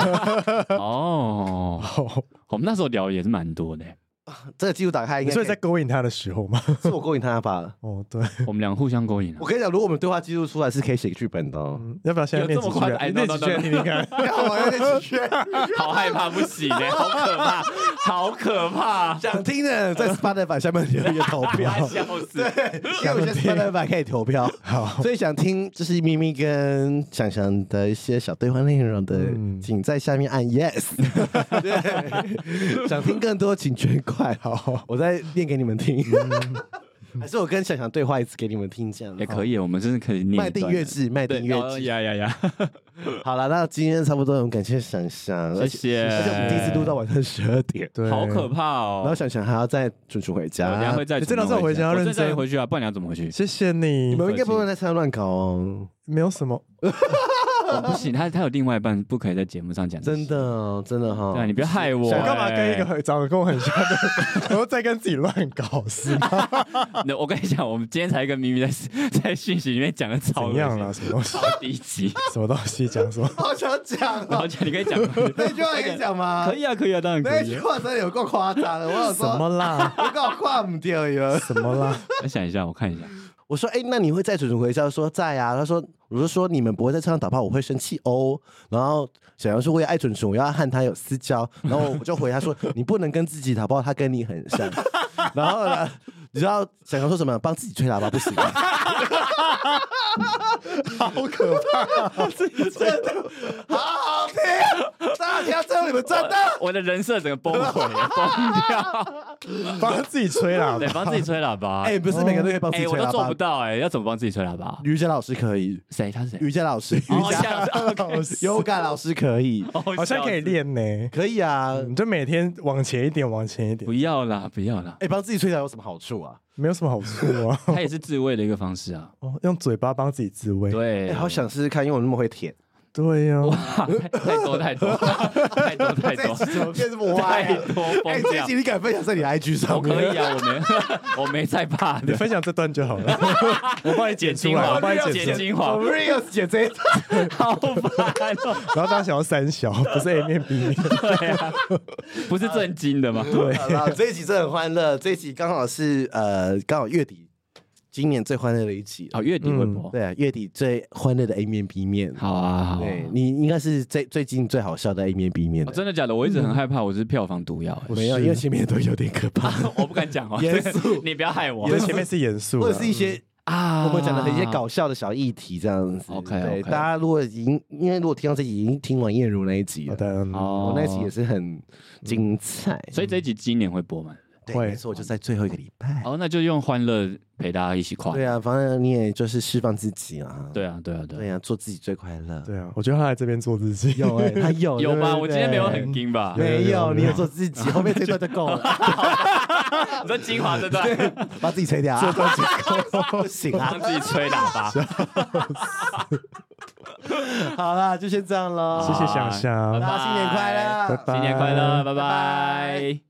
Speaker 3: (laughs) 哦，
Speaker 2: (laughs) 哦，
Speaker 3: 我们那时候聊也是蛮多的，欸
Speaker 1: 这个记录打开应该可
Speaker 2: 所
Speaker 1: 以，
Speaker 2: 以在勾引他的时候吗？ (laughs)
Speaker 1: 是我勾引他吧？
Speaker 2: 哦，对，
Speaker 3: 我们俩互相勾引啊
Speaker 1: 我。跟你讲，如果我们对话记录出来是可以写剧本的、哦。
Speaker 2: 嗯要不要现在
Speaker 3: 有
Speaker 2: 练
Speaker 3: 这
Speaker 2: 几
Speaker 3: 么
Speaker 2: 句
Speaker 3: 夸
Speaker 2: 啊？
Speaker 3: 张哎
Speaker 2: 你
Speaker 3: ，no，
Speaker 2: 练几
Speaker 3: no，
Speaker 2: 句啊
Speaker 3: no，no
Speaker 2: 听听 (laughs)
Speaker 1: (laughs)
Speaker 2: 看。
Speaker 1: 我要练剧本，
Speaker 3: 好害怕，不行 (laughs) 嘞，好可怕，好可怕，。
Speaker 1: 想听的人在 Spotify 下面留一个投票
Speaker 3: 笑死！
Speaker 1: (laughs) 因为我现在 Spotify 可以投票，
Speaker 2: 好，
Speaker 1: 所以想听就是咪咪跟想想的一些小对话内容的，
Speaker 2: 嗯
Speaker 1: 请在下面按 yes。对， (laughs) 想听更多请捐款哦，我再念给你们听。还是我跟想想对话一次给你们听，这样哦
Speaker 3: 也可以，我们真的可以念一段
Speaker 1: 卖订阅制，卖
Speaker 3: 对，
Speaker 1: 订阅
Speaker 3: 哦
Speaker 1: 制。
Speaker 3: 呀呀呀！
Speaker 1: 好了，那今天差不多，我们感谢想想，而
Speaker 3: 谢
Speaker 1: 且
Speaker 3: 谢，
Speaker 1: 而且我们第一次录到晚上十二点，
Speaker 2: 对，
Speaker 3: 好可怕
Speaker 1: 然后
Speaker 3: 哦！
Speaker 1: 想想还要再准时回
Speaker 3: 我等一下
Speaker 1: 家
Speaker 3: 会。再
Speaker 2: 你真的
Speaker 3: 准
Speaker 2: 要
Speaker 3: 备
Speaker 2: 回家
Speaker 3: 我
Speaker 2: 认
Speaker 3: 真的要
Speaker 2: 真
Speaker 3: 回去啊，不然你要怎么回去？
Speaker 2: 谢谢你
Speaker 1: 你，们应该不会在车上乱搞哦，
Speaker 2: 没有什么，
Speaker 3: 哦不行，他他有另外一半，不可以在节目上讲这些。
Speaker 1: 真的哦，真的哈
Speaker 3: 对啊，。你不要害我。
Speaker 2: 我干嘛跟一个
Speaker 3: 哎？
Speaker 2: 很长得跟我很像的人， (laughs) 然后再跟自己乱搞是吗？
Speaker 3: (laughs) 那我跟你讲，我们今天才跟咪咪在在讯息里面讲的超恶
Speaker 2: 怎
Speaker 3: 心
Speaker 2: 样啊啦？什么东西？ (laughs)
Speaker 3: 超低级。
Speaker 2: 什么东西讲什么？
Speaker 1: 好想讲
Speaker 3: 然
Speaker 1: 哦
Speaker 3: 后，讲你可以讲，
Speaker 1: 那句话可以讲吗？
Speaker 3: 可以啊，可以啊，当然可
Speaker 1: 那
Speaker 3: 以
Speaker 1: 句
Speaker 3: 啊。
Speaker 1: 话真的有够夸张的，我有
Speaker 2: 什么
Speaker 1: 说，(laughs)
Speaker 2: 啦？
Speaker 1: 我搞跨唔掉哟。
Speaker 2: 什么
Speaker 1: (laughs)
Speaker 2: 啦？
Speaker 3: 我想一下，我看一下。
Speaker 1: 我说，哎、那你会再准时回家？说在啊。他说，我就说你们不会在车上打炮，我会生气哦。然后小杨说，我也爱准时，我要和他有私交。然后我就回他说， (laughs) 你不能跟自己打炮，他跟你很像。然后呢，你知道小杨说什么？帮自己吹喇叭不行、啊
Speaker 2: 好可怕！
Speaker 1: (laughs) 真的好好听，大家听到最后你们真的
Speaker 3: 我的人设整个崩溃，崩掉。
Speaker 2: 帮自己吹啦。 (laughs)
Speaker 3: 对，帮自己吹喇叭。
Speaker 1: 哎、不是每个人都可以帮自己
Speaker 3: 哎，
Speaker 1: 吹喇
Speaker 3: 我都
Speaker 1: 叭。
Speaker 3: 做不到哎，要怎么帮自己吹喇叭？
Speaker 1: 瑜伽老师可以，
Speaker 3: 谁？他是谁？
Speaker 1: 瑜伽老师，瑜
Speaker 3: 哦
Speaker 1: 伽、
Speaker 3: 下次
Speaker 2: 好笑
Speaker 1: 有感老师可以，
Speaker 3: 哦
Speaker 2: 好像可以。练呢。
Speaker 1: 可以啊。
Speaker 2: 你就每天往前一点，往前一点
Speaker 3: 不，要啦，不要啦，
Speaker 1: 哎、帮自己吹打有什么好处啊？
Speaker 2: 没有什么好
Speaker 1: (laughs)
Speaker 2: 处啊。
Speaker 3: 它也是自慰的一个方式啊。
Speaker 2: 哦，用嘴巴帮自己自慰。
Speaker 1: 哎、
Speaker 3: 对，
Speaker 1: 好想试试看，因为我那么会舔。
Speaker 2: 对啊呀，
Speaker 3: 哇，太 (laughs) 太多太多太多太
Speaker 1: 这一
Speaker 3: 多
Speaker 1: 集哎怎么变这么歪、
Speaker 3: (laughs) 太
Speaker 1: 啊？
Speaker 3: 多
Speaker 1: 哎、
Speaker 3: 崩
Speaker 1: 这一
Speaker 3: 掉
Speaker 1: 集。你敢分享在你 IG
Speaker 3: 我
Speaker 1: 上面？
Speaker 3: 可以啊，我没 (laughs) 我没在怕
Speaker 2: 你
Speaker 3: 的。
Speaker 2: 分享这段就
Speaker 1: (laughs)
Speaker 2: 好了，我帮你剪出
Speaker 3: 精
Speaker 2: 来，
Speaker 3: 华
Speaker 2: 我帮你，剪
Speaker 3: 剪
Speaker 2: 出来。
Speaker 3: 精华
Speaker 1: 我，们 Reels 姐这一段
Speaker 3: 好 (laughs) 烦哦。
Speaker 2: 然后大家想要三
Speaker 1: (laughs)
Speaker 2: 小，不是 A 面 B 面。
Speaker 3: 对啊，不是正经的吗？对，
Speaker 1: 好啦这一集真的很欢乐，这一集刚好是呃，刚好月底，今年最欢乐的一集。
Speaker 3: 好，月底会播。
Speaker 1: 对啊，月底最欢乐的 A 面 B 面。
Speaker 3: 好啊，好啊。
Speaker 1: 对你应该是最最近最好笑的 A 面 B 面
Speaker 3: 哦
Speaker 1: 的，
Speaker 3: 真的假的？我一直很害怕，我是票房毒药、欸，
Speaker 1: 没有，
Speaker 2: 是
Speaker 1: 因为前面都有点可怕，
Speaker 3: 我不敢 (laughs) 讲哦。
Speaker 1: 严
Speaker 3: 这个
Speaker 1: 肃
Speaker 3: 你不要害
Speaker 2: (laughs)
Speaker 3: 我
Speaker 2: 因为前面是严肃
Speaker 1: 或
Speaker 2: 的，
Speaker 1: 者是一些
Speaker 3: 啊！
Speaker 1: 我们讲的一些搞笑的小议题这样子。对，
Speaker 3: OK，OK
Speaker 1: 大家如果已经因为如果听到这集已经听完燕如那一集
Speaker 2: 好
Speaker 1: 了，
Speaker 2: 的，嗯
Speaker 3: 哦
Speaker 1: 我那一集也是很精彩。
Speaker 3: 所以这一集今年会播吗？
Speaker 1: 对，
Speaker 2: 会
Speaker 1: 没错，就在最后一个礼拜。
Speaker 3: 哦，那就用欢乐陪大家一起跨
Speaker 1: 对
Speaker 3: 年。
Speaker 1: 啊，反正你也就是释放自己啊。
Speaker 3: 对啊，对啊，对
Speaker 1: 对
Speaker 3: 啊，
Speaker 1: 啊，做自己最快乐。
Speaker 2: 对啊，我觉得他来这边做自己，
Speaker 1: 有哎，他有
Speaker 3: 有吧？
Speaker 1: (laughs) 对不
Speaker 3: 我今天没有
Speaker 1: 对啊
Speaker 3: 很硬吧？
Speaker 1: 没
Speaker 2: 有有
Speaker 1: 有，
Speaker 2: 有
Speaker 1: 你有做自 (laughs) 己，后面这段就够了，
Speaker 3: 你说精华这段，
Speaker 1: 把自己吹掉啊， (laughs) 不行
Speaker 3: (laughs)
Speaker 1: 啊
Speaker 3: 帮。自己吹喇叭。
Speaker 1: 好啦，就先这样喽，
Speaker 2: 谢谢想
Speaker 3: 好
Speaker 2: 想
Speaker 1: 大。家新年快乐，
Speaker 2: 拜拜
Speaker 3: 新年快乐，拜
Speaker 1: 拜
Speaker 3: 拜。